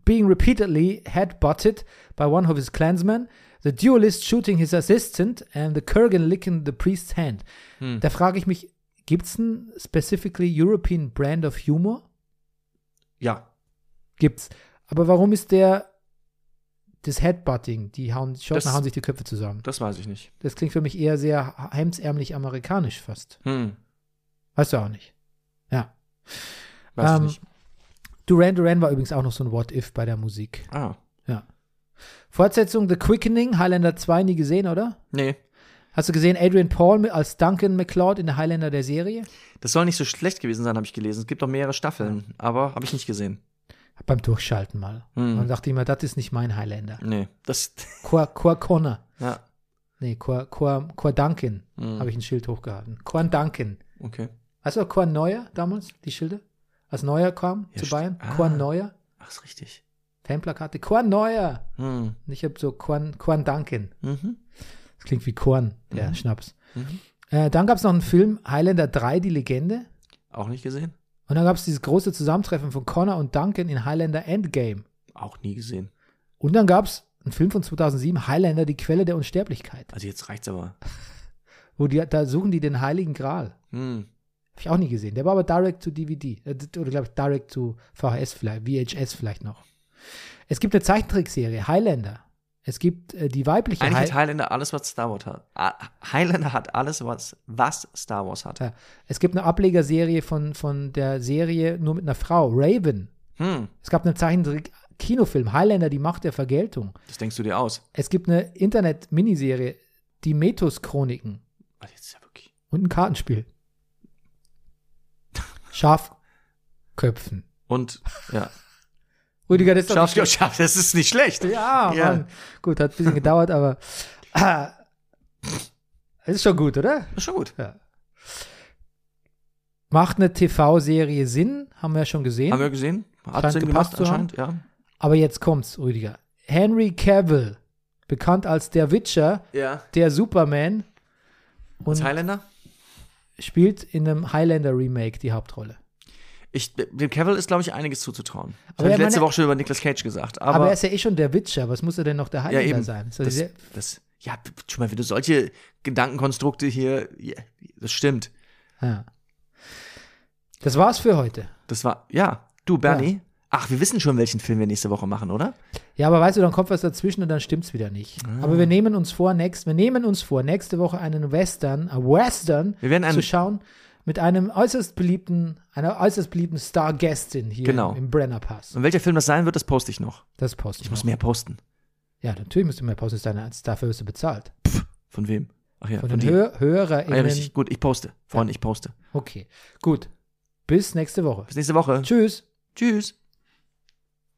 Speaker 1: being repeatedly headbutted by one of his clansmen, the duelist shooting his assistant and the Kurgan licking the priest's hand. Da frage ich mich, gibt's ein specifically European brand of humor?
Speaker 2: Ja.
Speaker 1: Gibt's. Aber warum ist der das Headbutting, die hauen, die Schotten
Speaker 2: Das-
Speaker 1: hauen sich die Köpfe zusammen.
Speaker 2: Das weiß ich nicht.
Speaker 1: Das klingt für mich eher sehr hemsärmlich amerikanisch fast.
Speaker 2: Hm,
Speaker 1: Weißt du auch nicht. Ja.
Speaker 2: weiß
Speaker 1: Ähm,
Speaker 2: ich nicht.
Speaker 1: Duran Duran war übrigens auch noch so ein What-If bei der Musik.
Speaker 2: Ah,
Speaker 1: Fortsetzung The Quickening, Highlander 2 nie gesehen, oder?
Speaker 2: nee.
Speaker 1: Hast du gesehen, Adrian Paul mi- als Duncan McLeod in der Highlander der Serie?
Speaker 2: Das soll nicht so schlecht gewesen sein, habe ich gelesen. Es gibt doch mehrere Staffeln, aber habe ich nicht gesehen.
Speaker 1: Beim Durchschalten mal.
Speaker 2: Hm.
Speaker 1: Und dachte ich mir, das ist nicht mein Highlander.
Speaker 2: Nee, das, *laughs*
Speaker 1: Cor, Cor Connor.
Speaker 2: ja,
Speaker 1: Nee, Cor, Cor, Cor Duncan.
Speaker 2: Hm.
Speaker 1: Habe ich ein Schild hochgehalten. Corn Duncan.
Speaker 2: okay.
Speaker 1: Weißt du, Corn Neuer damals, die Schilder? Als Neuer kam
Speaker 2: Ja,
Speaker 1: zu
Speaker 2: st-
Speaker 1: Bayern.
Speaker 2: ah.
Speaker 1: Corn Neuer.
Speaker 2: Ach, ist richtig.
Speaker 1: Fanplakate. Corn Neuer.
Speaker 2: Hm.
Speaker 1: Und ich habe so Corn, Corn Duncan.
Speaker 2: Mhm.
Speaker 1: Das klingt wie Korn, der Schnaps.
Speaker 2: Mhm.
Speaker 1: Äh, dann gab es noch einen Film, Highlander 3, die Legende.
Speaker 2: Auch nicht gesehen?
Speaker 1: Und dann gab es dieses große Zusammentreffen von Connor und Duncan in Highlander Endgame.
Speaker 2: Auch nie gesehen.
Speaker 1: Und dann gab es einen Film von 2007, Highlander, die Quelle der Unsterblichkeit.
Speaker 2: Also jetzt reicht's aber.
Speaker 1: Wo die, da suchen die den Heiligen Gral.
Speaker 2: Hm.
Speaker 1: Habe ich auch nie gesehen. Der war aber direct to DVD. Äh, d- Oder glaube ich, direct to VHS vielleicht, VHS vielleicht noch. Es gibt eine Zeichentrickserie, Highlander. Es gibt äh, die weibliche
Speaker 2: Eigentlich
Speaker 1: High-
Speaker 2: hat Highlander alles, was Star Wars hat. Ah, Highlander hat alles, was, was Star Wars hat.
Speaker 1: Ja. Es gibt eine Ablegerserie von, von der Serie nur mit einer Frau, Raven.
Speaker 2: Hm.
Speaker 1: Es gab einen Zeichentrick-Kinofilm, Highlander, die Macht der Vergeltung.
Speaker 2: Das denkst du dir aus.
Speaker 1: Es gibt eine Internet-Miniserie, die Metus-Chroniken
Speaker 2: Also jetzt ist ja wirklich.
Speaker 1: und ein Kartenspiel. Schafköpfen.
Speaker 2: Und, ja.
Speaker 1: Rüdiger, das *laughs* ist doch
Speaker 2: Scharf,
Speaker 1: nicht
Speaker 2: scharf, das ist nicht schlecht.
Speaker 1: Ja,
Speaker 2: Ja.
Speaker 1: Mann. Gut, hat ein bisschen gedauert, aber äh, es ist schon gut, oder?
Speaker 2: Ist schon gut.
Speaker 1: Ja. Macht eine TV-Serie Sinn, haben wir ja schon gesehen.
Speaker 2: Haben wir gesehen? Hat
Speaker 1: Scheint
Speaker 2: Sinn
Speaker 1: gepasst
Speaker 2: gemacht
Speaker 1: zu haben.
Speaker 2: anscheinend, ja.
Speaker 1: Aber jetzt kommt's, Rüdiger. Henry Cavill, bekannt als der Witcher,
Speaker 2: Ja.
Speaker 1: der Superman,
Speaker 2: Als
Speaker 1: und
Speaker 2: Highlander?
Speaker 1: spielt in einem Highlander-Remake die Hauptrolle.
Speaker 2: Ich, dem Cavill ist, glaube ich, einiges zuzutrauen. Das
Speaker 1: Aber
Speaker 2: habe ich
Speaker 1: ja,
Speaker 2: letzte
Speaker 1: meine-
Speaker 2: Woche schon über Nicolas Cage gesagt.
Speaker 1: Aber,
Speaker 2: Aber,
Speaker 1: er ist ja eh schon der Witcher. Was muss er denn noch der
Speaker 2: ja,
Speaker 1: Highlander
Speaker 2: eben.
Speaker 1: sein? Ist das
Speaker 2: das,
Speaker 1: sehr-
Speaker 2: das, ja, schon mal, wenn du solche Gedankenkonstrukte hier, ja, das stimmt.
Speaker 1: ja. Das war's für heute.
Speaker 2: Das war, ja, du, Bernie. Ach, wir wissen schon, welchen Film wir nächste Woche machen, oder?
Speaker 1: Ja, aber weißt du, dann kommt was dazwischen und dann stimmt's wieder nicht.
Speaker 2: Ah.
Speaker 1: Aber wir nehmen uns vor, next, wir nehmen uns vor, nächste Woche einen Western, einen Western
Speaker 2: Wir werden einen-
Speaker 1: zu schauen mit einem äußerst beliebten, einer äußerst beliebten Star-Gästin hier
Speaker 2: Genau.
Speaker 1: im Brenner Pass.
Speaker 2: Und welcher Film das sein wird, das poste ich noch.
Speaker 1: Das poste ich
Speaker 2: Ich muss
Speaker 1: noch.
Speaker 2: mehr posten.
Speaker 1: Ja, natürlich musst du mehr posten, deine, dafür wirst du bezahlt.
Speaker 2: Von wem? Ach ja,
Speaker 1: Von den
Speaker 2: dir.
Speaker 1: Hör
Speaker 2: Ah, ja,
Speaker 1: HörerInnen.
Speaker 2: richtig. Gut, ich poste. Freunde, ich poste.
Speaker 1: okay, gut. Bis nächste Woche.
Speaker 2: Bis nächste Woche.
Speaker 1: Tschüss.
Speaker 2: Tschüss.